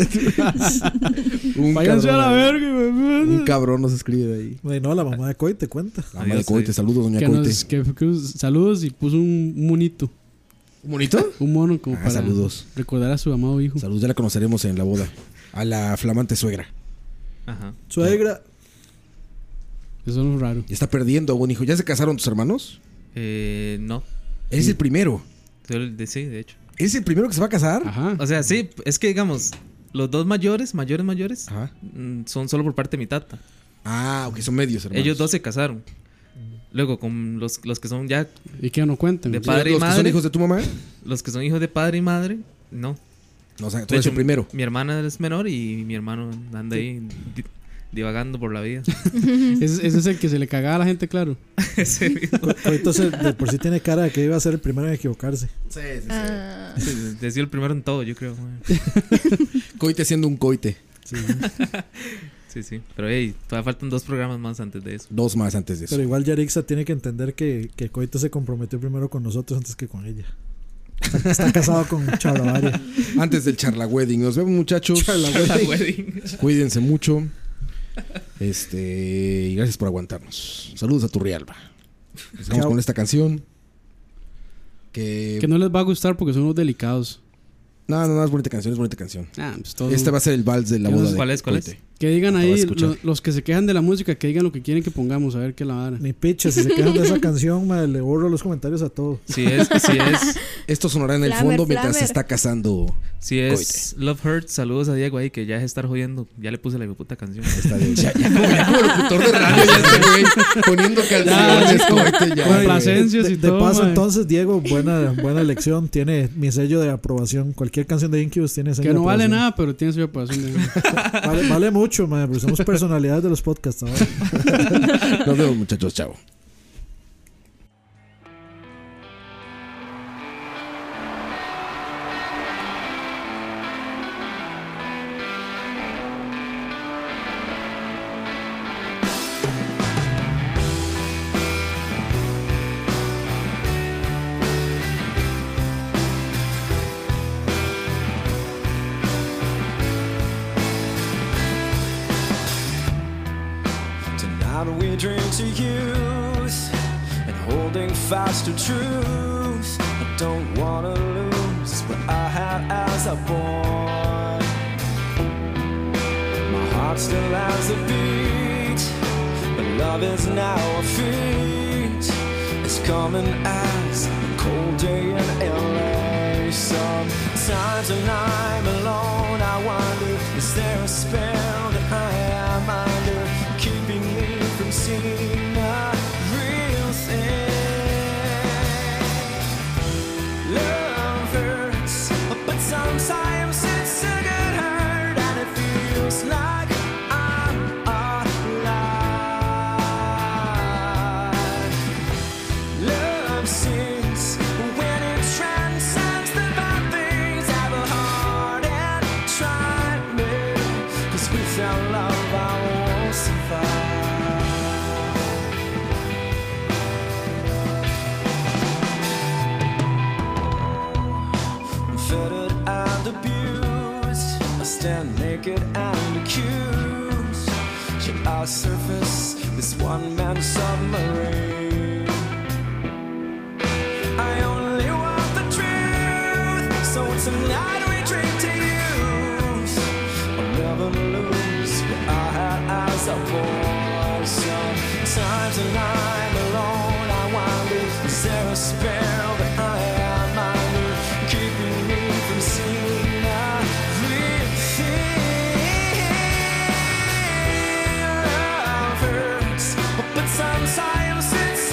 [LAUGHS]
un
Váyanse a la
verga,
Un cabrón nos escribe de ahí.
Bueno, la mamá de Coy te cuenta.
La mamá de Coite, saludos, doña
Que
Coite.
nos- que- que- saludos y puso un monito.
¿Un monito?
Un mono como
Ah,
para
saludos.
recordar a su amado hijo.
Saludos, ya la conoceremos en la boda. A la flamante suegra.
Ajá.
Suegra.
Eso no es raro.
Ya está perdiendo, buen hijo. ¿Ya se casaron tus hermanos?
Eh, no.
Eres el primero.
Yo el de- Sí, de hecho.
¿Eres el primero que se va a casar?
O sea, sí, es que digamos, los dos mayores, mayores, mayores, mm, son solo por parte de mi tata.
Ah, ok, son medios hermanos.
Ellos dos se casaron. Luego, con los, los que son ya
¿Y qué no cuentan?
de padre y
¿Los que
madre.
son hijos de tu mamá?
Los que son hijos de padre y madre, no.
No, o sea, tú
De
eres el primero.
Mi hermana es menor y mi hermano anda ahí di- divagando por la
[LAUGHS]
vida. [LAUGHS]
ese, ese es el que se le cagaba a la gente, claro.
Co- Coito se- de por sí tiene cara de que iba a ser el primero en equivocarse.
Sí,
Ah.
Sí, Decía el primero en todo, yo creo. güey.
Coite siendo un coite.
Sí, sí. Pero hey, todavía faltan dos programas más antes de eso.
Dos más antes de eso.
Pero igual Yarixa tiene que entender que, que Coito se comprometió primero con nosotros antes que con ella. Está, está casado con Charlavaria.
Antes del charla wedding. Nos vemos, muchachos.
Charla
Charla wedding. wedding.
Cuídense mucho. Este, y gracias por aguantarnos. Saludos a Turrialba. Empezamos
Chao.
con esta canción. Que,
Que no les va a gustar porque son unos delicados.
No, no, no, es bonita canción, es bonita canción.
Ah, pues todo.
Este va a ser el vals de la boda. de Coite.
Que digan
Lo vas a
ahí
escuchar.
lo- los que se quejan de la música, que digan lo que quieren que pongamos, a ver qué la vara.
Ni picha, si se quejan de esa canción, madre, le borro los comentarios a todos.
Sí es, sí es.
Esto sonará en el
Flamer,
fondo mientras se
flamer.
está casando. [LAUGHS]
Si es Love Hurt, saludos a Diego ahí que ya es estar jodiendo. Ya le puse la puta canción.
Ya, ya, como- ya como locutor de radio, ya este güey poniendo calzones, cohete, ya, güey.
de, de paso, entonces, Diego, buena, buena elección. Tiene mi sello de aprobación. Cualquier canción de Incubus tiene sello
Que no
de
vale
aprobación.
nada, pero tiene su aprobación.
[LAUGHS] Vale, vale mucho, madre, porque somos personalidades de los podcasts ahora.
Nos vemos, muchachos. Chao.
Tonight we drink to youth and holding fast to truth. I don't wanna lose what I had as a boy. My heart still has a beat, but love is now a feat. It's coming as a cold day in LA. Sometimes when I'm alone, I wonder is there a spell that I am under, keeping me from seeing the real thing? Love hurts, but sometimes it's a good hurt, and it feels like I'm alive. Love sings when it transcends the bad things. Have a heart and try me, 'cause without love I won't survive. fettered and abused. I stand naked and accused. Should I surface this one man submarine? I only want the truth, so tonight we drink to youth. I'll never lose what I had as a boy. Sometimes when I'm alone, I wonder is there a spell that I am under, keeping me from seeing the real thing? Love hurts, but sometimes it's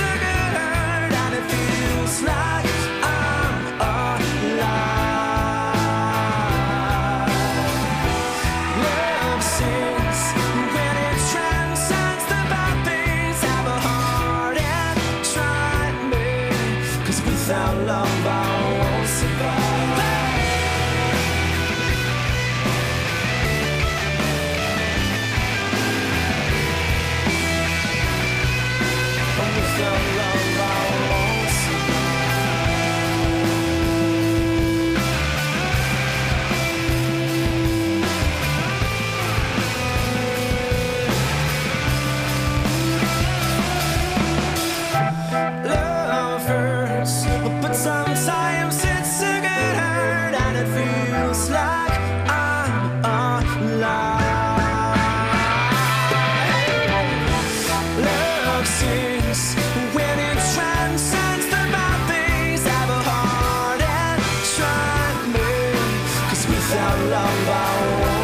feels like I'm alive. Love sings when it transcends the bad things of a heart and try me. 'Cause without love, I won't.